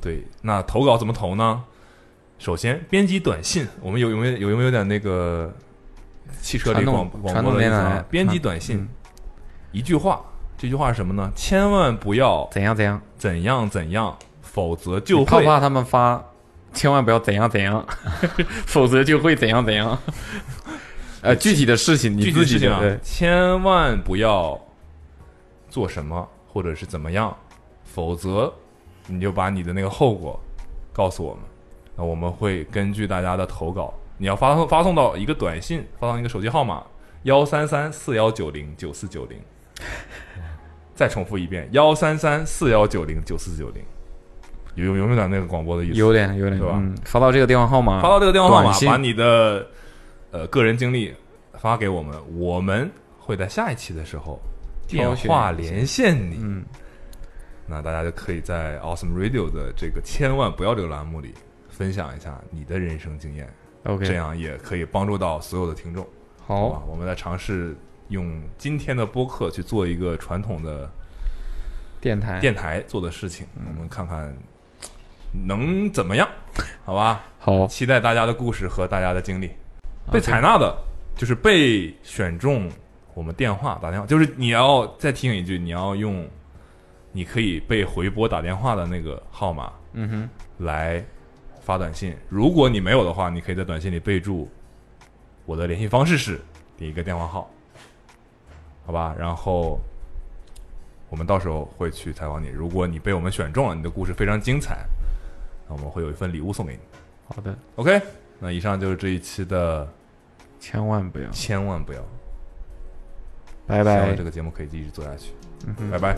Speaker 2: 对，那投稿怎么投呢？首先，编辑短信，我们有有没有有有没有点那个汽车里
Speaker 7: 传统
Speaker 2: 广广
Speaker 7: 传统
Speaker 2: 播的意思
Speaker 7: 电
Speaker 2: 啊
Speaker 7: 台？
Speaker 2: 编辑短信，
Speaker 7: 嗯
Speaker 2: 一句话，这句话是什么呢？千万不要
Speaker 7: 怎样怎样，
Speaker 2: 怎样怎样，否则就
Speaker 7: 你怕
Speaker 2: 会
Speaker 7: 不怕他
Speaker 2: <laughs>
Speaker 7: 们发？千万不要怎样怎样，否则就会怎样怎样。呃，具体的事情你
Speaker 2: 具体的
Speaker 7: 自己
Speaker 2: 事情啊
Speaker 7: 对，
Speaker 2: 千万不要做什么或者是怎么样，否则你就把你的那个后果告诉我们，那我们会根据大家的投稿，你要发送发送到一个短信，发送一个手机号码幺三三四幺九零九四九零， <laughs> 再重复一遍幺三三四幺九零九四九零。有有有没有点那个广播的意思？
Speaker 7: <laughs> 有点有点
Speaker 2: 对吧？
Speaker 7: 嗯，发到这个电话号码，
Speaker 2: 发到这个电话号码
Speaker 7: 短，信
Speaker 2: 把你的呃个人经历发给我们，我们会在下一期的时候电
Speaker 7: 挑选
Speaker 2: 话连线你。嗯，那大家就可以在 Awesome Radio 的这个“千万不要”这个栏目里分享一下你的人生经验。
Speaker 7: OK
Speaker 2: 这样也可以帮助到所有的听众。
Speaker 7: 好
Speaker 2: 吧我们来尝试用今天的播客去做一个传统的
Speaker 7: 电台嗯
Speaker 2: 电台做的事情，我们看看能怎么样，好吧？
Speaker 7: 好，
Speaker 2: 期待大家的故事和大家的经历。
Speaker 7: 啊
Speaker 2: 被采纳的，就是被选中，我们电话打电话，就是你要再提醒一句，你要用你可以被回拨打电话的那个号码
Speaker 7: 嗯哼，
Speaker 2: 来发短信。如果你没有的话，你可以在短信里备注我的联系方式是第一个电话号，好吧？然后我们到时候会去采访你。如果你被我们选中了，你的故事非常精彩，那我们会有一份礼物送给你。
Speaker 7: 好的
Speaker 2: OK，那以上就是这一期的，
Speaker 7: 千万不要，
Speaker 2: 千万不要，
Speaker 7: 拜
Speaker 2: 希望
Speaker 7: 拜
Speaker 2: 这。个节目可以继续做下去。
Speaker 7: 嗯哼
Speaker 2: 拜拜。